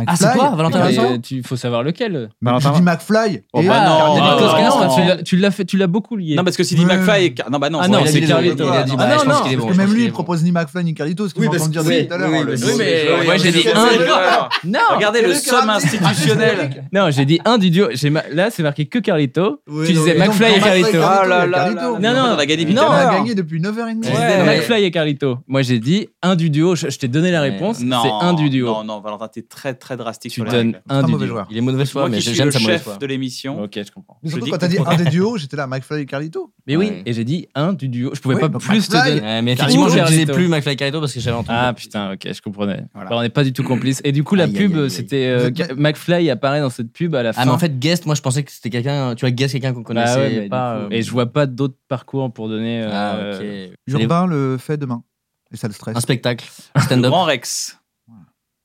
Speaker 4: Ah, c'est
Speaker 5: McFly,
Speaker 4: quoi, Valentin
Speaker 5: Carlito.
Speaker 4: Vincent
Speaker 3: Mais tu faut savoir lequel.
Speaker 5: Mais Je dis McFly.
Speaker 2: Oh,
Speaker 5: et-
Speaker 2: bah non.
Speaker 5: Carlito.
Speaker 2: Ah,
Speaker 3: Nicolas
Speaker 2: non,
Speaker 3: Cage,
Speaker 2: non,
Speaker 3: tu
Speaker 2: non.
Speaker 3: l'as- tu l'as fait, tu l'as beaucoup lié.
Speaker 2: Non, parce que si dit
Speaker 5: Ouais.
Speaker 2: McFly et. Car- Non, bah non.
Speaker 3: Ah,
Speaker 2: c'est
Speaker 3: non,
Speaker 2: vrai,
Speaker 4: il a
Speaker 3: c'est
Speaker 4: dit
Speaker 2: le-
Speaker 3: Carlito.
Speaker 4: Il a dit,
Speaker 3: Ah,
Speaker 4: bah,
Speaker 3: non, non,
Speaker 4: je pense qu'il est bon.
Speaker 5: Parce
Speaker 4: je
Speaker 5: que
Speaker 4: pense
Speaker 5: même
Speaker 4: qu'il
Speaker 5: lui,
Speaker 4: est
Speaker 5: il
Speaker 4: bon.
Speaker 5: propose ni McFly ni Carlito, ce
Speaker 4: Oui,
Speaker 5: qu'on entend
Speaker 4: parce que-
Speaker 5: dire
Speaker 4: oui,
Speaker 5: depuis tout à l'heure.
Speaker 4: oui,
Speaker 5: le-
Speaker 4: oui,
Speaker 2: Oui, mais
Speaker 4: Oui,
Speaker 2: ouais, j'ai dit un.
Speaker 3: Non,
Speaker 2: Regardez le somme institutionnel.
Speaker 3: non, j'ai dit un du duo. J'ai ma- Là, c'est marqué que Carlito.
Speaker 4: Oui,
Speaker 3: tu
Speaker 4: non,
Speaker 3: disais
Speaker 4: mais
Speaker 5: donc,
Speaker 3: McFly et
Speaker 5: dans
Speaker 3: Carlito.
Speaker 5: McFly,
Speaker 2: Ah
Speaker 5: Carlito,
Speaker 2: là
Speaker 5: il y a
Speaker 2: là.
Speaker 5: Carlito.
Speaker 2: là là.
Speaker 3: Non, non.
Speaker 2: on a gagné depuis
Speaker 3: Non.
Speaker 5: On
Speaker 2: tout à
Speaker 5: a
Speaker 2: l'heure.
Speaker 5: gagné depuis 9h30.
Speaker 3: Tu
Speaker 2: Ouais.
Speaker 3: disais
Speaker 4: Ouais.
Speaker 3: McFly et Carlito. Moi, j'ai dit un du duo. Je, je t'ai donné la réponse.
Speaker 2: Non,
Speaker 3: c'est un du duo.
Speaker 2: Non, non, Valentin, t'es très, très drastique
Speaker 3: tu
Speaker 2: sur la
Speaker 3: donnes
Speaker 2: règle.
Speaker 5: C'est
Speaker 3: un
Speaker 5: un
Speaker 3: du
Speaker 5: mauvais
Speaker 3: duo.
Speaker 5: joueur.
Speaker 4: Il est mauvais choix,
Speaker 2: Moi
Speaker 4: mais
Speaker 2: qui suis
Speaker 4: j'aime
Speaker 2: le
Speaker 4: sa mauvaise
Speaker 2: chef
Speaker 4: foi.
Speaker 2: de l'émission.
Speaker 3: Ok, je comprends.
Speaker 5: Mais
Speaker 2: Je
Speaker 5: surtout
Speaker 2: dis
Speaker 5: quand t'as dit un des duos, j'étais là, McFly et Carlito.
Speaker 3: Mais oui,
Speaker 4: Ouais.
Speaker 3: et j'ai dit un du duo. Je pouvais
Speaker 5: Oui,
Speaker 3: pas
Speaker 5: bah,
Speaker 3: plus te
Speaker 5: McFly.
Speaker 3: donner.
Speaker 4: Ouais, mais effectivement, je ne
Speaker 3: Carlito.
Speaker 4: disais plus McFly Carlito parce que j'avais entendu.
Speaker 3: Ah putain, ok, je comprenais.
Speaker 2: Voilà.
Speaker 3: Bah, on n'est pas du tout complices. Et du coup, la
Speaker 4: Aïe, aïe,
Speaker 3: pub,
Speaker 4: aïe, aïe.
Speaker 3: c'était euh,
Speaker 5: Vous êtes pas-
Speaker 3: McFly apparaît dans cette pub à la fin.
Speaker 4: Ah, mais en fait, guest, moi je pensais que c'était quelqu'un, tu vois, guest, quelqu'un qu'on
Speaker 3: Bah
Speaker 4: connaissait
Speaker 3: ouais, mais du
Speaker 4: pas.
Speaker 3: coup-
Speaker 4: euh,
Speaker 3: Et je vois pas d'autres parcours pour donner. euh,
Speaker 4: Ah, ok.
Speaker 5: Urbain le fait demain. Et ça le stresse.
Speaker 4: Un spectacle,
Speaker 2: Le
Speaker 4: stand-up.
Speaker 2: Grand Rex.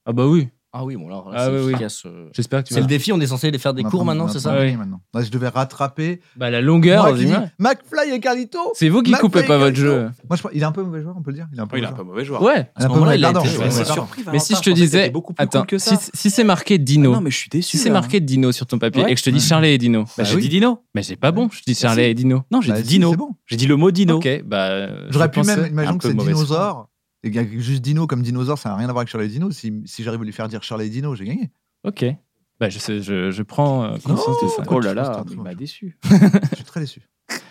Speaker 3: ah bah oui.
Speaker 4: Ah oui, bon, alors là,
Speaker 3: Ah
Speaker 4: c'est
Speaker 3: oui, oui.
Speaker 4: efficace, euh.
Speaker 3: J'espère que tu Ah
Speaker 4: C'est
Speaker 3: vas-
Speaker 4: le défi, on est censé les faire des
Speaker 5: On
Speaker 4: cours
Speaker 5: apprend-
Speaker 4: maintenant,
Speaker 5: on
Speaker 4: c'est
Speaker 5: apprend
Speaker 4: ça
Speaker 5: des
Speaker 3: Oui.
Speaker 5: lignes maintenant. Bah, je devais rattraper.
Speaker 3: Bah, la longueur.
Speaker 5: Moi
Speaker 3: du-
Speaker 5: qui dis, McFly et Carlito.
Speaker 3: C'est vous qui
Speaker 5: McFly
Speaker 3: coupez
Speaker 5: et
Speaker 3: pas votre
Speaker 5: Carlito.
Speaker 3: jeu.
Speaker 5: Moi, je pense- il est un peu mauvais joueur, on peut le dire. Il est un peu.
Speaker 2: Il a
Speaker 5: mauvais
Speaker 2: un peu
Speaker 5: joueur.
Speaker 2: mauvais joueur.
Speaker 3: Ouais.
Speaker 4: À ce moment-là, il a été-
Speaker 5: ouais,
Speaker 4: ouais,
Speaker 5: c'est
Speaker 4: c'est
Speaker 5: sûr.
Speaker 3: Mais si je te disais, attends, si, si c'est marqué Dino,
Speaker 2: Ah
Speaker 1: Ah
Speaker 2: non, mais je suis déçu.
Speaker 3: si c'est
Speaker 2: là.
Speaker 3: marqué Dino sur ton papier
Speaker 2: Ouais.
Speaker 3: et que je te dis Charlie et Dino,
Speaker 2: Bah,
Speaker 3: bah
Speaker 2: j'ai
Speaker 3: oui.
Speaker 2: dit Dino.
Speaker 3: mais j'ai pas bon, je dis Charlie et Dino.
Speaker 2: Non, j'ai
Speaker 5: Bah,
Speaker 2: dit
Speaker 5: si,
Speaker 2: Dino.
Speaker 5: c'est bon.
Speaker 2: Oh, J'ai dit le mot Dino.
Speaker 3: Ok, bah.
Speaker 5: J'aurais
Speaker 3: je
Speaker 5: pu
Speaker 3: pensais
Speaker 5: même,
Speaker 3: un
Speaker 5: imaginons que
Speaker 3: peu
Speaker 5: c'est
Speaker 3: mauvaise foi.
Speaker 5: dinosaure. Et qu'il y a juste Dino comme dinosaure, ça n'a rien à voir avec Charlie et Dino. Si, si j'arrive à lui faire dire Charlie et Dino, j'ai gagné.
Speaker 3: Ok. Bah, je, sais- je, je prends euh, conscience de ça.
Speaker 2: Oh là
Speaker 5: Je pense que c'est
Speaker 2: là,
Speaker 5: un très
Speaker 2: il
Speaker 5: bon
Speaker 2: m'a
Speaker 5: jeu.
Speaker 2: déçu.
Speaker 5: Je suis très déçu.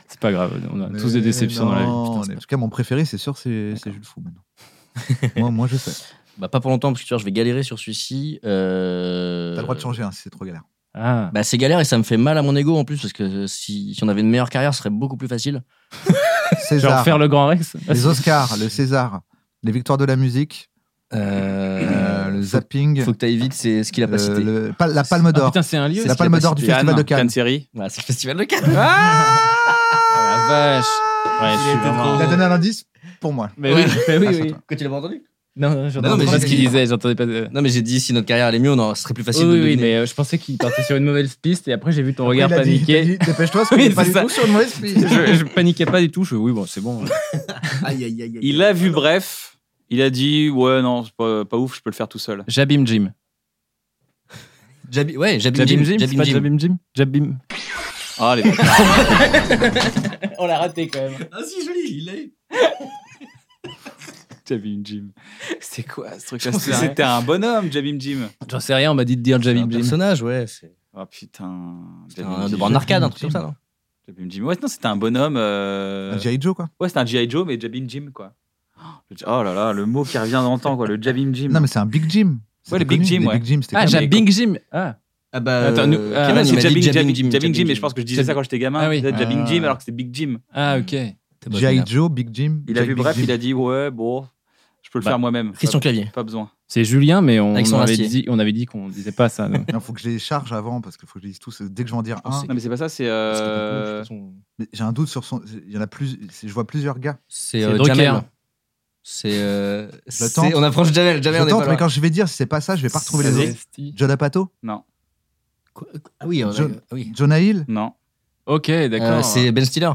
Speaker 3: C'est pas grave, on a tous
Speaker 5: Mais
Speaker 3: des déceptions dans la vie.
Speaker 5: non,
Speaker 3: Putain, c'est
Speaker 5: En tout cas, mon préféré, c'est sûr, c'est c'est Jules Fou maintenant. moi, moi, je sais.
Speaker 4: Bah, pas pour longtemps, parce que tu vois, je vais galérer sur celui-ci. euh,
Speaker 5: T'as le droit de changer hein, si c'est trop galère.
Speaker 3: pas- Ah,
Speaker 4: Bah, c'est galère et ça me fait mal à mon ego en plus, parce que euh, si, si on avait une meilleure carrière, ce serait beaucoup plus facile.
Speaker 3: genre
Speaker 5: César,
Speaker 3: faire le Grand Rex Ah,
Speaker 5: les Oscars, le César, les victoires de la musique, euh, le zapping,
Speaker 4: Faut que t'ailles vite, c'est ce qu'il a pas
Speaker 5: euh,
Speaker 4: cité.
Speaker 5: le- pal- la
Speaker 3: Ah,
Speaker 5: palme d'or.
Speaker 3: Putain, c'est un lieu.
Speaker 5: la
Speaker 3: ça.
Speaker 5: palme d'or du
Speaker 2: Ah
Speaker 5: festival de Cannes.
Speaker 2: série.
Speaker 4: Bah, c'est le festival de Cannes.
Speaker 3: Ah, la vache. Ouais, je suis vraiment-
Speaker 5: Il a donné un indice pour moi.
Speaker 3: Mais oui, mais oui,
Speaker 5: Ah, c'est
Speaker 3: oui.
Speaker 5: toi.
Speaker 4: Que tu l'as pas entendu
Speaker 3: Non, non,
Speaker 4: Non,
Speaker 3: j'entendais
Speaker 4: mais
Speaker 3: pas
Speaker 4: j'ai
Speaker 3: ce qu'il
Speaker 4: dit-
Speaker 3: disait, j'entendais pas. de-
Speaker 4: Non, mais j'ai dit si notre carrière allait mieux, on en- ce serait plus
Speaker 3: Oui,
Speaker 4: facile de
Speaker 3: oui, oui,
Speaker 4: deviner.
Speaker 3: mais euh, je pensais qu'il partait sur une mauvaise piste et après j'ai vu ton regard
Speaker 5: Il a dit-
Speaker 3: paniqué.
Speaker 5: il a dit, Dépêche-toi, parce qu'on
Speaker 3: Oui,
Speaker 5: est pas
Speaker 3: c'est
Speaker 5: du
Speaker 3: ça.
Speaker 5: tout sur le mauvais esprit.
Speaker 3: je, je paniquais pas du tout. Je, oui, bon, c'est bon.
Speaker 4: Aïe, aïe, aïe, aïe.
Speaker 2: Il a vu bref. Il a dit ouais non c'est pas, pas ouf je peux le faire tout seul.
Speaker 3: Jabim Jim.
Speaker 4: Jabi- Ouais, Jabim
Speaker 3: Jabim
Speaker 4: Jim.
Speaker 3: Jim, c'est
Speaker 4: Jabim
Speaker 3: pas
Speaker 4: Jim.
Speaker 3: Jabim Jim Jabim.
Speaker 2: Ah les bâtards.
Speaker 3: On l'a raté quand même.
Speaker 4: Ah si, joli, il est.
Speaker 2: Jabim Jim. C'est quoi ce truc
Speaker 3: Je pense que c'est-
Speaker 2: C'était un bonhomme Jabim Jim.
Speaker 3: J'en sais rien, on m'a dit de dire
Speaker 4: Un
Speaker 3: Jabim Jim.
Speaker 4: personnage, ouais. C'est
Speaker 2: Ah putain.
Speaker 4: un
Speaker 2: Jabim
Speaker 4: de
Speaker 2: Jim.
Speaker 4: en arcade, un truc comme ça, non
Speaker 2: Jabim Jim. Ouais non c'était un bonhomme. euh,
Speaker 5: Un G.I. Joe, quoi.
Speaker 2: Ouais c'était un GI Joe mais Jabim Jim quoi. Oh le- oh là là le mot qui revient dans le temps quoi le Jabim Jim.
Speaker 5: Non, mais c'est un Big Jim. C'était
Speaker 2: Mm. le Big
Speaker 5: connu,
Speaker 2: Jim,
Speaker 5: les
Speaker 2: ouais.
Speaker 5: Big Jim, c'était
Speaker 3: Ah,
Speaker 5: connu.
Speaker 3: Jabim Jim. Ah,
Speaker 4: Ah bah.
Speaker 3: Attends, nous-
Speaker 4: euh,
Speaker 3: ah,
Speaker 4: Kevin,
Speaker 2: non,
Speaker 4: il
Speaker 2: c'est
Speaker 4: m'a dit
Speaker 2: Jabim, Jabim,
Speaker 4: Jabim
Speaker 2: Jabim,
Speaker 4: Jim.
Speaker 2: Jim, mais je pense que je disais
Speaker 3: Jabim-
Speaker 2: ça quand j'étais gamin.
Speaker 3: Ah oui.
Speaker 2: Là, Jabim
Speaker 5: Ah.
Speaker 2: Jim, alors que c'est Big Jim.
Speaker 3: ah ok.
Speaker 5: G.I. Joe, Big Jim.
Speaker 2: Il a vu
Speaker 5: Big
Speaker 2: bref,
Speaker 5: Jim.
Speaker 2: il a dit ouais, bon, je peux le
Speaker 3: Bah,
Speaker 2: faire moi-même.
Speaker 4: Christian
Speaker 2: Pas-
Speaker 4: Clavier.
Speaker 2: Pas besoin.
Speaker 3: C'est Julien, mais on
Speaker 4: Avec son
Speaker 3: avait
Speaker 4: acier.
Speaker 3: dit, on avait dit qu'on disait pas ça. donc.
Speaker 5: Non, faut que je les charge avant parce qu'il faut que je les dise tous. Dès que je vais en dire un,
Speaker 2: Non, mais Ah, c'est pas ça, c'est. euh,
Speaker 5: mais j'ai un doute sur son. Il y en a plus. c'est- Je vois plusieurs gars.
Speaker 4: C'est
Speaker 3: C'est
Speaker 4: euh,
Speaker 3: Drucker.
Speaker 4: Jamel. C'est. euh, c'est-
Speaker 5: tente.
Speaker 4: On approche Jamel. Jamel, on
Speaker 5: Je
Speaker 4: est
Speaker 5: tente,
Speaker 4: pas
Speaker 5: mais
Speaker 4: loin.
Speaker 5: quand je vais dire si c'est pas ça, je vais pas retrouver les
Speaker 2: C'est-
Speaker 5: autres. John Apato,
Speaker 4: Quoi- Ah oui, on a-
Speaker 5: John-
Speaker 4: ah oui.
Speaker 5: Jonah Hill.
Speaker 2: Non.
Speaker 3: Ok, d'accord.
Speaker 4: Euh, C'est Ben Stiller.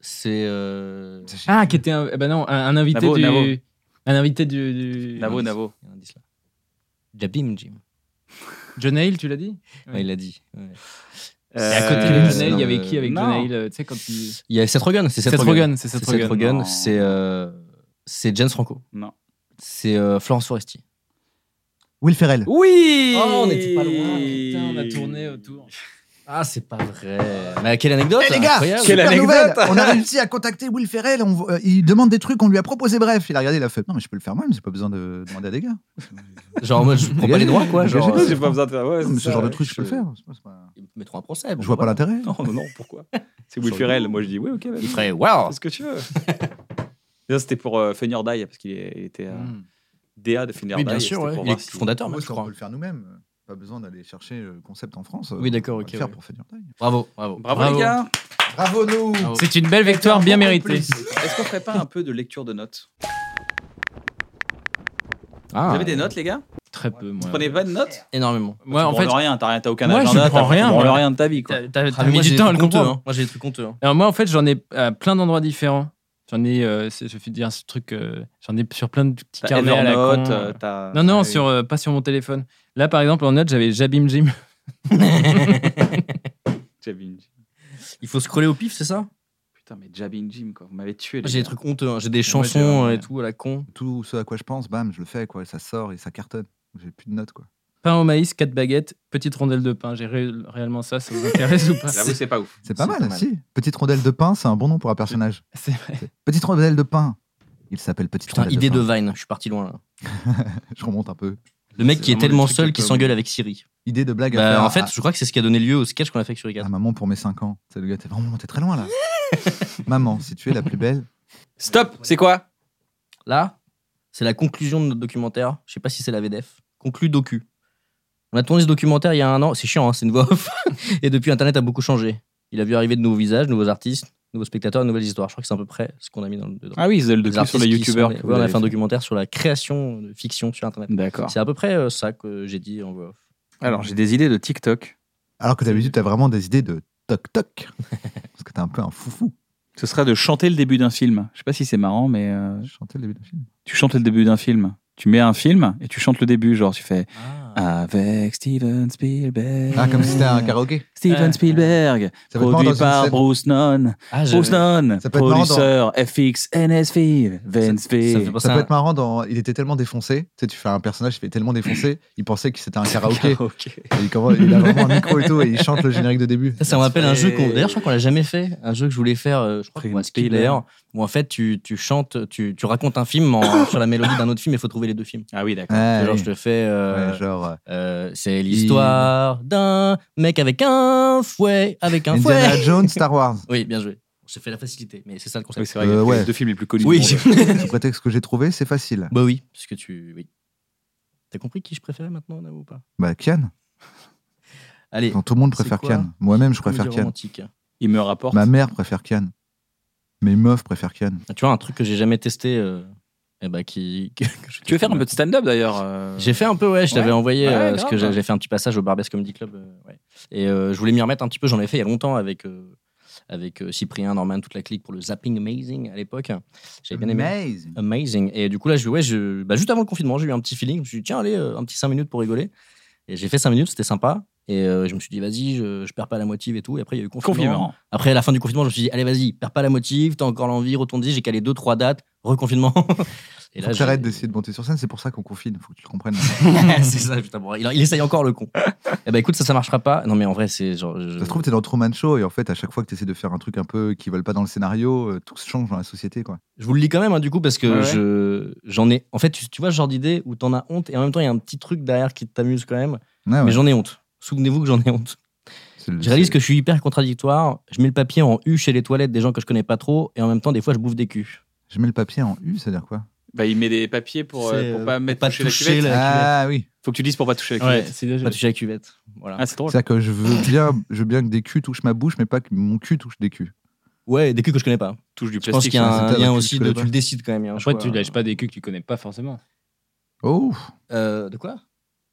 Speaker 4: C'est. euh,
Speaker 3: Ah, qui était un, eh ben non, un, un invité
Speaker 2: Navo,
Speaker 3: du,
Speaker 2: Navo.
Speaker 3: un invité du, du-
Speaker 2: Navo, Navo.
Speaker 4: Il y a un indice là. Jabim Jim.
Speaker 3: John Hale, tu l'as dit.
Speaker 4: Ouais, il l'a dit. ouais.
Speaker 3: Et à côté
Speaker 4: Euh,
Speaker 3: de John Hale, il y avait
Speaker 4: non,
Speaker 3: qui avec
Speaker 2: non.
Speaker 3: John Hale euh, Tu sais quand il.
Speaker 4: Il y a Seth Rogen. C'est
Speaker 3: Seth Rogen, c'est
Speaker 4: C'est
Speaker 3: Seth Rogen.
Speaker 4: Seth Rogen.
Speaker 2: non.
Speaker 4: C'est. euh, C'est James Franco.
Speaker 2: Non.
Speaker 4: C'est euh, Florence Foresti.
Speaker 5: Will Ferrell.
Speaker 2: Oui
Speaker 4: Oh, on était pas loin,
Speaker 3: Putain, on a tourné autour.
Speaker 4: Ah, c'est pas vrai. Mais quelle anecdote
Speaker 5: Eh, les gars,
Speaker 4: incroyable.
Speaker 2: Quelle
Speaker 5: Super
Speaker 2: anecdote
Speaker 5: nouvelle On a réussi à contacter Will Ferrell. on voit- euh, il demande des trucs qu'on lui a proposé. Bref, il a regardé, il a fait Non, mais je peux le faire moi-même, j'ai pas besoin de demander à des gars.
Speaker 4: Genre en mode, je prends pas les droits, quoi. Genre,
Speaker 5: Dégagez-le,
Speaker 4: euh,
Speaker 2: J'ai pas besoin de faire. Ouais,
Speaker 5: Non,
Speaker 2: c'est
Speaker 5: mais ce
Speaker 2: ça,
Speaker 5: genre de
Speaker 2: ouais.
Speaker 5: truc, je peux le
Speaker 4: je-
Speaker 5: faire. c'est pas- c'est pas-
Speaker 4: ils mettront un procès. bon,
Speaker 5: Je vois pas
Speaker 4: voilà.
Speaker 5: l'intérêt.
Speaker 2: Non, non, non, pourquoi C'est Will Ferrell. Moi, je dis ouais, ok, vas-y.
Speaker 4: Il ferait waouh.
Speaker 2: Fais ce que tu veux. Là, C'était pour euh, Funny or Die, parce qu'il est- il était euh,
Speaker 3: Hmm.
Speaker 2: DA de Funny or
Speaker 4: Mm. Oui,
Speaker 2: Die.
Speaker 4: bien
Speaker 2: et
Speaker 4: sûr,
Speaker 2: c'était
Speaker 4: ouais.
Speaker 2: pour
Speaker 4: Il est
Speaker 2: voir si-
Speaker 4: fondateur,
Speaker 5: Ah, Moi,
Speaker 4: même, je
Speaker 5: ça, on
Speaker 4: crois.
Speaker 5: peut le faire nous-mêmes. Pas besoin d'aller chercher le concept en France. euh,
Speaker 4: Oui, d'accord,
Speaker 5: On va
Speaker 4: ok,
Speaker 5: le faire
Speaker 4: ouais.
Speaker 5: pour faire du taille.
Speaker 4: Bravo, bravo.
Speaker 2: Bravo,
Speaker 3: Bravo.
Speaker 2: les gars
Speaker 5: Bravo, nous
Speaker 3: C'est une belle victoire bien méritée.
Speaker 2: Est-ce qu'on ferait pas un peu de lecture de notes Vous
Speaker 4: Ah,
Speaker 2: avez des notes, les gars
Speaker 3: Très peu,
Speaker 2: Vous
Speaker 3: moi.
Speaker 2: prenez pas de notes
Speaker 4: énormément.
Speaker 3: Moi, en
Speaker 2: Tu
Speaker 3: fait,
Speaker 2: branles rien, t'as rien, t'as aucun
Speaker 3: Moi, je
Speaker 2: agenda,
Speaker 3: prends
Speaker 2: t'as- tu
Speaker 3: rien,
Speaker 2: branles
Speaker 3: moi.
Speaker 2: rien de ta vie, quoi.
Speaker 3: t'as t'as-
Speaker 4: Ah,
Speaker 3: t'as
Speaker 4: mais
Speaker 3: mis
Speaker 4: moi, j'ai
Speaker 3: du
Speaker 4: des
Speaker 3: temps à
Speaker 4: trucs
Speaker 3: le
Speaker 4: honteux,
Speaker 3: comprendre.
Speaker 4: hein. Moi, j'ai des trucs honteux. hein.
Speaker 3: Alors moi, en fait, j'en ai à plein d'endroits différents. J'en ai, euh, c'est- je vais dire un truc, euh, j'en ai sur plein de petits
Speaker 2: T'as
Speaker 3: carnets à la
Speaker 2: Evernote,
Speaker 3: con.
Speaker 2: euh, t'as...
Speaker 3: non, non,
Speaker 2: Ah oui.
Speaker 3: sur, euh, pas sur mon téléphone. Là, par exemple, en note, j'avais Jabim Jim.
Speaker 2: Jabin Jim.
Speaker 4: Il faut scroller au pif, c'est ça
Speaker 2: Putain, mais Jabin Jim, quoi. Vous m'avez tué, les
Speaker 4: J'ai des
Speaker 2: gars.
Speaker 4: trucs honteux. hein. J'ai des
Speaker 3: moi, j'ai
Speaker 4: chansons
Speaker 3: vraiment-
Speaker 4: et tout à la con.
Speaker 5: Tout ce à quoi je pense, bam, je le fais, quoi. Et ça sort et ça cartonne. J'ai plus de notes, quoi.
Speaker 3: Pain au maïs, quatre baguettes, petite rondelle de pain. J'ai ré- réellement ça, ça vous intéresse ou pas
Speaker 2: J'avoue, c'est pas ouf.
Speaker 5: C'est pas,
Speaker 4: C'est
Speaker 5: mal,
Speaker 4: pas mal.
Speaker 5: si. Petite rondelle de pain, c'est un bon nom pour un personnage.
Speaker 3: C'est vrai.
Speaker 5: Petite rondelle de pain. Il s'appelle Petite
Speaker 4: Putain,
Speaker 5: rondelle
Speaker 4: idée de
Speaker 5: de
Speaker 4: Vine. Je suis parti loin, là.
Speaker 5: pain. Je remonte un peu.
Speaker 4: Le mec qui est
Speaker 3: vraiment des
Speaker 4: tellement
Speaker 3: trucs
Speaker 4: seul
Speaker 3: que
Speaker 4: qui
Speaker 3: t'as
Speaker 4: s'engueule
Speaker 3: oublié.
Speaker 4: avec Siri.
Speaker 5: Idée de blague à
Speaker 4: Bah,
Speaker 5: faire
Speaker 4: en
Speaker 5: à-
Speaker 4: fait, je crois que c'est ce qui a donné lieu au sketch qu'on a fait avec Suri
Speaker 5: à,
Speaker 4: 4.
Speaker 5: maman pour mes 5 ans. C'est le gars, t'es vraiment, t'es très loin, là. maman, si tu es la plus belle.
Speaker 2: Stop C'est quoi
Speaker 4: Là, c'est la conclusion de notre documentaire. Je sais pas si c'est la VDF. Conclu docu. On a tourné ce documentaire il y a un an. C'est chiant, hein, c'est une voix off. Et depuis, Internet a beaucoup changé. Il a vu arriver de nouveaux visages, de nouveaux artistes, nouveaux spectateurs, nouvelles histoires. Je crois que c'est à peu près ce qu'on a mis dans le dedans.
Speaker 2: Ah oui, c'est le
Speaker 4: Les
Speaker 2: docu sur les
Speaker 4: artistes qui
Speaker 2: youtubeurs.
Speaker 4: sont-
Speaker 2: que
Speaker 4: ouais, on
Speaker 2: vous
Speaker 4: a
Speaker 2: avez
Speaker 4: fait un
Speaker 2: fait.
Speaker 4: documentaire sur la création de fiction sur Internet.
Speaker 2: D'accord.
Speaker 4: C'est à peu près euh, ça que j'ai dit en voix off.
Speaker 2: Alors, j'ai des idées de TikTok.
Speaker 5: Alors que d'habitude, t'as vraiment des idées de toc-toc. Parce que t'es un peu un foufou.
Speaker 2: Ce serait de chanter le début d'un film. Je sais pas si c'est marrant, mais euh,
Speaker 5: Chanter le début du film.
Speaker 2: tu chantes le début d'un film. Tu mets un film et tu chantes le début, genre tu fais avec Steven Spielberg.
Speaker 5: Ah, comme si c'était
Speaker 4: Euh,
Speaker 5: un karaoké.
Speaker 2: Steven Spielberg,
Speaker 5: Ça peut être marrant dans
Speaker 2: produit
Speaker 5: une
Speaker 2: par
Speaker 5: scène.
Speaker 2: Bruce Nunn.
Speaker 4: Ah, je-
Speaker 2: Bruce Nunn,
Speaker 5: Ça peut être marrant dans-
Speaker 2: produceur FX, NSV, Vince
Speaker 4: ça
Speaker 2: V.
Speaker 4: fait penser
Speaker 5: Ça
Speaker 4: à
Speaker 5: peut
Speaker 4: un-
Speaker 5: être marrant dans. Il était tellement défoncé. Tu sais, tu fais un personnage qui fait tellement défoncé, il pensait que c'était un karaoké. Et il, commence- il a vraiment un micro et tout, et il chante le générique de début.
Speaker 4: Ça, ça me rappelle un jeu qu'on.
Speaker 2: Et-
Speaker 4: D'ailleurs, je crois qu'on l'a jamais fait. Un jeu que je voulais faire, euh, je crois
Speaker 2: Prince
Speaker 4: qu'on Ski
Speaker 2: Killer.
Speaker 4: d'ailleurs, où en fait tu, tu chantes, tu, tu racontes un film en- sur la mélodie d'un autre film, il faut trouver les deux films.
Speaker 2: Ah oui, d'accord.
Speaker 5: Ouais,
Speaker 4: genre,
Speaker 5: ouais,
Speaker 4: je te fais. euh,
Speaker 5: genre, euh,
Speaker 4: euh, c'est l'histoire d'un mec avec un fouet, avec un
Speaker 5: Indiana
Speaker 4: fouet.
Speaker 5: Jones, Star Wars.
Speaker 4: Oui, bien joué. On s'est fait la facilité, mais c'est ça le
Speaker 2: Oui,
Speaker 4: concept.
Speaker 2: c'est vrai, que
Speaker 5: Euh, ouais.
Speaker 2: les deux films les plus connus.
Speaker 4: Oui,
Speaker 2: du monde.
Speaker 5: Le prétexte que j'ai trouvé, c'est facile.
Speaker 4: bah oui, parce que tu. Oui. T'as compris qui je préférais maintenant, Navo, ou pas
Speaker 5: Bah, Kian.
Speaker 4: Allez,
Speaker 5: Quand tout le monde
Speaker 4: C'est
Speaker 5: préfère
Speaker 4: quoi
Speaker 5: Kian. Moi-même, je
Speaker 4: comédie
Speaker 5: préfère Kian.
Speaker 4: romantique.
Speaker 2: Il me rapporte.
Speaker 5: Ma mère préfère Kian. Mes meufs préfèrent Kian.
Speaker 4: Ah, Tu vois, un truc que j'ai jamais testé, euh, eh ben, qui. que je-
Speaker 2: Tu veux faire un peu de stand-up d'ailleurs euh,
Speaker 4: J'ai fait un peu, ouais, je t'avais
Speaker 2: Ouais.
Speaker 4: envoyé,
Speaker 2: Ouais,
Speaker 4: euh,
Speaker 2: grave.
Speaker 4: parce que j'ai j'ai fait un petit passage au Barbès Comedy Club. euh, ouais. Et euh, je voulais m'y remettre un petit peu, j'en ai fait il y a longtemps avec, euh, avec euh, Cyprien, Norman, toute la clique pour le Zapping Amazing à l'époque. J'avais bien aimé.
Speaker 5: Amazing.
Speaker 4: Amazing. Et du coup, là, je, ouais, je, bah, juste avant le confinement, j'ai eu un petit feeling. Je me suis dit, tiens, allez, euh, un petit 5 minutes pour rigoler. Et j'ai fait 5 minutes, c'était sympa. Et euh, je me suis dit, vas-y, je, je perds pas la motive et tout. Et après, il y a eu confinement.
Speaker 2: Confinement.
Speaker 4: Après, à la fin du confinement, je me suis dit, allez, vas-y, perds pas la motive, t'as encore l'envie, retourne-y. J'ai calé 2-3 dates, reconfinement. et
Speaker 5: Faut que
Speaker 4: j'ai-
Speaker 5: t'arrêtes d'essayer de monter sur scène, c'est pour ça qu'on confine, faut que tu le comprennes.
Speaker 4: c'est ça, putain, bon, il, il essaye encore le con. Eh ben écoute, ça, ça marchera pas. Non, mais en vrai, c'est genre. je-
Speaker 5: Ça se trouve, t'es dans Truman Show et en fait, à chaque fois que t'essaies de faire un truc un peu qui veulent pas dans le scénario, euh, tout se change dans la société, quoi.
Speaker 4: Je vous le lis quand même, hein, du coup, parce que
Speaker 2: Ouais, ouais.
Speaker 4: je j'en ai. En fait, tu, tu vois ce genre d'idée où t'en as honte et en même temps, il y a un petit truc derrière qui t'amuse quand même.
Speaker 5: Ouais, Ah ouais.
Speaker 4: Mais j'en ai honte. Souvenez-vous que j'en ai honte.
Speaker 5: C'est le-
Speaker 4: Je réalise
Speaker 5: c'est-
Speaker 4: que je suis hyper contradictoire. Je mets le papier en U chez les toilettes des gens que je connais pas trop et en même temps, des fois, je bouffe des culs.
Speaker 5: Je mets le papier en U, c'est-à-dire quoi
Speaker 2: Bah, il met des papiers pour,
Speaker 4: C'est,
Speaker 2: euh, pour
Speaker 4: euh,
Speaker 2: pas
Speaker 4: pour
Speaker 2: mettre
Speaker 4: pas
Speaker 2: toucher la
Speaker 4: toucher
Speaker 2: cuvette.
Speaker 4: la-
Speaker 5: Ah oui,
Speaker 2: Faut que tu dises pour pas toucher la
Speaker 3: Ouais,
Speaker 2: cuvette.
Speaker 3: c'est déjà.
Speaker 4: Pas toucher la cuvette. Voilà.
Speaker 2: Ah, c'est drôle.
Speaker 5: c'est-à-dire que je veux bien, je veux bien que des culs touchent ma bouche, mais pas que mon cul touche des culs.
Speaker 4: Ouais, des culs que je connais pas.
Speaker 2: Touche du
Speaker 4: Je pense
Speaker 2: plastique.
Speaker 4: qu'il y a
Speaker 5: c'est
Speaker 4: un
Speaker 5: un
Speaker 4: lien
Speaker 5: truc
Speaker 4: aussi
Speaker 5: que je
Speaker 4: de.
Speaker 5: connais
Speaker 4: Tu le décides quand même. il y a un
Speaker 3: Après,
Speaker 4: choix.
Speaker 3: tu
Speaker 4: hein.
Speaker 3: lâches pas des culs que tu connais pas forcément.
Speaker 5: Oh,
Speaker 4: Euh, de quoi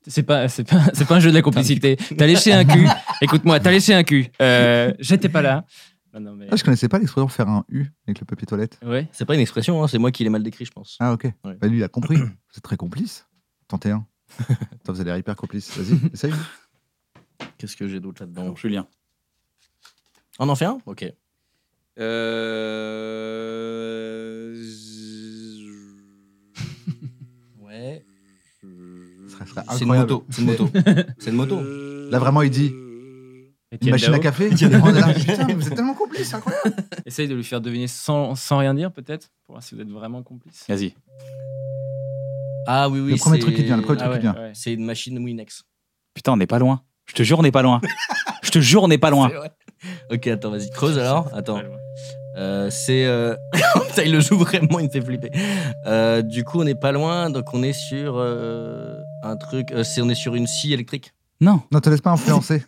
Speaker 3: C'est pas, c'est pas, c'est pas un jeu de la complicité. T'as léché un cul. Écoute-moi, t'as léché un cul. Euh, J'étais pas là. Non, non, mais...
Speaker 5: ah, je connaissais pas l'expression faire un U avec le papier toilette.
Speaker 3: Ouais.
Speaker 4: C'est pas une expression, hein, c'est moi qui l'ai mal décrit, je pense.
Speaker 5: Ah ok.
Speaker 4: Ouais.
Speaker 5: Bah, lui, il a compris. C'est très complice. Tentez un. Attends, vous allez l'air hyper complice. Vas-y, essaye.
Speaker 4: Qu'est-ce que j'ai d'autre là-dedans
Speaker 2: Bon, Julien.
Speaker 4: On en fait un Ok.
Speaker 2: Euh... z-
Speaker 4: Ouais.
Speaker 5: Ça serait
Speaker 4: C'est une
Speaker 5: incroyable.
Speaker 4: moto. C'est une moto. C'est une moto.
Speaker 2: Euh,
Speaker 5: Là, vraiment, il dit une
Speaker 3: Étienne
Speaker 5: machine à
Speaker 3: Dao.
Speaker 5: café. On est là, putain, mais vous êtes tellement complice, incroyable.
Speaker 3: Essaye de lui faire deviner sans, sans rien dire, peut-être, pour voir si vous êtes vraiment complice.
Speaker 2: Vas-y.
Speaker 4: Ah oui, oui.
Speaker 5: Le premier
Speaker 4: c'est-
Speaker 5: truc qui te vient, le premier
Speaker 4: Ah
Speaker 5: truc qui te
Speaker 4: ouais.
Speaker 5: vient.
Speaker 4: C'est une machine Winex.
Speaker 2: Putain, on n'est pas loin. Je te jure, on n'est pas loin. Je te jure, on n'est pas loin.
Speaker 4: C'est vrai. Ok, attends, vas-y, creuse alors. Attends. Euh, c'est. euh, Putain, il le joue vraiment, il me fait flipper. Euh, du coup, on n'est pas loin, donc on est sur euh, un truc. euh, c'est, on est sur une scie électrique.
Speaker 2: Non,
Speaker 5: Non, te laisse pas influencer.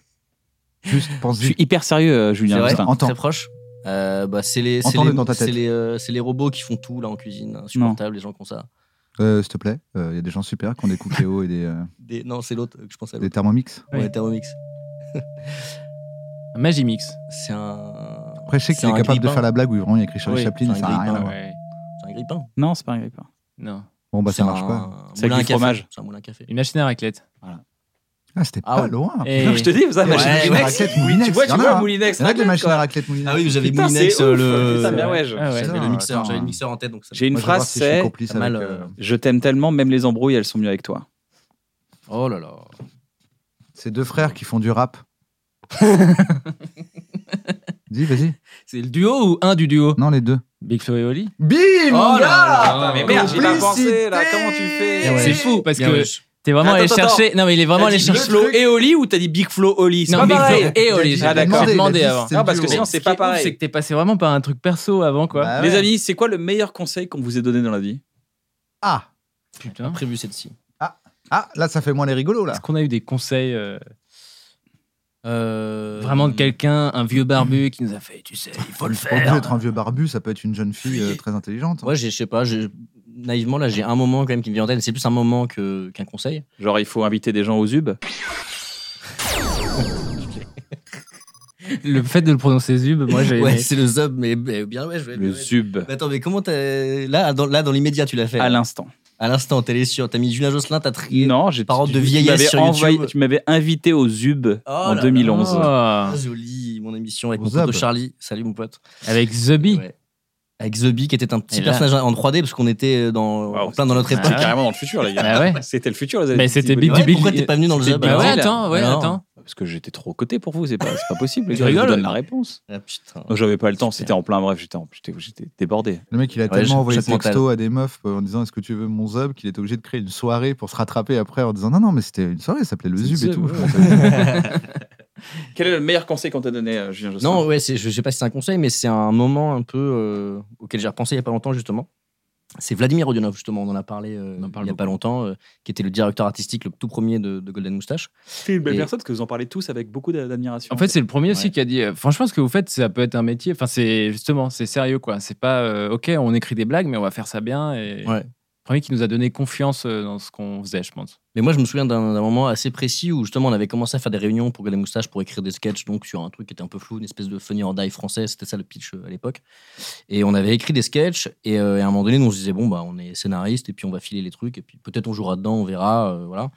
Speaker 5: Juste
Speaker 2: je suis
Speaker 5: pense-y.
Speaker 2: hyper sérieux, euh, Julien.
Speaker 4: c'est
Speaker 2: putain.
Speaker 5: Entends.
Speaker 4: Très proche. Euh, bah, c'est les, c'est
Speaker 5: Entends-le
Speaker 4: les,
Speaker 5: dans ta
Speaker 4: c'est
Speaker 5: tête.
Speaker 4: les, euh, c'est les robots qui font tout là en cuisine, hein, insupportable, les gens qui ont ça.
Speaker 5: Euh, S'il te plaît, il y a des gens super qui ont des cookéos et des, euh,
Speaker 4: Des- non, c'est l'autre que je pensais à
Speaker 5: des
Speaker 4: l'autre.
Speaker 5: thermomix.
Speaker 3: Oui.
Speaker 4: Ouais, Thermomix.
Speaker 3: Un Magimix.
Speaker 4: C'est un.
Speaker 5: Après, je sais
Speaker 4: C'est
Speaker 5: qu'il est
Speaker 4: un
Speaker 5: capable de
Speaker 4: grippin.
Speaker 5: faire la blague où vraiment il y a écrit Charlie
Speaker 4: Oui,
Speaker 5: Chaplin,
Speaker 4: c'est
Speaker 5: ça
Speaker 4: un hein,
Speaker 5: n'a rien à
Speaker 4: grippin,
Speaker 5: voir.
Speaker 3: Ouais.
Speaker 4: C'est un grippin.
Speaker 2: Non, c'est pas un grippin.
Speaker 3: Non.
Speaker 5: Bon, bah
Speaker 4: C'est
Speaker 5: ça marche
Speaker 4: un-
Speaker 5: pas.
Speaker 2: C'est avec
Speaker 4: moulin
Speaker 2: du
Speaker 4: à café.
Speaker 2: fromage.
Speaker 4: C'est un moulin à café.
Speaker 3: Une machine à raclette.
Speaker 5: Ah, c'était
Speaker 4: Ah
Speaker 5: pas
Speaker 4: ouais.
Speaker 5: loin.
Speaker 3: Et-
Speaker 2: Non, je te dis, vous
Speaker 5: Il y a
Speaker 2: avez
Speaker 4: Ouais,
Speaker 5: des machines à
Speaker 4: ouais.
Speaker 5: raclette Moulinex,
Speaker 2: Tu vois, tu
Speaker 5: il y en a,
Speaker 2: vois,
Speaker 5: hein.
Speaker 2: Moulinex.
Speaker 5: Il y en a que les
Speaker 2: raclette,
Speaker 5: machines
Speaker 2: quoi.
Speaker 5: à raclette Moulinex.
Speaker 4: Ah oui, vous avez
Speaker 2: Putain,
Speaker 4: Moulinex,
Speaker 2: c'est
Speaker 4: euh,
Speaker 2: ouf.
Speaker 4: le.
Speaker 2: Putain, bien ouais, je-
Speaker 3: Ah ouais.
Speaker 5: Putain,
Speaker 4: J'avais le
Speaker 5: attends,
Speaker 4: mixeur, j'avais le
Speaker 5: hein.
Speaker 4: mixeur en tête, donc ça.
Speaker 2: J'ai une
Speaker 5: Moi, je vais voir
Speaker 2: phrase,
Speaker 5: si je suis
Speaker 2: c'est
Speaker 5: complice
Speaker 4: pas mal,
Speaker 5: avec,
Speaker 4: euh,
Speaker 5: euh,
Speaker 2: Je t'aime tellement, même les embrouilles, elles sont mieux avec toi.
Speaker 4: Oh là là.
Speaker 5: Ces deux frères qui font du rap. Dis, vas-y.
Speaker 3: C'est le duo ou un du duo
Speaker 5: Non, les deux.
Speaker 3: Big Flo et Oli
Speaker 5: Bim,
Speaker 2: Oh
Speaker 3: mon
Speaker 5: mon
Speaker 3: là gars là,
Speaker 5: gars
Speaker 3: Ah,
Speaker 2: mais merde, j'y ai pas pensé, là.
Speaker 5: complicité.
Speaker 2: Comment tu fais
Speaker 5: Ouais.
Speaker 3: C'est fou parce
Speaker 4: Bien
Speaker 3: que
Speaker 4: wesh.
Speaker 3: t'es vraiment allé
Speaker 2: Attends, attends,
Speaker 3: chercher. Non, mais il est vraiment
Speaker 2: T'as
Speaker 3: allé
Speaker 2: dit Big
Speaker 3: chercher.
Speaker 2: Flo et Oli ou t'as dit Big Flo Oli C'est
Speaker 3: Non,
Speaker 2: pas
Speaker 3: Big Flo
Speaker 2: pareil.
Speaker 3: et Oli.
Speaker 2: Ah,
Speaker 3: j'ai
Speaker 2: d'accord.
Speaker 3: demandé avant.
Speaker 2: Non, parce que sinon, c'est
Speaker 3: Ce
Speaker 2: pas
Speaker 3: qui est ouf,
Speaker 2: pareil. Bah,
Speaker 3: C'est que t'es passé vraiment par un truc perso avant, quoi.
Speaker 2: Les amis, c'est quoi le meilleur conseil qu'on vous ait donné dans la vie
Speaker 5: Ah,
Speaker 3: Putain.
Speaker 4: Prévu cette ci
Speaker 5: ah, là, ça fait moins les rigolos, là.
Speaker 3: Est-ce qu'on a eu des conseils euh, Vraiment de quelqu'un, un vieux barbu qui nous a fait, tu sais, il
Speaker 5: Faut
Speaker 3: faut
Speaker 5: pas
Speaker 3: le
Speaker 5: obligé
Speaker 3: faire.
Speaker 5: d'être un vieux barbu, ça peut être une jeune fille euh, très intelligente.
Speaker 4: Ouais, j'ai- je sais pas, j'ai- naïvement, là, j'ai un moment quand même qui me vient en tête. C'est plus un moment que- qu'un conseil.
Speaker 2: Genre, il faut inviter des gens aux UB.
Speaker 3: Le fait de le prononcer Zub, moi j'ai.
Speaker 4: Ouais,
Speaker 3: aimé.
Speaker 4: c'est le zob, mais, mais bien ouais, je vais.
Speaker 2: Le
Speaker 4: ouais.
Speaker 2: ZUB.
Speaker 4: Mais attends, mais comment t'as. Là, dans, là, dans l'immédiat, tu l'as fait.
Speaker 2: À
Speaker 4: là.
Speaker 2: l'instant.
Speaker 4: À l'instant, t'es allé sur. T'as mis Julien Josselin, t'as trié.
Speaker 2: Non, j'ai
Speaker 4: Parole
Speaker 2: tu-
Speaker 4: de
Speaker 2: tu
Speaker 4: vieillesse
Speaker 2: m'avais
Speaker 4: sur
Speaker 2: envoyé-
Speaker 4: YouTube.
Speaker 2: Tu m'avais invité aux UB
Speaker 5: Oh
Speaker 2: en
Speaker 4: là
Speaker 2: 2011.
Speaker 3: Ah,
Speaker 4: Ah, joli, mon émission avec
Speaker 5: Au
Speaker 4: mon pote
Speaker 5: Zob.
Speaker 4: Charlie. Salut, mon pote.
Speaker 3: avec The Bee.
Speaker 4: Ouais. Avec The Bee, qui était un petit
Speaker 3: Et là-
Speaker 4: personnage en 3D, parce qu'on était dans,
Speaker 2: Wow,
Speaker 4: en plein dans notre époque.
Speaker 2: C'était carrément dans le futur, les gars.
Speaker 3: Bah ouais.
Speaker 2: C'était le futur, les
Speaker 3: Mais
Speaker 2: amis.
Speaker 3: c'était
Speaker 2: Petit
Speaker 3: Big
Speaker 2: bonheur.
Speaker 4: Ouais,
Speaker 3: Big-
Speaker 4: pourquoi t'es pas venu dans le
Speaker 2: C'était
Speaker 4: Zob
Speaker 3: Bah
Speaker 4: alors
Speaker 3: ouais,
Speaker 2: Big Deal.
Speaker 3: attends, ouais,
Speaker 4: Alors
Speaker 3: attends.
Speaker 2: Parce que j'étais trop coté pour vous, c'est pas, c'est pas possible. les
Speaker 3: Tu
Speaker 2: gars, Je vous
Speaker 3: rigoles
Speaker 2: donne la réponse.
Speaker 4: Ah, putain.
Speaker 2: Donc j'avais pas le temps, c'était en plein bref, j'étais en- j'étais j'étais débordé.
Speaker 5: Le mec, il a
Speaker 4: Ouais,
Speaker 5: tellement
Speaker 4: j'ai-
Speaker 5: envoyé
Speaker 4: choc
Speaker 5: des textos à des meufs euh, en disant Est-ce que tu veux mon Zub qu'il était obligé de créer une soirée pour se rattraper après en disant Non, non, mais c'était une soirée, ça s'appelait le
Speaker 2: C'est
Speaker 5: Zub et
Speaker 2: le
Speaker 5: tout.
Speaker 2: Zub, Quel est le meilleur conseil qu'on t'a donné, euh, Julien Josselin
Speaker 4: Non, ouais, c'est- je sais pas si c'est un conseil, mais c'est un moment un peu euh, auquel j'ai repensé il y a pas longtemps, justement. C'est Vladimir Rodionov, justement, on en a parlé euh,
Speaker 3: On en parle
Speaker 4: il y a pas longtemps, euh, qui était le directeur artistique, le tout premier de, de Golden Moustache.
Speaker 2: c'est une belle
Speaker 4: et-
Speaker 2: personne parce que vous en parlez tous avec beaucoup d'admiration.
Speaker 3: En fait, c'est le premier aussi
Speaker 4: Ouais.
Speaker 3: qui a dit euh, franchement, ce que vous faites, ça peut être un métier. Enfin, c'est justement, c'est sérieux quoi. C'est pas euh, ok, on écrit des blagues, mais on va faire ça bien. Et...
Speaker 4: Ouais.
Speaker 3: le Premier qui nous a donné confiance euh, dans ce qu'on faisait, je pense.
Speaker 4: Mais moi, je me souviens d'un d'un moment assez précis où justement on avait commencé à faire des réunions pour Golden Moustache pour écrire des sketchs donc sur un truc qui était un peu flou, une espèce de funny or die français, c'était ça le pitch euh, à l'époque. Et on avait écrit des sketchs et, euh, et à un moment donné, nous, on se disait bon bah on est scénariste et puis on va filer les trucs et puis peut-être on jouera dedans, on verra, euh, voilà.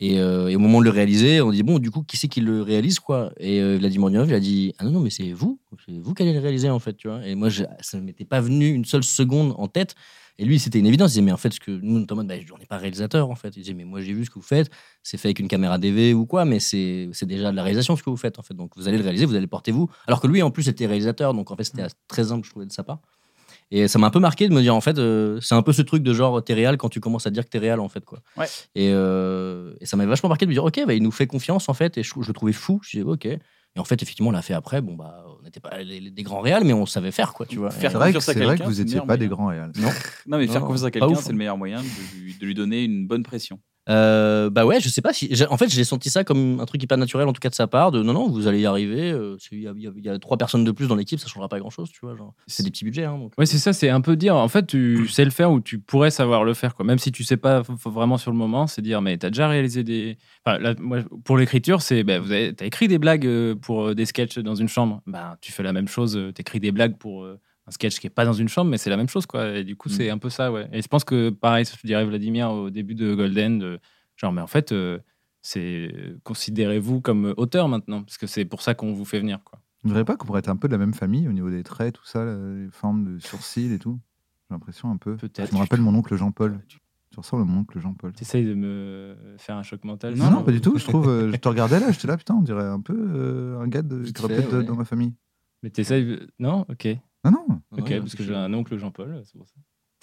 Speaker 4: Et, euh, et au moment de le réaliser, on dit bon du coup qui c'est qui le réalise quoi Et euh, Vladimir Orionov, il a dit ah non non mais c'est vous, c'est vous qui allez le réaliser en fait tu vois. Et moi je- ça ne m'était pas venu une seule seconde en tête. Et lui, c'était une évidence. Il disait, mais en fait, ce que nous, Thomas, bah, on n'est pas réalisateur, en fait. Il disait, mais moi, j'ai vu ce que vous faites. C'est fait avec une caméra DV ou quoi, mais c'est c'est déjà de la réalisation ce que vous faites, en fait. Donc, vous allez le réaliser, vous allez le porter vous. Alors que lui, en plus, était réalisateur. Donc, en fait,
Speaker 2: Mm.
Speaker 4: c'était très humble, je trouvais, de sa part. Et ça m'a un peu marqué de me dire, en fait, euh, c'est un peu ce truc de genre, t'es réel quand tu commences à dire que t'es réel, en fait, quoi.
Speaker 2: Ouais.
Speaker 4: Et, euh, et ça m'a vachement marqué de me dire, ok, bah, il nous fait confiance, en fait. Et je, je le trouvais fou. Je disais, ok. Et en fait, effectivement, on l'a fait après. Bon, bah, on n'était pas les- les- des grands réels, mais on savait faire, quoi, tu vois.
Speaker 2: Faire
Speaker 5: C'est vrai que,
Speaker 2: confiance à
Speaker 5: c'est vrai que
Speaker 2: quelqu'un,
Speaker 5: vous
Speaker 2: c'est hein. le
Speaker 5: étiez
Speaker 2: meilleur
Speaker 5: pas des
Speaker 2: moyen.
Speaker 5: grands réels.
Speaker 2: Non, hein. mais faire
Speaker 4: Non,
Speaker 2: confiance à
Speaker 4: pas
Speaker 2: quelqu'un,
Speaker 4: ouf,
Speaker 2: c'est le meilleur moyen de lui, de lui donner une bonne pression.
Speaker 4: Euh, bah ouais, je sais pas si. j'ai- En fait, j'ai senti ça comme un truc hyper naturel, en tout cas de sa part. De non, non, vous allez y arriver. euh, c'est- Il y, a- il y a- il y a trois personnes de plus dans l'équipe, ça changera pas grand chose, tu vois. genre. C'est des petits budgets, hein, donc.
Speaker 3: Ouais, c'est ça. C'est un peu dire, en fait, tu sais le faire ou tu pourrais savoir le faire quoi. Même si tu sais pas f- f- vraiment sur le moment, c'est dire, mais t'as déjà réalisé des. Enfin, là, moi, pour l'écriture, c'est, bah, vous avez- t'as écrit des blagues euh, pour euh, des sketchs dans une chambre. Bah, tu fais la même chose. euh, T'écris des blagues pour. euh, un sketch qui est pas dans une chambre, mais c'est la même chose, quoi. Et du coup, c'est un peu ça, ouais. Et je pense que, pareil, je dirais Vladimir au début de Golden, de, genre, mais en fait, euh, c'est considérez-vous comme euh, auteur maintenant, parce que c'est pour ça qu'on vous fait venir, quoi.
Speaker 5: Vous ne verrez pas qu'on pourrait être un peu de la même famille au niveau des traits, tout ça, là, les formes de sourcils et tout J'ai l'impression un peu.
Speaker 3: Peut-être.
Speaker 5: Je me rappelle mon oncle Jean-Paul. Tu ressembles à mon oncle Jean-Paul.
Speaker 3: T'essayes de me faire un choc mental.
Speaker 5: Non,
Speaker 3: sur-
Speaker 5: non, pas du tout. Je trouve, euh, je te regardais là, j'étais là, putain, on dirait un peu euh, un gars de,
Speaker 4: Vite
Speaker 5: qui aurait
Speaker 4: fait,
Speaker 5: peut-être de-
Speaker 4: ouais.
Speaker 5: dans ma famille.
Speaker 3: Mais t'essayes. Non, ok.
Speaker 5: Non, non.
Speaker 4: Non, non,
Speaker 3: Ok,
Speaker 4: il y a un
Speaker 3: parce que
Speaker 4: petit
Speaker 3: j'ai
Speaker 4: peu.
Speaker 3: un oncle Jean-Paul. c'est pour ça.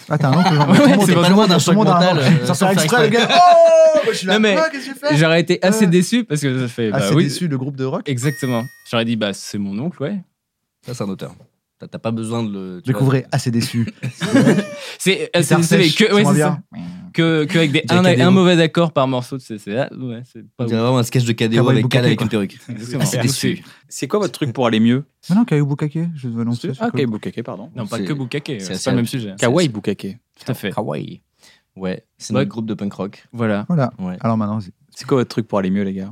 Speaker 5: Ah, t'as un oncle Jean-Paul. Tout le monde-
Speaker 4: c'est
Speaker 5: tout
Speaker 4: pas
Speaker 5: le
Speaker 4: loin d'un
Speaker 5: monde- tout le
Speaker 4: choc
Speaker 5: monde a un
Speaker 4: mental.
Speaker 5: oncle.
Speaker 4: euh,
Speaker 5: Ça sort
Speaker 4: sans faire
Speaker 5: exprès, le
Speaker 4: exprès.
Speaker 5: gars. Oh Moi, Je suis là,
Speaker 3: Non, mais-
Speaker 5: quoi, qu'est-ce que j'ai fait
Speaker 3: J'aurais été assez
Speaker 5: Ouais.
Speaker 3: déçu parce que je fais.
Speaker 5: Ah,
Speaker 3: Bah
Speaker 5: c'est
Speaker 3: oui.
Speaker 5: déçu le groupe de rock.
Speaker 3: Exactement. J'aurais dit, bah c'est mon oncle, ouais.
Speaker 4: Ça, c'est un auteur. T'as t'as pas besoin de le. tu vois.
Speaker 5: Découvrez assez déçu.
Speaker 3: C'est euh, c'est-
Speaker 5: Guitare
Speaker 3: c'est-
Speaker 5: sèche,
Speaker 3: que, ouais,
Speaker 5: moins
Speaker 3: c'est ça.
Speaker 5: bien.
Speaker 3: Que, que avec des,
Speaker 4: Jack
Speaker 3: un,
Speaker 4: Adeo.
Speaker 3: un mauvais accord par morceau, c'est c'est- ah, ouais, c'est pas ouf. Ah,
Speaker 4: On dirait vraiment un sketch de KDO
Speaker 5: Cowboy
Speaker 4: avec Cal
Speaker 5: Bukake,
Speaker 4: avec
Speaker 5: quoi.
Speaker 4: une perruque.
Speaker 3: Exactement.
Speaker 4: Assez
Speaker 3: Donc,
Speaker 4: déçu.
Speaker 2: C'est quoi votre truc pour aller mieux
Speaker 5: Non, non, Caillou Bukake, je veux annoncer.
Speaker 2: Ah, Kawaii Bukake, pardon.
Speaker 3: Non, pas
Speaker 4: C'est-
Speaker 3: que Bukake, c'est
Speaker 4: assez
Speaker 3: pas le même sujet.
Speaker 2: Kawaii Bukake.
Speaker 3: Tout à fait.
Speaker 4: Kawaii. Ouais, c'est
Speaker 3: Ouais.
Speaker 4: notre groupe de punk rock.
Speaker 3: Voilà,
Speaker 5: Voilà.
Speaker 4: Ouais.
Speaker 5: Alors maintenant, vas-y.
Speaker 2: C'est quoi votre truc pour aller mieux, les gars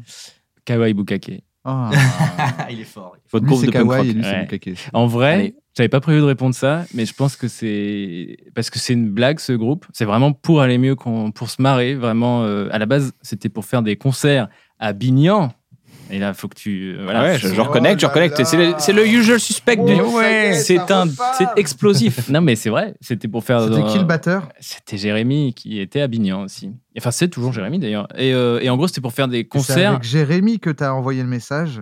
Speaker 3: Kawaii Bukake.
Speaker 5: Ah,
Speaker 4: il est fort.
Speaker 2: Votre
Speaker 5: lui,
Speaker 2: groupe
Speaker 5: c'est
Speaker 2: de punk
Speaker 5: Kawaii et
Speaker 2: rock.
Speaker 5: lui, c'est
Speaker 3: Ouais.
Speaker 5: Bukake.
Speaker 3: En vrai,
Speaker 4: Allez.
Speaker 3: j'avais pas prévu de répondre ça, mais je pense que c'est parce que c'est une blague ce groupe. C'est vraiment pour aller mieux, qu'on- pour se marrer. Vraiment, euh, à la base, c'était pour faire des concerts à Bignan. Et là, faut que tu euh, voilà.
Speaker 2: Ah ouais, je, je reconnecte, je reconnecte. C'est le, c'est le usual suspect du.
Speaker 3: Oh,
Speaker 2: c'est un, c'est explosif.
Speaker 3: Non, mais c'est vrai. C'était pour faire.
Speaker 5: C'était
Speaker 3: dans-
Speaker 5: qui le batteur
Speaker 3: C'était Jérémy qui était à Bignan aussi. Enfin, c'est toujours Jérémy d'ailleurs. Et, euh, et en gros, c'était pour faire des
Speaker 5: C'est
Speaker 3: concerts.
Speaker 5: avec Jérémy que t'as envoyé le message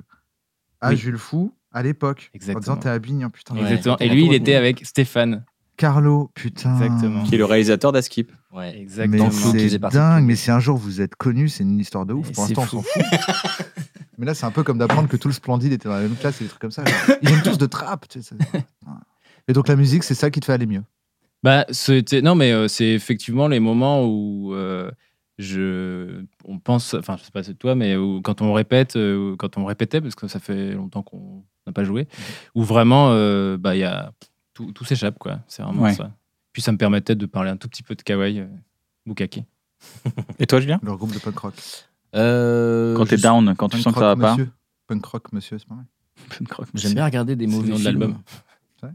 Speaker 5: à
Speaker 3: Oui.
Speaker 5: Jules Fou à l'époque. En
Speaker 3: Exactement.
Speaker 5: disant t'es à Bignan, putain.
Speaker 4: Ouais.
Speaker 3: Exactement.
Speaker 4: t'as
Speaker 3: Et lui, il
Speaker 4: retenu.
Speaker 3: était avec Stéphane.
Speaker 5: Carlo, putain.
Speaker 3: Exactement.
Speaker 2: Qui est le réalisateur d'Askip.
Speaker 4: Ouais.
Speaker 5: Mais
Speaker 3: Exactement.
Speaker 4: Flou qui
Speaker 5: c'est
Speaker 4: faisait partie
Speaker 5: dingue,
Speaker 4: du-
Speaker 5: mais si un jour vous êtes connu, c'est une histoire de ouf.
Speaker 3: Et
Speaker 5: Pour
Speaker 3: c'est
Speaker 5: l'instant, on
Speaker 3: fou.
Speaker 5: s'en fout. Mais là, c'est un peu comme d'apprendre que tout le Splendide était dans la même classe et des trucs comme ça. genre. Ils viennent tous de trap. tu sais, c'est- Et donc, la musique, c'est ça qui te fait aller mieux.
Speaker 3: Bah, c'était non, mais euh, c'est effectivement les moments où euh, j'ai- je, on pense, enfin, je sais pas c'est toi, mais ou quand on répète, euh, ou quand on répétait, parce que ça fait longtemps qu'on n'a pas joué, où vraiment, euh, bah, il y a, tout, tout s'échappe, quoi. C'est vraiment
Speaker 2: Ouais.
Speaker 3: ça. Puis ça me permettait de parler un tout petit peu de kawaii, euh, bukake.
Speaker 2: Et toi, Julien
Speaker 5: Leur groupe de punk rock.
Speaker 4: Euh,
Speaker 2: Quand t'es
Speaker 4: je-
Speaker 2: down, quand tu
Speaker 5: Punk
Speaker 2: sens que ça
Speaker 5: rock,
Speaker 2: va pas.
Speaker 5: monsieur. Punk rock, monsieur, c'est pas mal.
Speaker 4: J'aime bien regarder des
Speaker 3: C'est le
Speaker 4: mauvais
Speaker 3: nom de
Speaker 4: films.
Speaker 3: l'album.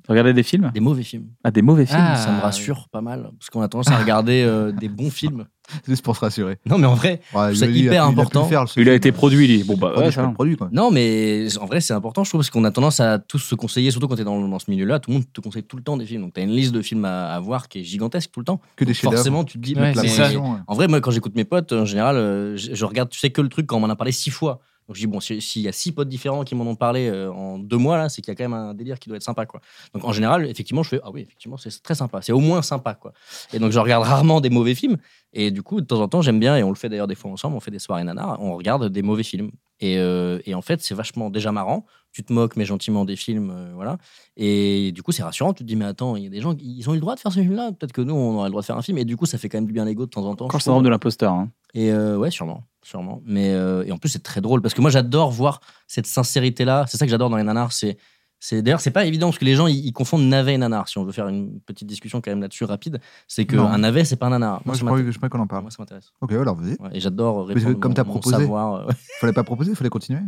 Speaker 2: Regarder des films
Speaker 4: Des mauvais films.
Speaker 2: Ah, des mauvais films
Speaker 3: Ah,
Speaker 4: ça me rassure pas mal. Parce qu'on a tendance à regarder euh, des bons films.
Speaker 5: Juste pour se rassurer.
Speaker 4: Non, mais en vrai,
Speaker 5: Ouais,
Speaker 4: C'est
Speaker 5: il a- il a-
Speaker 4: hyper
Speaker 5: il a pu le
Speaker 4: important.
Speaker 5: faire, ce
Speaker 2: Il a
Speaker 5: film.
Speaker 2: été produit, lui. Bon, bah,
Speaker 5: Produit,
Speaker 2: ouais,
Speaker 5: je
Speaker 2: ça
Speaker 5: fais
Speaker 2: va.
Speaker 5: le produit, quoi.
Speaker 4: Non, mais en vrai, c'est important, je trouve, parce qu'on a tendance à tous se conseiller, surtout quand t'es dans, dans ce milieu-là. Tout le monde te conseille tout le temps des films. Donc, t'as une liste de films à, à voir qui est gigantesque tout le temps.
Speaker 5: Que des
Speaker 4: Donc,
Speaker 5: chefs-d'œuvre.
Speaker 4: Forcément, tu te dis,
Speaker 3: Ouais,
Speaker 4: mais-
Speaker 5: La
Speaker 3: c'est
Speaker 4: mais-
Speaker 3: ça.
Speaker 5: pression, ouais.
Speaker 4: En vrai, moi, quand j'écoute mes potes, en général, euh, je, je regarde, tu sais, que le truc quand on m'en a parlé six fois. Donc, je dis, bon, si- s'il y a six potes différents qui m'en ont parlé euh, en deux mois, là, c'est qu'il y a quand même un délire qui doit être sympa, quoi. Donc, en général, effectivement, je fais, ah oui, effectivement, c'est très sympa. C'est au moins sympa, quoi. Et donc, je regarde rarement des mauvais films. Et du coup, de temps en temps, j'aime bien, et on le fait d'ailleurs des fois ensemble, on fait des soirées nanar, on regarde des mauvais films. Et, euh, et en fait, c'est vachement déjà marrant. Tu te moques, mais gentiment, des films, euh, voilà. Et du coup, c'est rassurant. Tu te dis, mais attends, il y a des gens, ils ont eu le droit de faire ce film-là. Peut-être que nous, on aurait le droit de faire un film. Et du coup, ça fait quand même du bien à l'ego de temps en temps.
Speaker 2: Encore le
Speaker 4: je trouve.
Speaker 2: syndrome de l'imposteur. hein.
Speaker 4: Et euh, ouais, sûrement, sûrement. Mais euh, et en plus, c'est très drôle parce que moi, j'adore voir cette sincérité-là. C'est ça que j'adore dans les nanars. C'est, c'est d'ailleurs, c'est pas évident parce que les gens ils, ils confondent navet et nanar. Si on veut faire une petite discussion quand même là-dessus rapide, c'est que
Speaker 5: Non.
Speaker 4: un navet, c'est pas un nanar.
Speaker 5: Moi,
Speaker 4: ça
Speaker 5: je
Speaker 4: m'intéresse.
Speaker 5: crois que- je sais pas qu'on en parle.
Speaker 4: Moi, ça m'intéresse.
Speaker 5: Ok, alors vas-y.
Speaker 4: Ouais, et j'adore
Speaker 5: que
Speaker 4: répondre.
Speaker 5: comme
Speaker 4: mon-
Speaker 5: t'as
Speaker 4: mon
Speaker 5: proposé.
Speaker 4: savoir, euh.
Speaker 5: Fallait pas proposer, fallait continuer.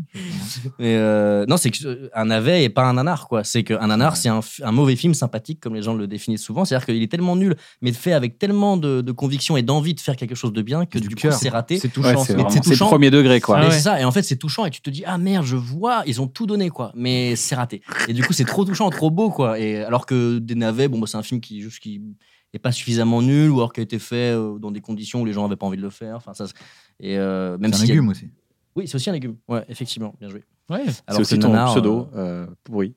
Speaker 4: Mais euh, non, c'est qu'un navet est pas un nanar, quoi. C'est qu'un nanar, c'est un, f- un mauvais film sympathique, comme les gens le définissent souvent. C'est-à-dire qu'il est tellement nul, mais fait avec tellement de, de conviction et d'envie de faire quelque chose de bien que
Speaker 5: Du
Speaker 4: du, coup,
Speaker 5: cœur.
Speaker 4: c'est raté.
Speaker 3: C'est
Speaker 2: Ouais,
Speaker 3: touchant.
Speaker 2: c'est
Speaker 3: ça.
Speaker 2: vraiment-
Speaker 4: c'est
Speaker 2: c'est
Speaker 4: touchant.
Speaker 2: premier degré, quoi.
Speaker 3: Ah
Speaker 4: Mais
Speaker 3: ouais.
Speaker 4: c'est ça, et en fait c'est touchant et tu te dis ah merde je vois ils ont tout donné quoi, mais c'est raté. Et du coup c'est trop touchant, trop beau quoi. Et alors que des navets bon bah, c'est un film qui juste qui est pas suffisamment nul ou alors qui a été fait euh, dans des conditions où les gens avaient pas envie de le faire. Enfin ça c'est- et euh, même
Speaker 5: C'est un
Speaker 4: s'il y a-
Speaker 5: légume aussi.
Speaker 4: Oui c'est aussi un légume. Ouais effectivement bien joué.
Speaker 3: Ouais.
Speaker 2: C'est
Speaker 4: Alors
Speaker 2: aussi
Speaker 4: que
Speaker 2: ton
Speaker 4: Nanar,
Speaker 2: pseudo
Speaker 4: euh,
Speaker 2: euh, pourri.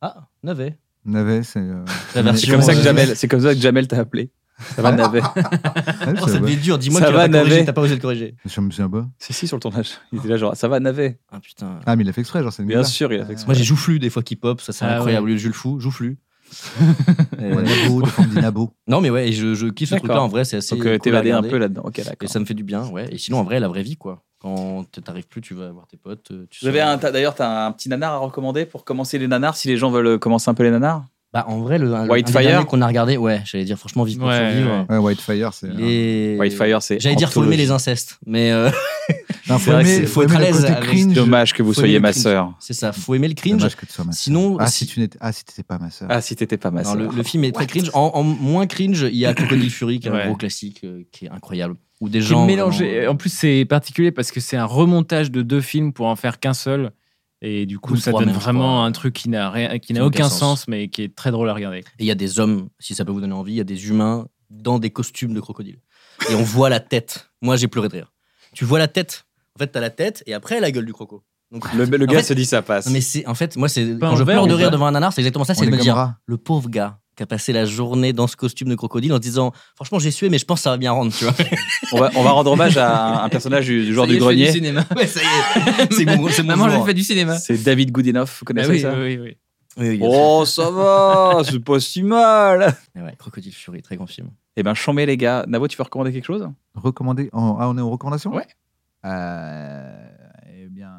Speaker 4: Ah navet.
Speaker 5: Navet, c'est. euh,
Speaker 4: La
Speaker 2: C'est
Speaker 4: version.
Speaker 2: comme ça que
Speaker 4: euh,
Speaker 2: Jamel, c'est comme ça que Jamel t'a appelé. Ça va, Navet.
Speaker 5: ouais,
Speaker 4: Oh, ça
Speaker 5: c'est- ouais.
Speaker 4: devait être dur. Dis-moi
Speaker 2: Ça
Speaker 4: que tu l'as
Speaker 2: va,
Speaker 4: pas corrigé,
Speaker 2: Navet.
Speaker 4: t'as pas osé le corriger.
Speaker 5: Je me souviens pas.
Speaker 2: Si, si, sur le tournage. Il était là, genre, ça va, Navet.
Speaker 4: Ah putain.
Speaker 5: Ah, mais il a fait exprès, genre, c'est une
Speaker 2: Bien
Speaker 5: blague.
Speaker 2: sûr, il a fait exprès.
Speaker 4: Moi j'ai joufflu des fois qui pop, ça c'est
Speaker 3: Ah,
Speaker 4: incroyable. Au lieu de Jules Fou, joufflu. Euh,
Speaker 5: Ouais, Nabo, des formes d'Inabo.
Speaker 4: non mais ouais, et je, je kiffe ce
Speaker 2: D'accord.
Speaker 4: truc-là en vrai, c'est assez.
Speaker 2: Donc,
Speaker 4: cool
Speaker 2: euh,
Speaker 4: à
Speaker 2: t'évader un
Speaker 4: regarder.
Speaker 2: peu là-dedans. Ok, d'accord.
Speaker 4: Et ça me fait du bien, ouais. Et sinon, en vrai, la vraie vie, quoi. Quand t- t'arrives plus, tu vas voir tes potes. euh, Tu
Speaker 2: J'avais
Speaker 4: sors.
Speaker 2: un, t'as- d'ailleurs, t'as un petit nanar à recommander pour commencer les nanars, si les gens veulent commencer un peu les nanars.
Speaker 4: Bah, en vrai, le. un-
Speaker 2: White
Speaker 4: un des
Speaker 2: Fire.
Speaker 4: derniers qu'on a regardé, ouais, j'allais dire, franchement, vivre pour
Speaker 3: Ouais,
Speaker 4: survivre.
Speaker 5: Ouais, Whitefire, c'est.
Speaker 4: Il est-
Speaker 2: Whitefire, c'est.
Speaker 4: J'allais dire, faut aimer les incestes. Mais euh,
Speaker 5: Non,
Speaker 4: c'est vrai que c'est- faut être
Speaker 5: aimer
Speaker 4: à
Speaker 5: le
Speaker 4: l'aise
Speaker 5: côté
Speaker 4: avec-
Speaker 5: cringe.
Speaker 2: Dommage que vous
Speaker 4: Faut
Speaker 2: soyez
Speaker 4: aimer
Speaker 2: ma
Speaker 4: le cringe.
Speaker 2: sœur.
Speaker 4: c'est ça, faut aimer le cringe.
Speaker 5: Dommage que tu sois ma sœur.
Speaker 4: Sinon,
Speaker 5: Ah,
Speaker 4: si-
Speaker 5: si tu n'étais ah, si t'étais pas ma sœur.
Speaker 2: Ah, si t'étais pas ma
Speaker 4: non,
Speaker 2: sœur.
Speaker 4: le, le film est très cringe. En, en moins cringe, il y a Crocodile Fury, qui est
Speaker 3: Ouais.
Speaker 4: un gros classique, euh, qui est incroyable. Ou des
Speaker 3: Qui est
Speaker 4: gens. euh,
Speaker 3: mélangé.
Speaker 4: vraiment-
Speaker 3: En plus, c'est particulier parce que c'est un remontage de deux films pour en faire qu'un seul. Et du coup,
Speaker 4: Ou
Speaker 3: ça
Speaker 4: trois
Speaker 3: donne
Speaker 4: même, je
Speaker 3: vraiment
Speaker 4: crois.
Speaker 3: un truc qui n'a rien, qui
Speaker 4: Qui
Speaker 3: n'a
Speaker 4: n'a
Speaker 3: aucun
Speaker 4: aucun
Speaker 3: sens.
Speaker 4: sens,
Speaker 3: mais qui est très drôle à regarder.
Speaker 4: Et il y a des hommes, si ça peut vous donner envie, il y a des humains dans des costumes de crocodile. Et on voit la tête. Moi, j'ai pleuré de rire. Tu vois la tête. En fait, t'as la tête et après la gueule du croco. Donc,
Speaker 2: Le, le
Speaker 4: en
Speaker 2: gars
Speaker 4: fait-
Speaker 2: se dit, ça passe.
Speaker 4: Non, mais c'est en fait, moi, c'est
Speaker 3: Pas
Speaker 4: quand je
Speaker 3: en vert,
Speaker 4: pleure de
Speaker 3: en
Speaker 4: rire
Speaker 3: vert.
Speaker 4: devant un nanar, c'est exactement ça,
Speaker 5: On
Speaker 4: c'est de
Speaker 5: les
Speaker 4: me dire
Speaker 5: gommera.
Speaker 4: le pauvre gars qui a passé la journée dans ce costume de crocodile en se disant franchement j'ai sué mais je pense que ça va bien rendre tu vois.
Speaker 2: On va, on va rendre hommage à un personnage du, du joueur du grenier.
Speaker 3: cinéma.
Speaker 4: Ouais, ça y est. c'est mon c'est mon
Speaker 3: Maman, Ah, j'ai
Speaker 4: jour.
Speaker 3: fait du cinéma.
Speaker 2: C'est David Goodenough. Vous
Speaker 3: Bah
Speaker 2: connaissez
Speaker 3: oui,
Speaker 2: ça
Speaker 3: oui, oui.
Speaker 4: Oui, oui, bien sûr.
Speaker 2: Oh, ça va, c'est pas si mal.
Speaker 4: Mais ouais, crocodile fury très grand film.
Speaker 2: Eh ben, chambé les gars. Navo, tu veux recommander quelque chose
Speaker 5: Recommandé. en- Ah, on est en recommandation
Speaker 2: Ouais.
Speaker 5: Euh, Eh bien,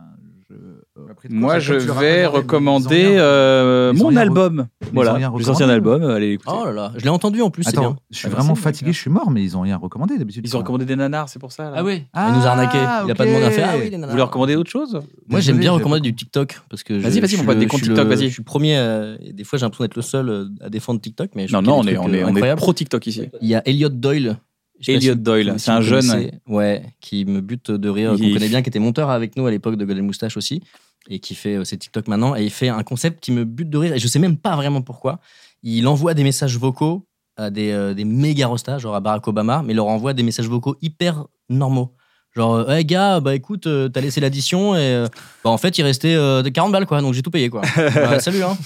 Speaker 5: je. euh,
Speaker 2: Moi, je
Speaker 5: Tu leur as
Speaker 2: vais
Speaker 5: regardé, mais ils ont
Speaker 2: recommander
Speaker 5: rien-
Speaker 2: euh,
Speaker 5: ils ont
Speaker 2: mon
Speaker 5: rien
Speaker 2: album.
Speaker 5: ont rien
Speaker 2: Voilà, j'ai sorti un
Speaker 5: recommandé.
Speaker 2: album, euh, allez l'écouter.
Speaker 4: Oh là là, je l'ai entendu en plus, c'est bien.
Speaker 5: Attends, je suis
Speaker 2: Ah,
Speaker 5: vraiment
Speaker 2: merci,
Speaker 5: fatigué,
Speaker 2: mec.
Speaker 5: je suis mort, mais ils ont rien recommandé d'habitude.
Speaker 2: Ils ont recommandé des nanars, c'est pour ça. là.
Speaker 3: Ah oui.
Speaker 5: Ah,
Speaker 4: Il nous a arnaqué, il a pas
Speaker 5: ok.
Speaker 4: demandé à faire. Ah oui, les
Speaker 2: Vous
Speaker 4: nanars.
Speaker 2: voulez recommander autre chose
Speaker 4: Moi,
Speaker 5: Désolé,
Speaker 4: j'aime bien
Speaker 5: j'ai
Speaker 4: recommander
Speaker 5: pas-
Speaker 4: du TikTok parce que je-
Speaker 2: Vas-y, vas-y,
Speaker 4: je
Speaker 2: mon
Speaker 4: suis
Speaker 2: pote,
Speaker 4: le-
Speaker 2: des
Speaker 4: je
Speaker 2: comptes
Speaker 4: suis
Speaker 2: TikTok,
Speaker 4: le-
Speaker 2: vas-y.
Speaker 4: Je suis premier, euh, et des fois j'ai l'impression d'être le seul euh, à défendre TikTok, mais je
Speaker 2: Non,
Speaker 4: fais
Speaker 2: non, on
Speaker 4: des
Speaker 2: est,
Speaker 4: trucs,
Speaker 2: on est,
Speaker 4: euh,
Speaker 2: on est
Speaker 4: incroyables.
Speaker 2: pro TikTok ici.
Speaker 4: Il y a Elliot Doyle. Je sais pas si
Speaker 2: Elliot Doyle,
Speaker 4: si
Speaker 2: c'est
Speaker 4: vous
Speaker 2: un jeune.
Speaker 4: connaissez. Ouais, qui me bute de rire,
Speaker 2: Il-
Speaker 4: qu'on connaît bien, qui était monteur avec nous à l'époque de Golden Moustache aussi, et qui fait euh, ses TikTok maintenant. Et il fait un concept qui me bute de rire, et je sais même pas vraiment pourquoi. Il envoie des messages vocaux à des, euh, des méga rostas, genre à Barack Obama, mais il leur envoie des messages vocaux hyper normaux. Genre, euh, hey gars, bah écoute, euh, t'as laissé l'addition, et euh, bah, en fait, il restait euh, 40 balles, quoi, donc j'ai tout payé, quoi. Bah, salut, hein.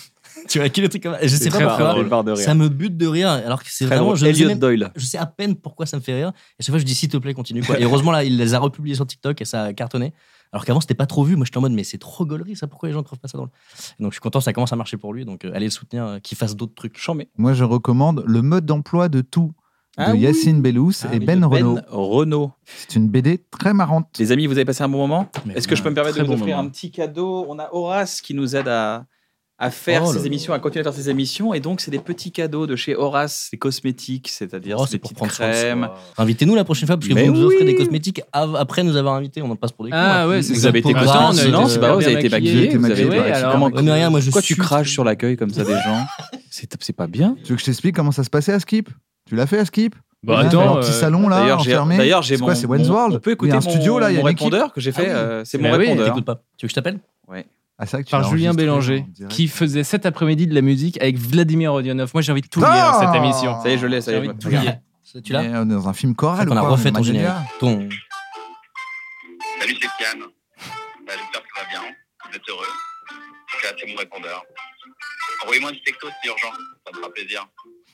Speaker 4: Tu vois, qui le truc comme ça Je sais
Speaker 2: C'est
Speaker 4: pas
Speaker 2: très
Speaker 4: pourquoi.
Speaker 2: drôle. Barre de rire.
Speaker 4: Ça me bute de rire, alors que c'est
Speaker 2: Très
Speaker 4: vraiment.
Speaker 2: drôle.
Speaker 4: Je ne sais
Speaker 2: Elliot
Speaker 4: même-
Speaker 2: Doyle.
Speaker 4: je sais à peine pourquoi ça me fait rire. Et chaque fois, je dis s'il te plaît, continue. Quoi. Et heureusement, là, il les a republiés sur TikTok et ça a cartonné. Alors qu'avant, c'était pas trop vu. Moi, j'étais en mode, mais c'est trop gaulerie, ça. Pourquoi les gens trouvent pas ça drôle Et Donc, je suis content, ça commence à marcher pour lui. Donc, euh, allez le soutenir, euh, qu'il fasse d'autres trucs.
Speaker 2: Chambé.
Speaker 5: Moi, je recommande le mode d'emploi de tout.
Speaker 1: Ah
Speaker 5: de
Speaker 1: oui.
Speaker 5: Yacine Bellous
Speaker 2: Ah,
Speaker 5: et Ben Renault.
Speaker 1: Renault.
Speaker 5: C'est une BD très marrante.
Speaker 1: Les amis, vous avez passé un bon moment
Speaker 3: Mais
Speaker 1: Est-ce que je peux me permettre de
Speaker 3: très
Speaker 1: vous
Speaker 3: bon
Speaker 1: offrir
Speaker 3: moment.
Speaker 1: un petit cadeau On a Horace qui nous aide à, à faire
Speaker 4: Oh
Speaker 1: ses
Speaker 4: là là.
Speaker 1: émissions, à continuer à faire ses émissions. Et donc, c'est des petits cadeaux de chez Horace, des cosmétiques, c'est-à-dire
Speaker 4: Oh,
Speaker 1: c'est des
Speaker 4: c'est pour
Speaker 1: petites
Speaker 4: prendre soin de
Speaker 1: crèmes.
Speaker 4: Invitez-nous la prochaine fois parce que
Speaker 1: Mais
Speaker 4: vous nous
Speaker 1: oui.
Speaker 4: offrez des cosmétiques av- après nous avoir invités. On en passe pour des cons. hein.
Speaker 3: Ah ouais, c'est
Speaker 1: Vous
Speaker 3: ça.
Speaker 1: avez été
Speaker 3: Pour
Speaker 4: content,
Speaker 3: Grâce,
Speaker 4: on a
Speaker 3: euh,
Speaker 4: été
Speaker 1: non, c'est pas vrai, vous
Speaker 3: bien
Speaker 1: avez été
Speaker 3: maquillés,
Speaker 1: maquillé.
Speaker 5: Vous
Speaker 1: Vous
Speaker 5: avez
Speaker 1: avez
Speaker 5: été
Speaker 3: ouais,
Speaker 5: maquillé.
Speaker 3: alors,
Speaker 1: Comment-
Speaker 4: Ouais, mais rien, moi je
Speaker 1: euh, Pourquoi tu
Speaker 4: sue.
Speaker 1: craches sur l'accueil comme ça des gens C'est c'est pas bien.
Speaker 5: Tu veux que je t'explique comment ça se passait à Skip Tu l'as fait à Skip
Speaker 3: Bah,
Speaker 5: Ouais,
Speaker 3: attends,
Speaker 5: un petit
Speaker 3: euh,
Speaker 5: salon là,
Speaker 1: D'ailleurs, j'ai
Speaker 5: enfermé.
Speaker 1: d'ailleurs, j'ai
Speaker 5: C'est quoi,
Speaker 1: mon-
Speaker 5: c'est
Speaker 1: mon-
Speaker 5: Wensworld
Speaker 1: On peut écouter
Speaker 5: Il y a un
Speaker 1: mon-
Speaker 5: studio là, il y a
Speaker 1: mon
Speaker 5: une équipe.
Speaker 1: répondeur que j'ai fait.
Speaker 4: Ah oui.
Speaker 1: euh, C'est
Speaker 3: Mais
Speaker 1: mon
Speaker 3: oui,
Speaker 1: répondeur.
Speaker 4: T'écoutes pas. Tu veux que je t'appelle
Speaker 5: Ah, c'est vrai que tu
Speaker 3: par
Speaker 5: l'as
Speaker 3: Julien
Speaker 5: enregistré
Speaker 3: Bélanger,
Speaker 5: en direct.
Speaker 3: qui faisait cet après-midi de la musique avec Vladimir Rodionov. Moi, j'ai envie de tout lire
Speaker 5: Ah
Speaker 3: euh, cette émission.
Speaker 1: Ça y est, je l'ai. Ça y
Speaker 3: J'ai
Speaker 1: est,
Speaker 3: envie
Speaker 1: je
Speaker 3: de
Speaker 1: me-
Speaker 3: tout lire.
Speaker 4: C'est- Tu l'as
Speaker 5: Mais, euh, Dans un film
Speaker 3: Ah,
Speaker 5: choral ou
Speaker 4: On a
Speaker 5: quoi, Hein
Speaker 4: refait ton
Speaker 5: Magnolia
Speaker 4: générique. Ton.
Speaker 10: Salut, c'est Kian. Bah, J'espère que ça va bien. Vous êtes heureux. Là, c'est mon répondeur. Envoyez-moi un petit texto, c'est urgent. Ça me fera plaisir.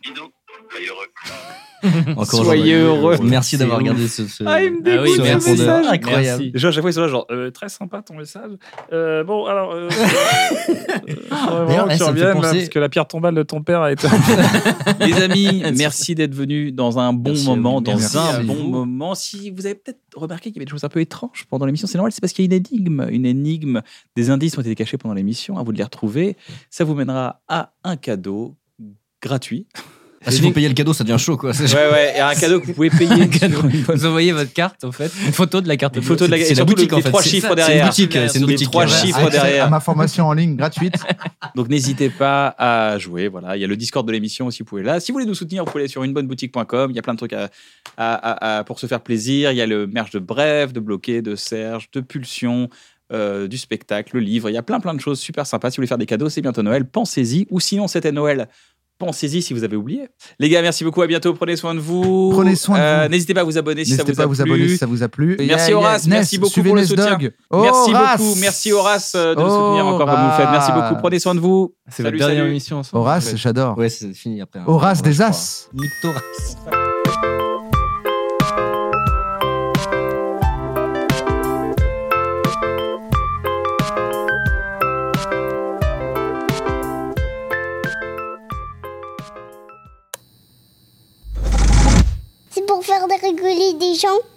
Speaker 10: Bisous. Soyez heureux.
Speaker 4: Encore
Speaker 1: Soyez
Speaker 2: euh,
Speaker 1: heureux.
Speaker 4: Merci
Speaker 3: C'est
Speaker 4: d'avoir
Speaker 3: ouf.
Speaker 4: regardé ce. ce-
Speaker 11: Ah, il me
Speaker 3: Ah oui,
Speaker 11: dégoûte
Speaker 4: ce
Speaker 11: ce
Speaker 3: merci.
Speaker 4: répondeur
Speaker 11: message.
Speaker 4: incroyable.
Speaker 3: Merci.
Speaker 1: Les gens, à chaque fois, ils sont là, genre. euh,
Speaker 2: très sympa ton message. Euh, bon, alors. Euh, D'ailleurs,
Speaker 4: D'ailleurs, eh,
Speaker 2: tu
Speaker 4: ça me fait
Speaker 2: reviennes là,
Speaker 4: penser-
Speaker 2: parce que la pierre tombale de ton père a été.
Speaker 1: Les amis, merci d'être venus dans un bon
Speaker 4: Merci à
Speaker 1: moment,
Speaker 4: vous.
Speaker 1: dans
Speaker 5: Merci
Speaker 1: un
Speaker 5: à
Speaker 1: bon
Speaker 4: vous.
Speaker 1: moment. Si vous avez peut-être remarqué qu'il y avait des choses un peu étranges pendant l'émission, c'est normal, c'est parce qu'il y a une énigme. Une énigme, des indices ont été cachés pendant l'émission, à vous de les retrouver. Ça vous mènera à un cadeau gratuit.
Speaker 4: Ah, Si vous payez le cadeau, ça devient chaud quoi.
Speaker 1: Ouais, ouais, et un cadeau que vous pouvez payer. sur une bonne-
Speaker 3: Vous envoyez votre carte, en fait, une photo de la carte.
Speaker 1: Une photo de la-
Speaker 4: C'est-
Speaker 1: et
Speaker 4: c'est la
Speaker 1: surtout le-
Speaker 4: boutique en
Speaker 1: les
Speaker 4: fait.
Speaker 1: trois
Speaker 4: C'est-
Speaker 1: chiffres
Speaker 4: C'est une
Speaker 1: derrière.
Speaker 4: boutique. C'est une
Speaker 1: Les
Speaker 4: boutique.
Speaker 1: trois
Speaker 4: ouais.
Speaker 1: chiffres.
Speaker 5: Accès
Speaker 1: derrière.
Speaker 5: à ma formation en ligne gratuite.
Speaker 1: Donc n'hésitez pas à jouer. Voilà, il y a le Discord de l'émission aussi, vous pouvez là. Si vous voulez nous soutenir, vous pouvez aller sur unebonneboutique.com. Il y a plein de trucs à, à- à- à- pour se faire plaisir. Il y a le merch de Bref, de Bloqué, de Serge, de Pulsion. euh, du spectacle, le livre, il y a plein plein de choses super sympas. Si vous voulez faire des cadeaux, c'est bientôt Noël, pensez-y. Ou sinon, c'était Noël, pensez-y si vous avez oublié. Les gars, merci beaucoup, à bientôt, prenez soin de vous. Euh,
Speaker 5: Prenez soin de vous.
Speaker 1: N'hésitez pas à vous abonner si ça
Speaker 5: N'hésitez
Speaker 1: vous
Speaker 5: pas
Speaker 1: a
Speaker 5: à vous
Speaker 1: plu.
Speaker 5: abonner si ça vous a plu.
Speaker 1: Merci,
Speaker 5: Yeah, yeah.
Speaker 1: Horace. Merci
Speaker 5: Ness,
Speaker 1: beaucoup
Speaker 5: suivez
Speaker 1: pour le
Speaker 5: Ness
Speaker 1: soutien.
Speaker 5: Dog.
Speaker 1: Merci
Speaker 5: Horace.
Speaker 1: beaucoup, merci Horace euh, de nous soutenir encore comme vous le faites. Merci beaucoup, prenez soin de vous.
Speaker 3: C'est
Speaker 1: Salut,
Speaker 3: votre dernière
Speaker 1: salut.
Speaker 3: émission ensemble.
Speaker 5: Horace, j'adore.
Speaker 4: Ouais, c'est fini après. hein.
Speaker 5: Horace
Speaker 4: Ouais, je
Speaker 5: des
Speaker 4: crois.
Speaker 5: As.
Speaker 4: Nick Thorace.
Speaker 12: C'est pour faire rigoler des gens